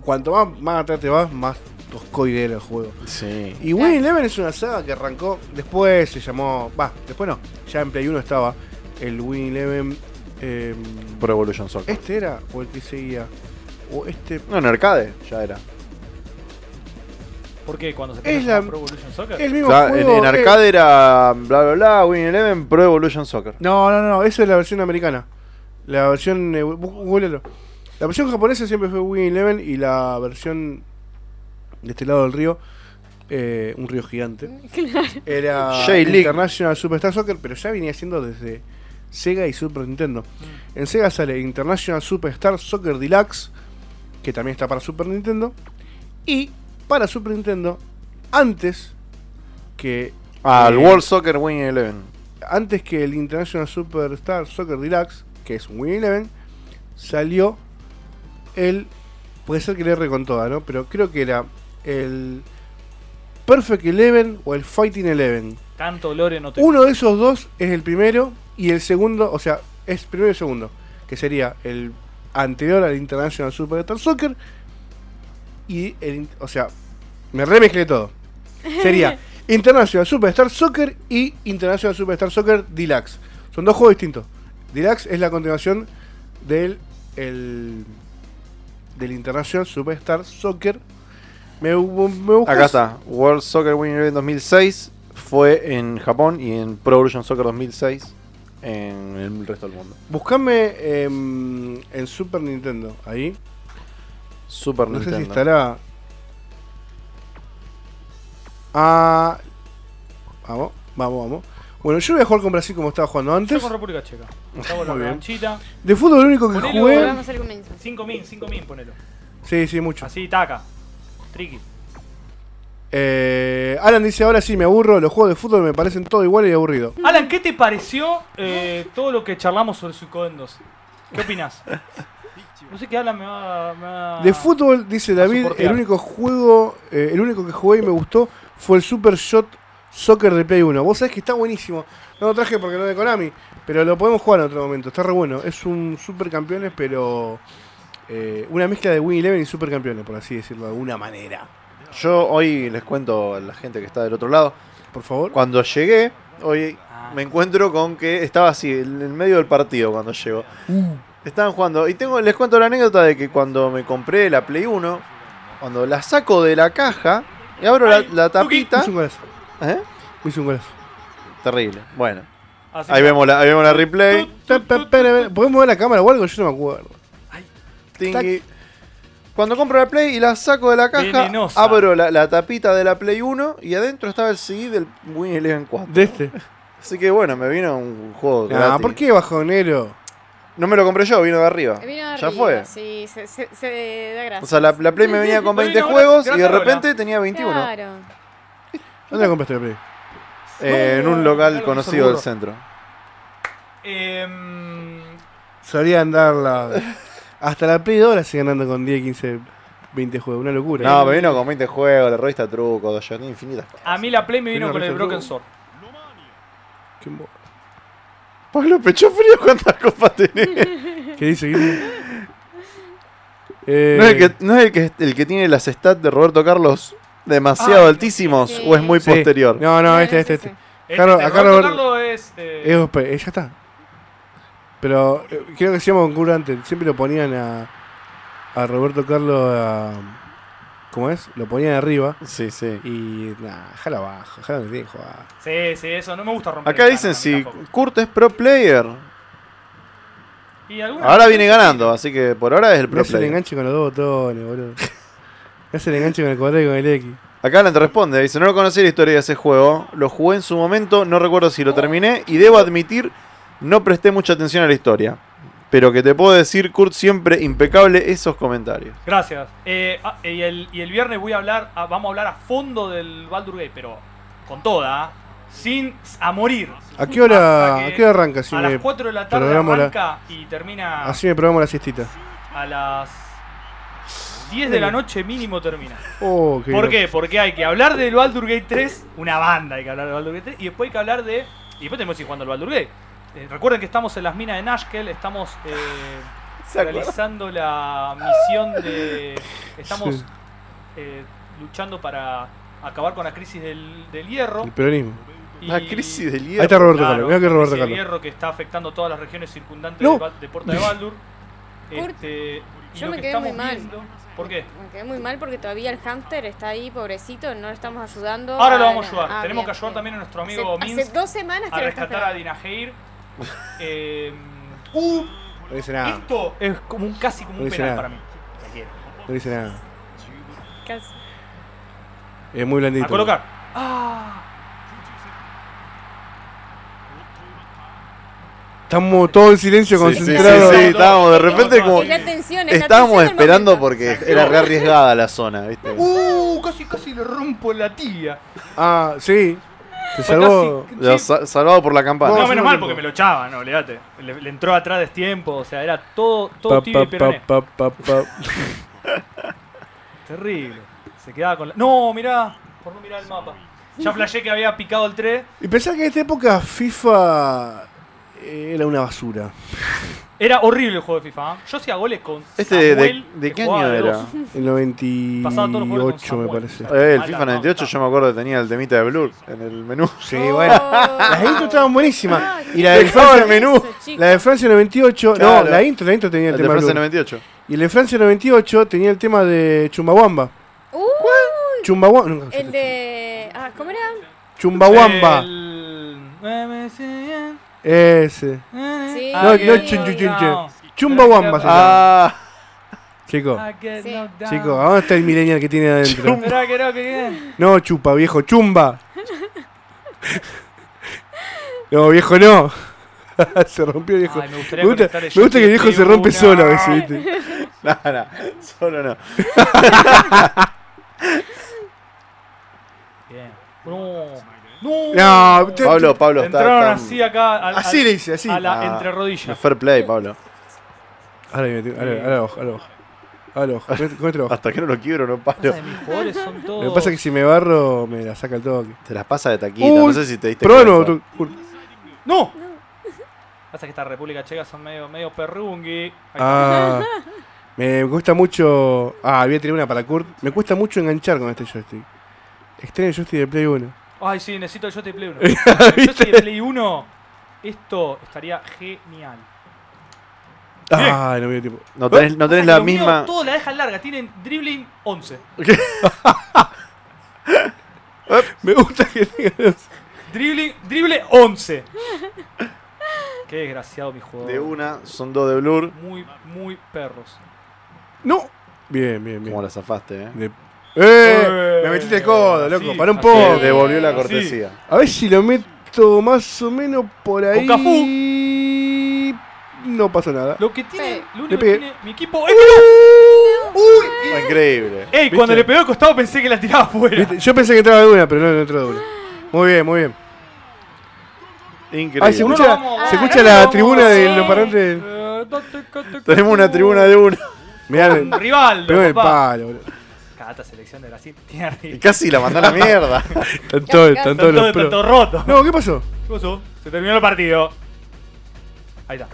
cuanto más, más atrás te vas, más toscoide era el juego.
Sí.
Y Win Eleven es una saga que arrancó. Después se llamó. Va, después no. Ya en Play 1 estaba el Win Eleven. em,
Pro Evolution Soccer.
¿Este era? ¿O el que seguía? ¿O este?
No, en arcade ya era.
¿Por qué? Cuando se
Es
pone
la-
Pro Evolution Soccer.
El mismo
Claro, en,
juego.
en
eh.
arcade era bla bla bla, Win Eleven, Pro Evolution Soccer.
No, no, no. Esa es la versión americana. La versión. eh, bu- bu- googlealo. La versión japonesa siempre fue Win Eleven y la versión de este lado del río. eh, un río gigante.
Claro.
Era
J-League.
International Superstar Soccer, pero ya venía siendo desde Sega y Super Nintendo. En Sega sale International Superstar Soccer Deluxe, que también está para Super Nintendo. Y para Super Nintendo, antes que.
Ah, el
eh,
World Soccer Win Eleven.
Antes que el International Superstar Soccer Deluxe, que es un Win Eleven, salió el. Puede ser que le erre con toda, ¿no? Pero creo que era el Perfect Eleven o el Fighting Eleven.
Tanto lore no te
Uno de esos dos es el primero y el segundo, o sea, es primero y segundo, que sería el anterior al International Superstar Soccer y el, in- o sea, me remezclé todo. Sería International Superstar Soccer y International Superstar Soccer Deluxe. Son dos juegos distintos. Deluxe es la continuación del el- del International Superstar Soccer. Me, bu- me buscas-
Acá está. World Soccer Winning Eleven 2006 fue en Japón y en Pro Evolution Soccer 2006 en el resto del mundo.
Buscame em, en Super Nintendo, ahí.
Super
No sé
Nintendo.
si estará. Ah. Vamos, vamos, vamos. Bueno, yo voy a jugar con Brasil como estaba jugando
Yo
antes.
con República Checa. Hago la
Muy bien.
revanchita.
De fútbol, lo único que
Ponelo,
jugué.
Volvamos al comienzo.
5.000, 5.000 ponelo.
Sí, sí, mucho.
Así, taca. Tricky.
Eh, Alan dice: Ahora sí, me aburro. Los juegos de fútbol me parecen todo igual y aburrido.
Alan, ¿qué te pareció eh, todo lo que charlamos sobre Suicoden 2? ¿Qué opinas? No sé qué Alan me va, me va-
De fútbol, dice David, el
Ah. soportear.
único juego, eh, el único que jugué y me gustó fue el Super Shot Soccer de Play 1. Vos sabés que está buenísimo. No lo traje porque no es de Konami, pero lo podemos jugar en otro momento. Está re bueno. Es un Super Campeones, pero eh, una mezcla de Win Eleven y Super Campeones, por así decirlo, de alguna manera.
Yo hoy les cuento a la gente que está del otro lado.
Por favor.
Cuando llegué, hoy
Ah.
me encuentro con que estaba así, en el medio del partido cuando llego.
Uh.
Estaban jugando. Y tengo, les cuento la anécdota de que cuando me compré la Play 1, cuando la saco de la caja y abro la,
Ay,
la
Tuki.
Me
tapita.
hizo un golazo.
¿Eh?
Me hizo un golazo.
Terrible. Bueno.
Así
Ahí
que-
vemos la, ahí vemos la replay.
Ta- pa- pa- pa- ¿Podemos mover la cámara o algo? Yo no me acuerdo.
Tingui. Cuando compro la Play y la saco de la caja,
Venenosa.
abro la, la tapita de la Play 1 y adentro estaba el CD del Win Eleven 4.
De este.
Así que bueno, me vino un juego
Ah,
gratis.
¿por qué bajonero?
No me lo compré yo, vino de arriba.
Vino
ya
arriba,
fue.
Sí, se, se- se da gracia.
O sea, la, la Play me venía con
Vino
20
gra-
juegos y de
granola.
repente tenía 21
Claro.
¿Dónde la compraste la Play?
eh, en
No,
un
algo
local
que
conocido
seguro.
del centro.
Em,
Solía andar la. Hasta la Play 2 la siguen andando con 10, 15, 20 juegos. Una locura. ¿eh?
No, me vino con 20 juegos, la revista Truco, Dojoní, infinitas cosas.
a mí la Play me
Tiene
vino
una
con el
risa de
Broken
lobo.
Sword.
Qué mo-
Pablo Pecho Pues Frío, ¿cuántas copas
Eh.
tenés?
¿Qué dice? ¿Qué dice? Eh,
¿No es, el que, no es el, que, el que tiene las stats de Roberto Carlos demasiado
Ah,
altísimos
sí.
o es muy
sí.
posterior?
No, no, este, este,
sí,
este.
sí.
Este,
Claro,
de
acá
Roberto
Robert-
Carlos es. eh,
Es OP, eh, ya está. Pero eh, creo que se llama concurrente. Siempre lo ponían a, a Roberto Carlos a. ¿Cómo es? Lo ponían arriba.
Sí, sí.
Y. Nah, jala abajo, jala donde tiene que jugar.
Sí, sí, eso. No me gusta romper.
Acá
el
dicen
canon, a mí
si
tampoco.
Kurt es pro player.
Y alguna-
Ahora viene ganando, así que por ahora es el
No
pro
se le
player.
enganche con los dos botones, boludo. No se le enganche con el cuadrado y con el X.
Acá Alan te responde, dice, no lo conocí la historia de ese juego, lo jugué en su momento, no recuerdo si lo terminé y debo admitir, no presté mucha atención a la historia. Pero que te puedo decir, Kurt, siempre impecable esos comentarios.
Gracias. Eh, ah, y, el, y el viernes voy a hablar, ah, vamos a hablar a fondo del Baldur Gate, pero con toda, ¿ah? sin s- a morir.
¿A qué hora,
Hasta que-
a qué hora arranca? Si
a
me,
las 4 de la tarde
programo la-
arranca y termina
así me probamos la siestita.
a las 10 de la noche mínimo termina.
Oh, qué
¿Por
bien.
qué? Porque hay que hablar del Baldur Gate 3, una banda hay que hablar del Baldur Gate 3, y después hay que hablar de... Y después tenemos que ir jugando al Baldur Gate. Eh, recuerden que estamos en las minas de Nashkel, estamos... eh, realizando la misión de. Estamos
Sí.
eh, luchando para acabar con la crisis del, del hierro.
El peronismo.
y-
La crisis del
Ahí está
hierro.
Roberto
Claro,
Carlos. Mira que
la
Roberto
crisis del
Carlos.
hierro que está afectando todas las regiones circundantes
No.
de, Ba- de Porta de Baldur.
Kurt,
Este, y
yo
lo
me
que
quedé
estamos
muy mal.
viendo- ¿Por qué?
Me quedé muy mal porque todavía el hámster está ahí, pobrecito, no lo estamos ayudando.
Ahora lo vamos a
nada.
ayudar.
Ah,
Tenemos
bien,
que ayudar
bien.
también a nuestro amigo
hace,
Minsk
hace dos semanas que
a
lo está
rescatar a
esperando.
Dinaheir. Eh, uh,
No dice nada.
esto es como un casi como
Ah. No
un
dice
penal
nada.
para mí. La quiero.
No dice nada.
Casi.
Es muy blandito.
A colocar. Ah,
Estamos todos en silencio,
Sí, sí, sí,
concentrados.
sí, estábamos de repente como...
Es la tensión, es la
Estábamos
tensión del
esperando
momento.
porque era re arriesgada la zona, ¿viste?
uh, casi casi le rompo la tibia.
Ah, sí. Te salvó.
casi-
Lo
sí.
sa- salvado por la campana.
Vos-
No, menos
no,
mal
no.
porque me lo echaban, no, olvídate. Le, le entró atrás de tiempo, o sea, era todo, todo
Pa,
tibio y
pa,
peroné.
pa, pa, pa, pa.
Terrible. Se quedaba con la... No, mirá, por no mirar el mapa. Ya flashé que había picado el 3.
Y pensar que en esta época FIFA era una basura.
Era horrible el juego de FIFA. ¿ah? Yo hacía goles con
¿Este de, de,
Samuel,
de
que
qué
jugaba
año
de
era?
dos.
En
Pasaba todos los juegos
98
con
me
Samuel.
parece.
Eh, el
Mala,
FIFA 98
no,
yo me acuerdo que tenía el temita de Blur en el menú.
Sí,
Oh.
bueno. Las intros estaban
Ah,
buenísimas. Y la de Francia, la de Francia 98,
Claro.
no, la intro, la intro tenía el,
El de
tema de
Francia
Blur.
98.
Y el de Francia 98 tenía el tema de Chumbawamba. Chumbawamba, nunca
el de. Ah, ¿Cómo era?
Ah,
Chumbawamba.
El-
Ese.
Sí.
No, no,
I get
chun, chun, chun,
knocked
chun.
down.
Chumbawamba se llama.
Ah,
Chico,
I get
Sí.
knocked down.
chico, ah. ¿a dónde está el millennial que tiene adentro?
Esperá que no, que bien.
No, chupa, viejo, chumba. No, viejo, no. se rompió el viejo.
Ay, me
Me
gustaría
gusta,
conectar el
me gusta que el viejo se rompe
joystick
solo a
de
veces,
una.
¿viste?
no, no, solo no.
Bien. No.
No, te-
Pablo, Pablo, está.
Entraron
está-
así acá. al- al-
Así le hice, así.
A la
Ah.
entre rodillas.
Fair play, Pablo.
Ahora le metí- ahora- ahora abajo, ahora abajo. Ahora abajo, con este- con este abajo.
Hasta que no lo quiebro, no paro.
Mis jugadores son todos.
Lo que pasa es que si me barro, me la saca el toque.
Te las pasa de taquito,
Uy,
no sé si te diste
Pero
cuenta.
no, tú- uh,
¡No! Pasa que esta República Checa son medio, medio perrungui. Ahí está.
ah, me cuesta mucho. Ah, había tenido una para Kurt. Me cuesta mucho enganchar con este joystick. Extraño el joystick de Play 1.
Ay, sí, necesito el Joystick de Play 1. el Joystick de Play 1, esto estaría genial.
Ah, no me dio tiempo.
No tenés, no
Pasa que
tenés la
los míos
misma.
Todos la dejan larga, tienen dribbling 11.
Me gusta que tengas.
Dribbling, dribble 11. Qué desgraciado mi jugador.
De una, son dos de Blur.
Muy, muy perros.
No. Bien, bien, bien.
Como la zafaste, eh.
De- ¡Eh! Me metiste el codo, loco.
Sí,
Pará un
así
poco.
Te devolvió la
Sí.
cortesía.
A ver si lo meto más o menos por ahí. No pasa nada.
Lo que tiene,
Sí.
lo
Le
único
pegué.
que tiene mi equipo es.
Increíble.
¡Ey!
¿Viste?
Cuando le pegó al costado pensé que la tiraba afuera.
Viste, Yo pensé que entraba de una, pero no, no entró de una. Muy bien, muy bien.
Increíble.
Ay, se
Uno
escucha,
vamos-
se
ah,
escucha
no
la
vamos-
tribuna de
sí.
los parlantes.
Eh, date, cate,
Tenemos una
cate.
tribuna de una.
Mirá, el-
Rivaldo,
pegó en el
papá.
palo, boludo.
Cada esta selección de Brasil tiene
Y
arriba.
casi la mandó a la mierda.
Están todos, están todos
Todo
los
de
pros.
tanto roto.
No, ¿qué pasó?
¿Qué pasó? Se terminó el partido. Ahí está.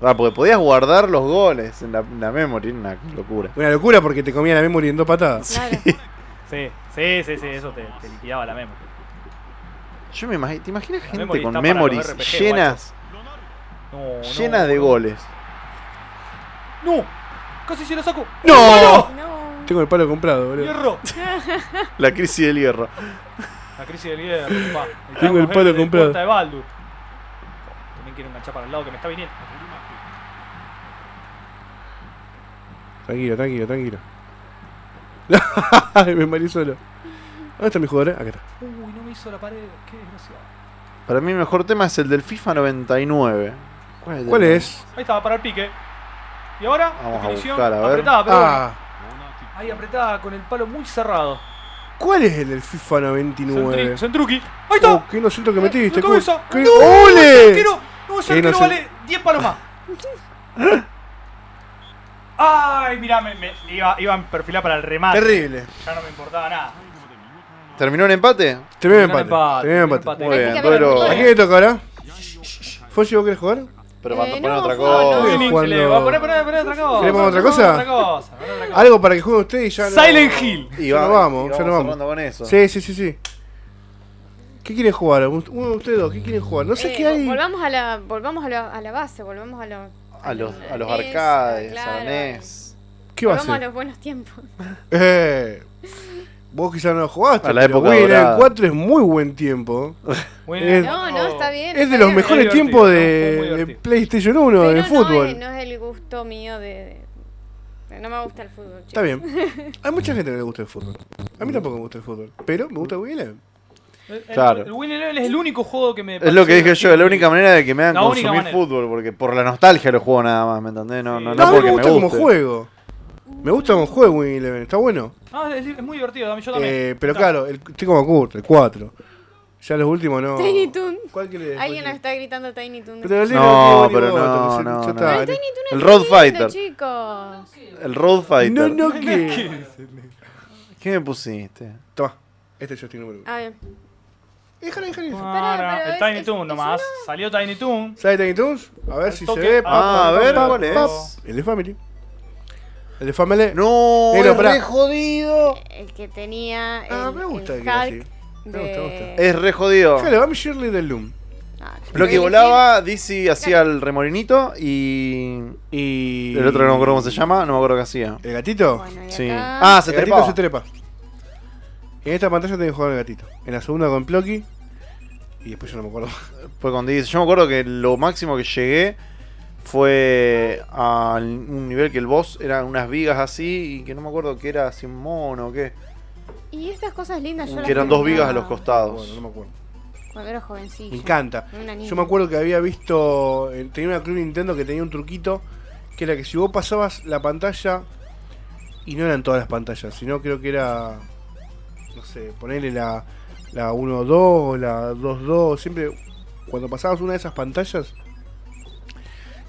Ah, porque podías guardar los goles en la, en la memory. Una locura.
Una locura porque te comía la memoria en dos patadas.
Claro.
Sí, sí, sí, sí, eso te, te liquidaba la memoria.
Yo me imagino. ¿Te imaginas gente
memory
con
está para los
memories
RPG,
llenas,
No, no,
llenas de
no.
goles?
¡No! Casi se lo saco.
Oh.
¡No!
No.
Tengo el palo comprado, boludo.
¡Hierro!
La crisis del hierro.
La crisis del líder, papá. Necesitamos
Tengo el
ver
palo
desde
comprado.
Puerta de Baldur. También quiero enganchar para el lado que me está viniendo.
Tranquilo, tranquilo, tranquilo. Me marí solo. ¿Dónde están mis jugadores? Acá está.
Uy, no me hizo la pared. Qué desgraciado.
Para mí, el mejor tema es el del FIFA 99. ¿Cuál es? el
¿Cuál
del-
es?
Ahí estaba, para el pique. Y ahora,
Vamos a
definición.
buscar, a ver.
apretada, pero
Ah,
ahí apretada con el palo muy cerrado.
¿cuál es el del FIFA
Sentri-
99?
Sentruki. Ahí está.
Oh, qué inocente que metiste.
La cabeza.
¿Qué?
¡No!
¡Ole!
Quiero, no, ese
Que no
arquero
se-
vale 10 palos más. Ay, mirá, me, me- iba, iba a perfilar para el remate.
Terrible.
Ya no me importaba nada.
¿Terminó el empate?
Terminó el
Terminó el
empate. Terminó el empate.
Muy
Hay que
bien,
cambiar
duelo.
el
¿A
partido.
quién le toca ahora? ¿Foshi vos querés jugar?
Pero
Eh,
para poner
no,
otra
fue- no,
cosa.
no,
Winning,
jugando-
se le va a poner, poner, poner otra cosa.
¿Querés poner otra cosa?
Otra cosa, poner otra cosa.
Algo para que juegue usted y ya. no-
Silent Hill.
Y
Ya
va-
nos vamos,
y
ya nos vamos.
cerrando con eso.
Sí, sí, sí, sí. ¿Qué quieren jugar? Uno de ustedes dos, ¿qué quieren jugar? No sé
Eh,
qué hay.
Volvamos a la, volvamos a la, a la base, volvamos a los.
A los, a los
Eso,
arcades, a
claro.
la NES.
¿Qué va a
volvamos a
ser?
los buenos tiempos.
Eh, vos quizás no lo jugaste.
A la
pero
época
Winner
dorada.
4 es muy buen tiempo.
Winning.
No,
Oh.
no, está bien.
Es
Eh, está
de los
bien.
mejores
Es
tiempos
divertido,
de,
es muy
de
divertido.
PlayStation 1,
Pero
de
No es,
fútbol.
no es el gusto mío de. de- no me gusta el fútbol.
Está bien. Hay mucha gente que le gusta el fútbol. A mí tampoco me gusta el fútbol. Pero me gusta Winner.
El- el-
Claro.
El Winning Eleven es el único juego que me.
Es lo que
pareció
dije yo, es la
divertido.
única manera de que me hagan
La única
consumir
manera.
fútbol, porque por la nostalgia lo juego nada más, ¿me entendés? No,
Sí.
no, no,
No, a mí
porque
me gusta como
guste.
juego. Me gusta como juego Winner Eleven. Está bueno.
Eh,
Ah, es, es muy divertido, a mí yo también.
Eh, pero claro, el, estoy como Kurt, el 4. Ya los últimos no.
Tiny Toon.
¿Cuál querés?
Alguien nos está gritando Tiny Toon.
Pero el libro
No,
tiene
pero
un
no,
botón,
no,
ya
no.
está,
Pero
¿eh?
El Road Fighter.
Chicos.
El Road
No,
Fighter.
no, ¿qué?
¿Qué me pusiste?
Toma, este es Justin número uno.
Ah, bien.
Déjala, déjala. déjala.
Pará, pero
Ah, el
es-
Tiny
es-
Toon
es
nomás. Salió Tiny Toon.
¿Sabes Tiny Toons? A ver
Al
si se
toque.
ve.
Ah,
Pa,
a
pa,
ver,
pa,
¿cuál
pa.
es?
El de Family. El de Family.
No,
Pero,
es
pará.
re jodido.
El que tenía. El,
Ah, me gusta
el
que era
Hulk
así.
de...
Me gusta, me gusta.
Es re jodido.
Déjale, vamos Shirley del Loom.
Ah,
Lo que
elegí-
volaba, DC hacía el remolinito y.
Y.
El otro que no me acuerdo cómo se llama, no me acuerdo qué hacía.
¿El gatito?
Bueno, y
Sí.
acá-
Ah, se
el gatito
trepaba.
se trepa. En esta pantalla tenés que jugar al gatito. En la segunda con Plocky. Y después yo no me acuerdo.
Fue con DC. Yo me acuerdo que lo máximo que llegué fue a un nivel que el boss eran unas vigas así y que no me acuerdo que era así un mono o qué.
Y estas cosas lindas yo las
Que eran dos vigas
compraba
a los
Bueno,
costados.
no me acuerdo.
Cuando era
Me
jovencillo.
encanta.
Una niña.
Yo me acuerdo que había visto. eh, Tenía una Club Nintendo que tenía un truquito. Que era que si vos pasabas la pantalla. Y no eran todas las pantallas, sino creo que era. No sé, ponerle la, la 1-2 o la 2-2. Siempre. Cuando pasabas una de esas pantallas.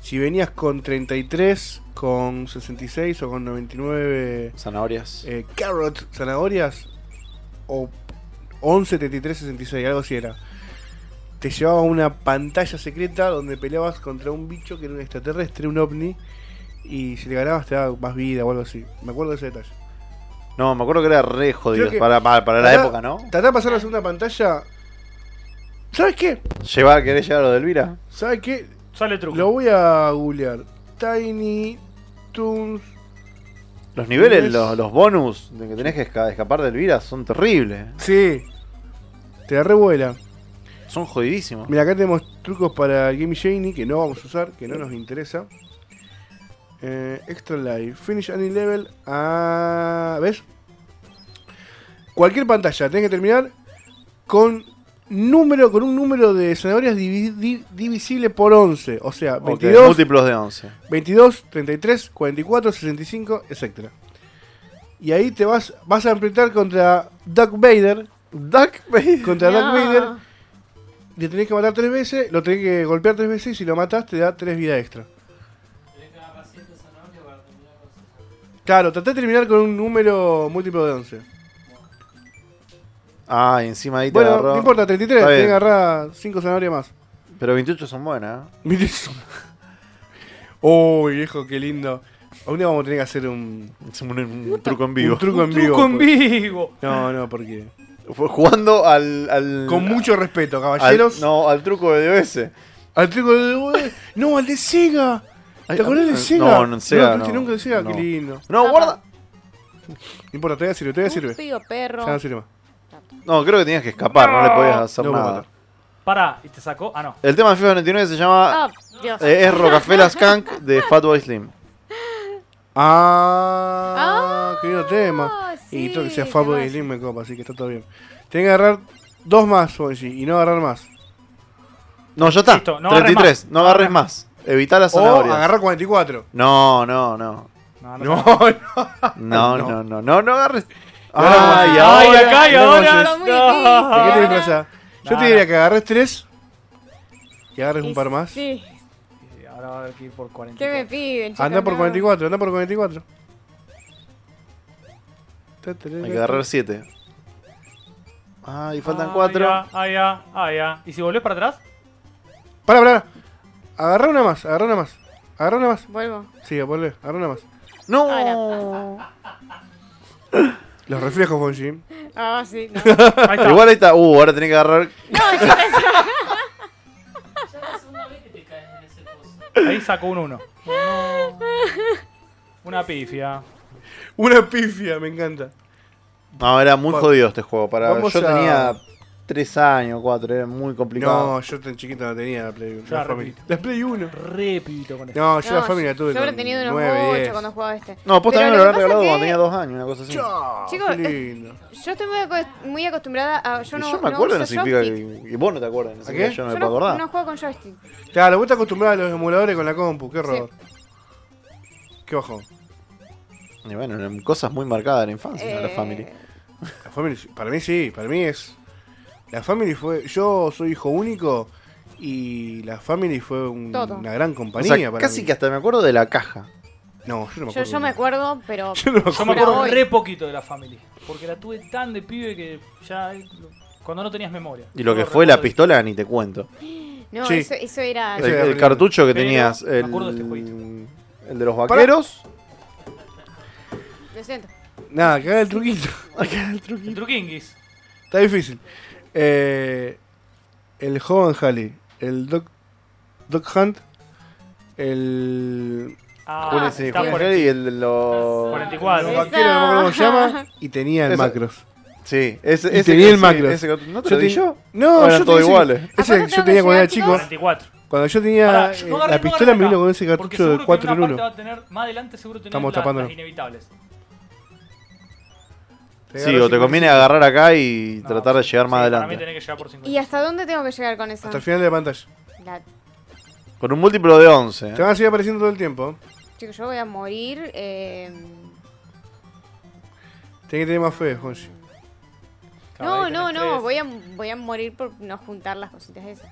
Si venías con 33, con 66 o con 99
Zanahorias.
eh, carrot, zanahorias, o 11, 33, 66, algo así era. Te llevaba a una pantalla secreta donde peleabas contra un bicho que era un extraterrestre, un ovni, y si le ganabas te daba más vida o algo así. Me acuerdo de ese detalle.
No, me acuerdo que era re jodido.
Creo que-
Para, para, para la
Pará.
época, ¿no?
Tratá de pasar a la segunda pantalla. ¿Sabes qué?
Lleva, ¿Querés llevar lo de Elvira?
¿Sabes qué?
Sale el truco.
Lo voy a googlear. Tiny Toons.
Los niveles,
Tenés-
los, los bonus de que tenés que esca- escapar de Elvira son terribles. ¿eh?
Sí. Te la revuela.
Son jodidísimos.
Mira, acá tenemos trucos para el Game Genie que no vamos a usar, que no nos interesa. Eh, extra Life, Finish Any Level. Ah, ¿Ves? Cualquier pantalla, tenés que terminar con número con un número de zanahorias divi- di- divisible por 11. O sea,
Ok,
22,
múltiplos de 11.
22, 33, 44, 65, etc. Y ahí te vas, vas a enfrentar contra Duck Vader.
Duck Vader.
Contra
No.
Darth Vader le tenés que matar tres veces, lo tenés que golpear tres veces y si lo matas te da tres vidas extra. Claro, traté de terminar con un número múltiplo de 11.
Ah, y encima ahí te
Bueno,
agarró.
no importa, 33,
Está
tenés que
bien.
agarrar 5 zanahorias más.
Pero 28 son buenas. ¿eh?
Mirá eso. Uy, viejo, qué lindo. Un día vamos a tener que hacer un,
Es un, un truco en vivo. pues.
un truco en vivo.
Truco
pues.
en vivo.
No, no, porque.
Fue Jugando al. al
Con mucho respeto,
al-
caballeros.
no, al truco de DOS.
Al truco de. No, al de Sega.
Ay,
¿Te acordás
ah,
de Sega?
no, no, en Sega
No, tuviste
no.
nunca de Sega,
No.
qué lindo.
No, guarda.
No importa, todavía sirve, todavía sirve.
Estúpido perro.
Ya no sirve más.
No, creo que tenías que escapar, no, le podías hacer
No,
nada.
bueno.
Pará, y te sacó. Ah, no.
El tema de FIFA 99 se llama.
Ah, Dios.
eh, es Rocafella Skunk de Fatboy Slim.
Ah, qué lindo tema.
sí,
y todo que sea
qué
Fatboy
más.
Slim me copa, así que está todo bien. Tenés que agarrar dos más, Bonji, y no agarrar más.
No, ya está.
Listo, no agarres
33.
más.
No agarres más. Evita las
O
zanahorias.
agarrar 44.
No, no, no.
No, no.
Ah, No, no.
No, no, no, no, no agarres.
Ah,
Ay,
y
Ay,
ahora-
acá y
no,
ahora.
yo- ¿De
Muy difícil.
qué te
Ahora-
disfrazás? Yo
No,
te diría que agarres tres y agarres un
Y
par más.
Sí.
Y Ahora va a haber que ir por 40.
¿Qué me piden? chicos?
Anda por
No.
44, anda por 44.
Hay que agarrar 7. Ay, faltan
Ah,
4.
ya, Ah, ya, ah, ya. ¿Y si volvés para atrás?
Pará, pará. Agarra una más, agarra una más. Agarra una más.
Vuelvo.
Sí, ponle, agarra una más.
no.
Los reflejos, Bonji.
Ah, sí. No.
Ahí está.
Igual ahí está. Uh, ahora tenés que agarrar.
Ahí sacó un 1. Una pifia.
Una pifia, me encanta.
No, era muy
Bueno,
jodido este juego. Para...
vamos
Yo
a-
tenía 3 años, 4. Era muy complicado.
No, yo tan chiquito no tenía la Play 1.
Ya,
la, Family.
repito.
la Play 1.
Repito con esto.
No, yo la
No,
Family la tuve.
Yo habré tenido unos 8 cuando jugaba este.
No, vos
Pero
también
lo
me lo
que
habrán
pasa
regalado
es
cuando
que
tenía 2 años, una cosa así.
Chao,
Chicos,
Ah, qué lindo.
Yo estoy muy, acos- muy acostumbrada a. Yo
Que
no.
yo me acuerdo, no,
uso
significa
joystick.
que. Y vos no te acuerdas, no significa
qué?
que yo no
Yo
me puedo
no,
acordar.
no juego con joystick.
Claro, vos estás acostumbrado a los emuladores con la compu, qué horror. Qué bajón.
Y bueno, eran cosas muy marcadas de la infancia, de la
Eh,
family.
La Family, para mí sí, para mí es La Family fue. Yo soy hijo único y la Family fue un-
Todo.
una gran
O
compañía
sea,
para
casi
mí.
que hasta me acuerdo de la caja.
No, yo no me
Yo,
acuerdo.
yo me acuerdo, pero.
Yo no me
Yo me
Pero
acuerdo
hoy-
re poquito de la Family. Porque la tuve tan de pibe que ya. eh, Cuando no tenías memoria.
Y lo
No
que fue la
recuerdo.
pistola, ni te cuento.
No,
Sí.
eso, eso era.
El,
Ese era
el
horrible.
cartucho que
Pero,
tenías.
me
El,
acuerdo de este jueguito.
el de los vaqueros.
Lo siento.
Nada, cagar el truquito. Cagar el
El
truquito.
Truquinguis.
Está difícil. Eh, el joven Halley, el Doc, Doc Hunt, el
Ah,
Julián- sí,
está
Julián
por
Jerry y el de los.
44.
Los
Esa.
vaqueros, no me acuerdo cómo se llama, y tenía el
Esa.
Macros.
Sí, ese,
Y
ese
tenía el
sí,
macro.
ese cartucho. ¿No te
Yo
lo di
te-
yo?
No,
Eran
yo
todos
te- ese-
iguales.
ese
Aparte
yo
tengo que
tenía cuando
llegar,
era chico.
chicos.
44.
Cuando yo tenía
Pará,
eh,
no agarré,
la
no
pistola
agarré
me vino
acá,
con ese
Porque
cartucho de
seguro
4
que
en
en una
1.
parte va a tener, más adelante seguro tenés
Estamos
las,
tapándolo.
las inevitables.
Sí, o te conviene agarrar acá y tratar de llegar más
sí, Para mí
adelante.
tenés que llegar por 50.
¿Y hasta dónde tengo que llegar con eso?
Hasta el final de la pantalla.
La-
Con un múltiplo de 11. ¿eh?
Te van a seguir apareciendo todo el tiempo. ¿eh?
Chicos, yo voy a morir. eh,
Tenés que tener más fe, Honshi.
Claro,
No,
ahí
no,
tenés
no.
tres.
Voy a, voy a morir por no juntar las cositas esas.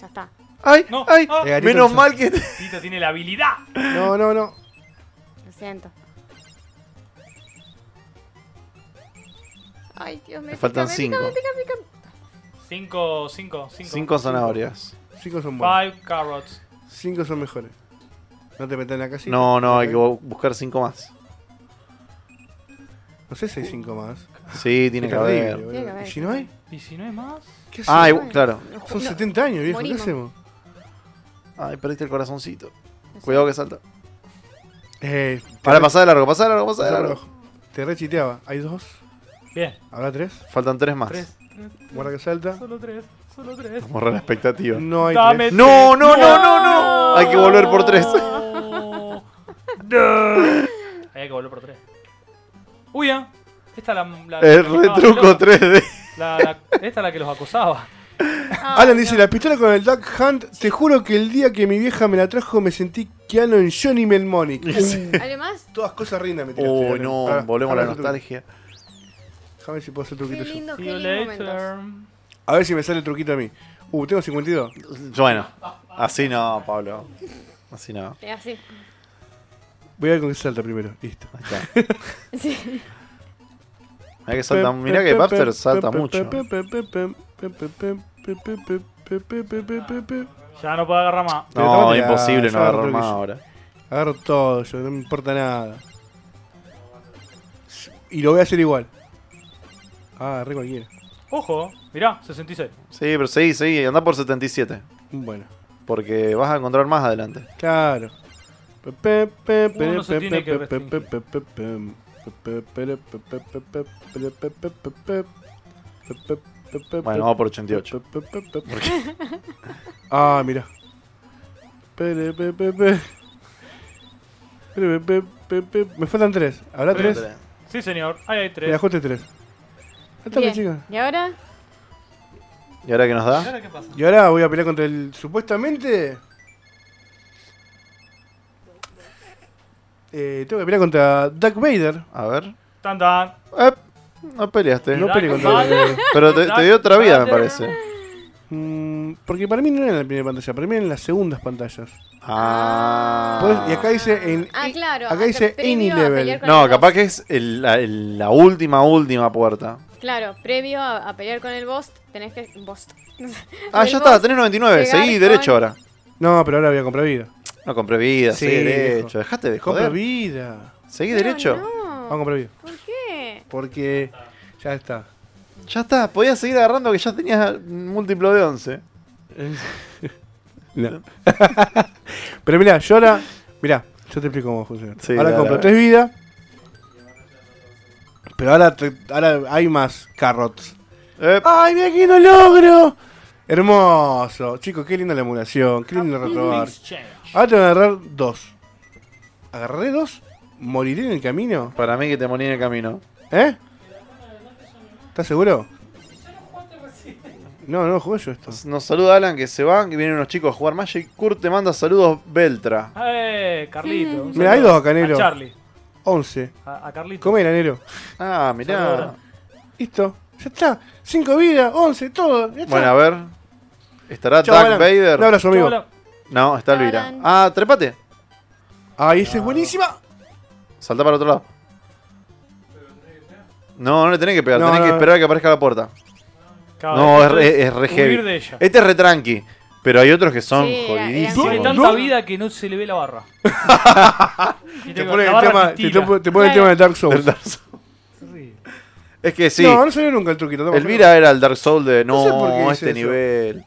Ya está.
¡Ay!
No,
¡Ay!
ah.
Eh, Garito,
Menos
yo-
mal que.
Tito tiene la habilidad.
No, no, no.
Lo siento. Ay, Dios me
Te faltan
pica, me pica, me
5.
pica, me pica.
5, 5, 5.
5 zanahorias.
5 son buenos.
5 carrots.
5 son mejores. No te metas en la casita.
No, no, hay que
No
bu- buscar 5 más.
sé si hay 5 más.
Sí, tiene
Es
que
terrible,
haber.
boludo.
Tiene que haber.
¿Y si no hay?
¿Y si no hay más?
¿Qué hacemos?
Ah, y-
bueno.
claro.
No,
Son
no,
70 años, viejo.
Morimos.
¿Qué hacemos?
Ay, perdiste el corazoncito.
no sé.
Cuidado que salta.
Eh, te
Ahora
re-
pasá de largo, pasá de largo, pasá de
pasá por
largo.
abajo. Te rechiteaba. Hay 2.
Bien.
Habrá 3.
Faltan 3 más.
3, 3.
Guarda que salta.
Solo 3, solo 3.
Vamos a la expectativa.
No hay
Dame
3.
No, no, no, no, no. Hay que volver por tres.
No. Hay que volver por tres. Uy, ya. Esta la. la la
El
que estaba
retruco
loca.
3D.
La- la- esta es la que los acusaba.
Ay,
Alan dice,
no.
la pistola con el Duck Hunt, te juro que el día que mi vieja me la trajo me sentí Keanu en Johnny Melmonic.
¿Alguien más?
Todas cosas rindas me tiraste,
Oh,
Alan. Pará,
no, volvemos a la
déjame hacer truquito.
nostalgia.
Déjame ver si puedo hacer
Qué
truquito yo.
lindo,
See
qué
you
lindo momentos.
later.
A ver si me sale el truquito a mí. Uh, tengo 52.
Bueno, así no, Pablo. Así no.
Eh, Así.
Voy a ver con qué salta primero. Listo.
Ahí está.
Sí.
Mirá que, salta, mirá que Buster salta mucho.
Ya no puedo agarrar más.
No,
Pero
imposible no
ya,
agarrar
creo
más
que sí.
ahora.
Agarro todo yo, no me importa nada. Y lo voy a hacer igual. Ah, agarré cualquiera.
Ojo, mirá, 66.
Sí, pero sí, sí, anda por 77.
Bueno,
Porque vas a encontrar más adelante.
claro.
Uno se tiene que restringir.
Bueno, vamos por 88.
Ah, mira. Me faltan tres. ¿Habrá tres?
Sí, señor, ahí hay
Me
tres.
ajuste tres. Ahí está la
Bien.
chica.
¿Y ahora?
¿Y ahora qué nos
¿Y
da?
ahora qué pasa?
Y ahora voy a pelear contra el. Supuestamente. Eh, tengo que pelear contra Darth Vader.
A ver.
Tan tan.
Eh, no peleaste.
No
Darth
peleé contra
Vader.
él.
Pero te, te dio otra vida, me parece.
Mm, porque para mí no era en la primera pantalla, para mí era en las segundas pantallas.
Ah.
Podés- y acá dice. En,
Ah, claro.
Acá dice
previo
any
a
level.
pelear con
No,
el
capaz que es el- la, el- la última, última puerta.
boss. Claro, previo a, a pelear con el boss, tenés que. Boss.
Ah,
El
ya
boss.
está, tenés 99.
llegar
Seguí
con-
derecho ahora.
No, pero ahora voy a comprar vida.
No compré vida,
Sí,
seguí
viejo.
derecho. Dejate de
Compra
joder.
vida.
Seguí
No,
derecho.
Vamos a
No.
comprar vida.
¿Por qué?
Porque ya está.
Ya está, podías seguir agarrando que ya tenías múltiplo de 11.
No. pero mirá, yo ahora. Mirá, yo te explico cómo funciona.
Sí,
ahora
dale,
compro
dale.
tres vidas. Pero ahora, te- ahora hay más carrots.
Eh,
¡Ay, mira que no logro! Hermoso. Chicos, qué linda la emulación. Qué lindo reprobar.
Exchange.
Ahora tengo que agarrar dos. ¿Agarré dos? ¿Moriré en el camino?
para mí que te morí en el camino.
¿Eh? ¿Estás seguro? No, no, jugué yo esto.
Nos saluda Alan que se van, que vienen unos chicos a jugar Magic. Kurt te manda saludos, Beltra.
Eh, Carlito. un
Mira, hay
saludo.
dos acá, negro.
A Charlie.
11.
A, a Carlito.
Comé, enero.
Ah, mirá.
Saludos.
Listo. Ya está. 5 vidas, 11, todo. Ya está.
Bueno, a ver. ¿Estará
Chau,
Darth
Alan.
Vader?
Un abrazo, amigo.
Hola.
No, está
Chau,
Elvira.
Alan.
Ah, trepate.
Ay, esa es buenísima.
Ah,
Salta para otro lado. No, no le tenés que pegar,
No,
tenés
no,
que
no.
esperar a que aparezca la puerta.
Claro,
no, es
esto
re, es re
huir
heavy.
de ella.
Este es re tranqui, pero hay otros que son
Sí, era- eran
jodidísimos.
Tiene
¿No?
tanta
¿No?
vida que no se le ve la barra. Y
Te
la
pone el
barra
tema, te,
tira.
topo- te pone el tema
Claro.
de Dark Souls.
Del Dark Souls. Es que sí,
No, no salió nunca el truquito. toma.
Elvira era el Dark Souls de
No
no,
sé por qué hice
este
eso".
nivel.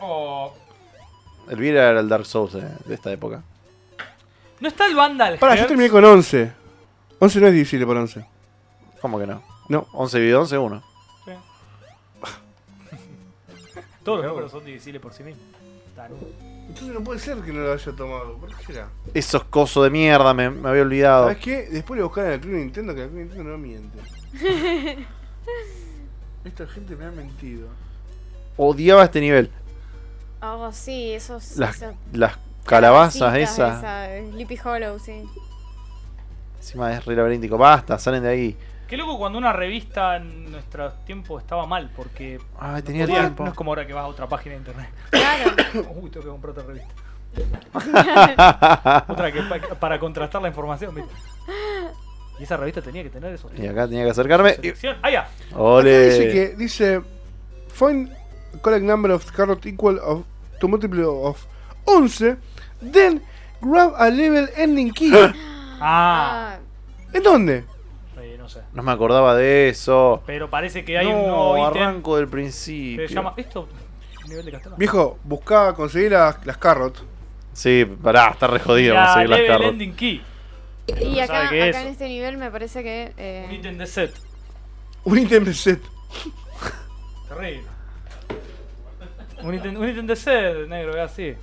Oh.
Elvira era el Dark Souls de, de esta época.
No está el Vandal.
Pará, yo
Hearts?
terminé con 11. 11 no es difícil por 11.
¿Cómo que no?
No.
11 video, 11, 1.
Todos los números son divisibles por sí mismos. Tarugo.
Entonces no puede ser que no lo haya tomado. ¿Por qué será?
Esos cosos de mierda, me, me había olvidado.
¿Sabes qué? Después le buscaron al Club Nintendo que el Club Nintendo no miente. Esta gente me ha mentido.
Odiaba este nivel.
Oh, sí, esos.
Las,
esas
las calabazas
casitas,
esas.
esa, eh, Sleepy Hollow, sí.
Encima es re laberíntico. Basta, salen de ahí.
Qué loco cuando una revista en nuestro tiempo estaba mal, porque
Ay, tenía
podías-
tiempo.
no es como ahora que vas a otra página de internet.
Claro.
Uy, tengo que comprar otra revista. otra que pa- para contrastar la información. ¿viste? Y esa revista tenía que tener esos
Y
tipos
acá tenía que
de
acercarme. Y-
selección. ¡Ah, ya!
Dice
Ole.
que dice find correct number of carrot equal of to multiple of 11, then grab a level ending key.
Ah,
Ah,
¿En dónde?
eh, no sé.
No me acordaba de eso.
Pero parece que hay
no,
un nuevo ítem
arranco del
que
principio.
se llama. ¿Esto? ¿Nivel de castellano?
Viejo, buscaba conseguir las, las carrot.
Sí, pará, está re jodido
Ya,
conseguir las
level
cartas.
ending key.
y
No
acá,
sabe qué
acá
es.
en este nivel me parece que. eh,
Un ítem de set.
Un ítem de set.
Terrible. Un ítem, un ítem de set, negro, es así.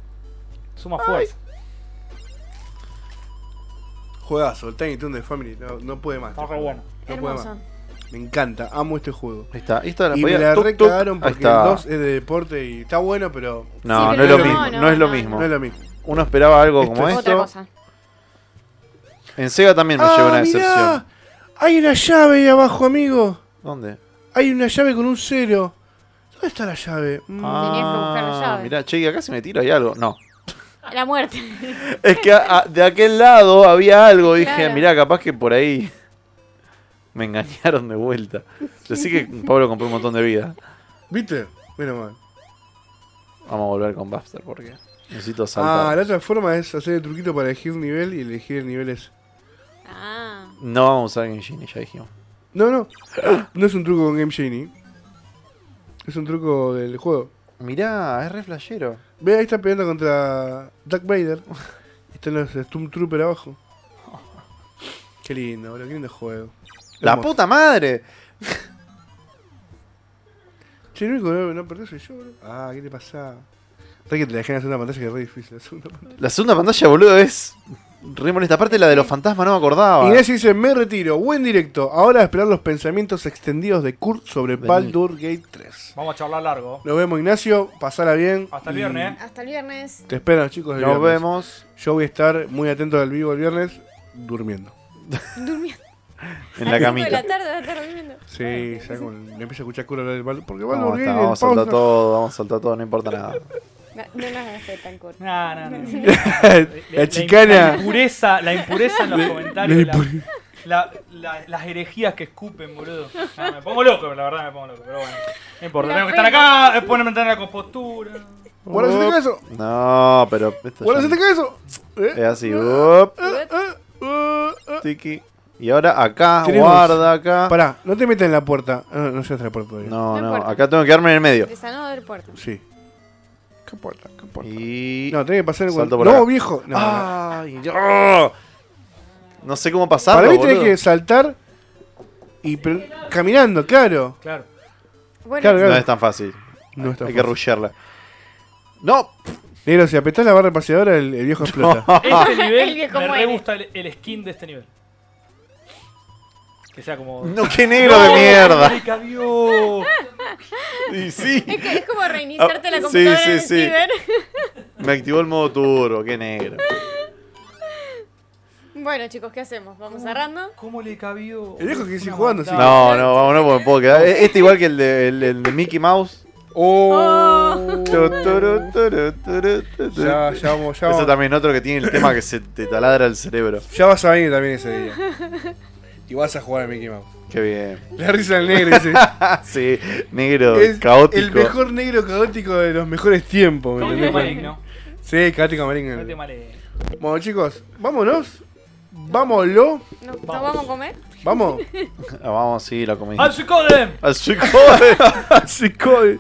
Suma fuerza.
Juegazo, el Tiny Toon de Family. No, no puede más. este
Está re bueno.
No puede más.
hermoso.
Me encanta, amo este juego.
Ahí está, ahí está la
Y
podía-
me la
tuc, tuc.
recagaron
Ahí
porque el
está.
2 es de deporte y está bueno, pero
No,
Sí,
no es
pero
lo mismo, no, es lo mismo.
no es lo mismo.
Uno esperaba algo como
Esto-
Otra
esto.
cosa.
En Sega también
Ah,
me lleva una decepción.
Hay una llave ahí abajo, amigo.
¿Dónde?
Hay una llave con un cero. ¿Dónde está la llave? Mm.
Tenías que buscar la llave.
Ah, Mirá, che, y acá si me tiro hay algo. No.
La muerte.
Es que a- a- de aquel lado había algo. Dije,
Claro.
mirá, capaz que por ahí me engañaron de vuelta. Así que Pablo compró un montón de vida.
¿Viste? Menos mal.
Vamos a volver con Buster porque necesito
Ah,
saltar.
la otra forma es hacer el truquito para elegir nivel y elegir el nivel ese.
Ah.
No vamos a usar Genshin, ya dijimos.
No, no. No es un truco con Game Genie. Es un truco del juego.
Mirá, es re flashero.
Ve, ahí está peleando contra Duck Vader. Están los Stormtrooper abajo. Qué lindo, boludo. Qué lindo juego.
¡La
Hermoso.
puta madre!
Che, el único que no, no perdió soy yo, boludo. Ah, ¿qué te pasa? Re que te la dejé en la segunda pantalla que es re difícil la segunda pantalla.
La segunda pantalla, boludo, es re molesta. Aparte, la de los fantasmas no me acordaba.
Inés dice, me retiro, buen directo. Ahora a esperar los pensamientos extendidos de Kurt sobre
Vení.
Baldur Gate 3.
Vamos a charlar largo.
Nos vemos, Ignacio. Pasala bien.
Hasta el
y
viernes, eh.
Hasta el viernes.
Te esperan, los chicos. el
Nos
viernes.
vemos
Yo voy a estar muy atento al vivo el viernes, durmiendo.
Durmiendo.
en la
A las cinco
camita.
de la tarde va a estar durmiendo.
Sí, Eh, ya como me empiezo a escuchar Kurt hablar del Baldur. Porque
Vamos,
Baldur
a
Gate. el
vamos a saltar
Panzer-
todo, vamos a saltar todo, no importa nada.
No, no nos dejé tan corto.
No, no, no.
la
La
chicana.
impureza, la impureza en los comentarios.
la
la- la- la- las herejías que escupen, boludo. Ah, me pongo loco, la verdad me pongo loco, pero bueno. No importa,
La
tengo que estar
pena.
acá, eh, ponerme en la compostura.
Guarda, se te cae eso.
No, pero esto
Guarda,
ya
se te cae eso. Eh,
es así. Up,
eh, eh, eh.
tiki. Y ahora acá,
Tenemos-
guarda acá.
Pará, no te metas en la puerta. Ah, No, no seas la puerta todavía.
No,
No
no,
importa.
acá tengo que quedarme en el medio.
Te sanó del puerto.
Sí. ¿Qué puerta? ¿Qué puerta?
Y.
No, tenés que pasar el
Salto
No,
por acá.
viejo. No, no.
Ay, no. No sé cómo pasarlo.
Para mí
boludo.
tenés que saltar y pre- caminando, claro.
Claro.
Bueno,
Claro,
No es tan fácil.
No está
Hay que
fácil.
rushearla. No,
Negro, si apretás la barra espaciadora, el, el viejo explota.
Este
El
nivel,
viejo
me re
muere.
gusta el, el skin de este nivel. Que sea como...
no, qué negro de mierda.
¡Marica, Dios!
Y sí,
es, que es como reiniciarte
Ah,
la
sí,
computadora
sí,
en el
sí.
ciber.
me activó el modo turbo, qué negro.
Bueno, chicos, ¿qué hacemos? ¿Vamos cerrando?
¿Cómo le cabió?
El viejo que
una
sigue jugando,
maldad?
sí.
No, no, vamos, no me puedo quedar. E- Este igual que el de, el- el de Mickey Mouse.
Oh.
Tu, turu, turu, turu, tu, tu.
Ya, ya, vamos- ya,
Eso
vamos-
también otro que tiene el tema que se te taladra el cerebro.
ya vas a venir también ese día. Y vas a jugar a Mickey Mouse.
Qué bien.
La risa del negro, dice.
sí, negro,
Es
caótico.
El mejor negro caótico de los mejores tiempos, ¿me
Caótico
entendés?
maligno.
Sí, caótico maligno.
Caótico maligno.
Bueno, chicos, vámonos. Vámonos.
¿No, ¿no
Vamos.
vamos a comer?
Vamos.
Ah, vamos, sí, la comida.
¡Al Suicoden!
Al Suicode.
Así coi.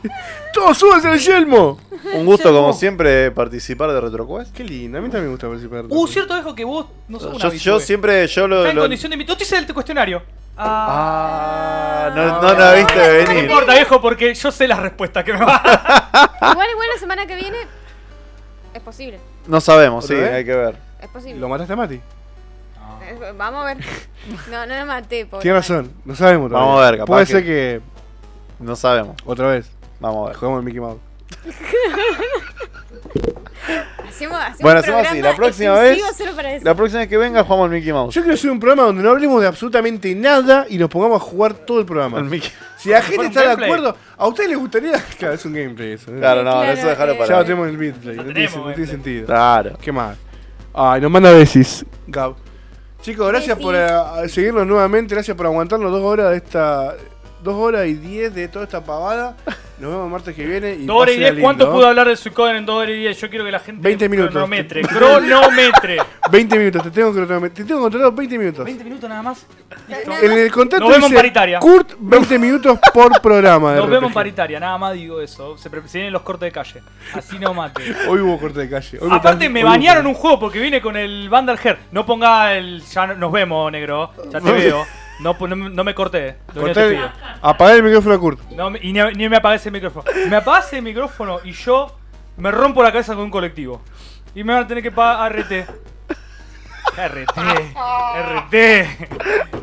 Todos subas al yelmo.
Un gusto, como siempre, participar de RetroQuest.
Qué lindo, a mí también me gusta participar.
Uh, cierto viejo que vos no sos una
Yo, yo siempre, yo lo.
Está en
lo-
condición de invitar. No te hice el cuestionario. Ah,
Ah, no, no la viste
no
venir.
importa, viejo, porque yo sé las respuestas que me va a
Igual, igual la semana que viene es posible.
No sabemos, sí,
¿Otra vez?
hay que ver.
Es posible.
¿Lo mataste a Mati?
Eh, Vamos a ver. No, no la maté. pobre
Tienes
Mati.
razón, no sabemos todavía.
Vamos a ver, capaz
Puede
que-
ser que
No sabemos.
otra vez
Vamos a ver.
jugamos el Mickey Mouse.
Hacemos, hacemos
Bueno,
un
hacemos así,
programa
la próxima vez-
exclusivo solo para eso.
La próxima vez que venga jugamos al Mickey Mouse.
Yo quiero hacer un programa donde no hablemos de absolutamente nada y nos pongamos a jugar todo el
Al
programa.
Mickey-
Si la gente
fuera un
está de
gameplay.
acuerdo, a ustedes les gustaría. Claro, es un gameplay eso. ¿eh?
Claro, no,
Claro,
eso déjalo
eh.
Ya lo
para.
tenemos en el beatplay, no,
Lo
tiene,
tenemos,
no tiene
gameplay.
sentido.
Claro.
¿Qué más? Ay, nos manda besis. Gab. Chicos, gracias
Besis.
por eh, seguirnos nuevamente, gracias por aguantarnos dos horas de esta. Dos horas y diez de toda esta pavada. Nos vemos el martes que viene. Y
2 horas y
pásenla
10. ¿Cuánto
lindo, ¿eh?
pudo
¿no?
hablar de Suicoden en 2 horas y 10? Yo quiero que la gente.
20 minutos.
Cronometre. Cronometre.
20 minutos, te tengo que controlar. Te tengo controlado 20 minutos.
20 minutos nada más.
Nada
En el contrato
Nos vemos
dice
en paritaria.
Kurt, 20 minutos por programa. de
Nos vemos en
RPG.
paritaria. Nada más digo eso. Se, pre- se vienen los cortes de calle. Así no mate.
Hoy hubo corte de calle. hoy
Aparte
tan-
me
hoy hubo-
bañaron un juego porque vine con el Vanderheer. No ponga el. Ya no- nos vemos, negro. Ya te veo. No, pon- no, me corté. Lo único que te
Cortá el-
pido.
Apagá el micrófono a Kurt.
No, me- y ni, ni me apagues el micrófono. Me apagas el micrófono y yo me rompo la cabeza con un colectivo. Y me van a tener que pagar RT. RT. RT.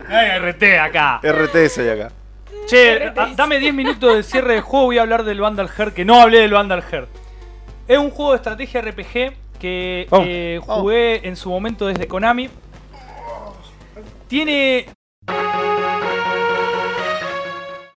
No hay RT acá.
RTS y acá.
Che, a- dame 10 minutos de cierre de juego. Voy a hablar del Vandal Heart, que no hablé del Vandal Heart. Es un juego de estrategia RPG que
Vamos,
eh, jugué en su momento desde Konami. Tiene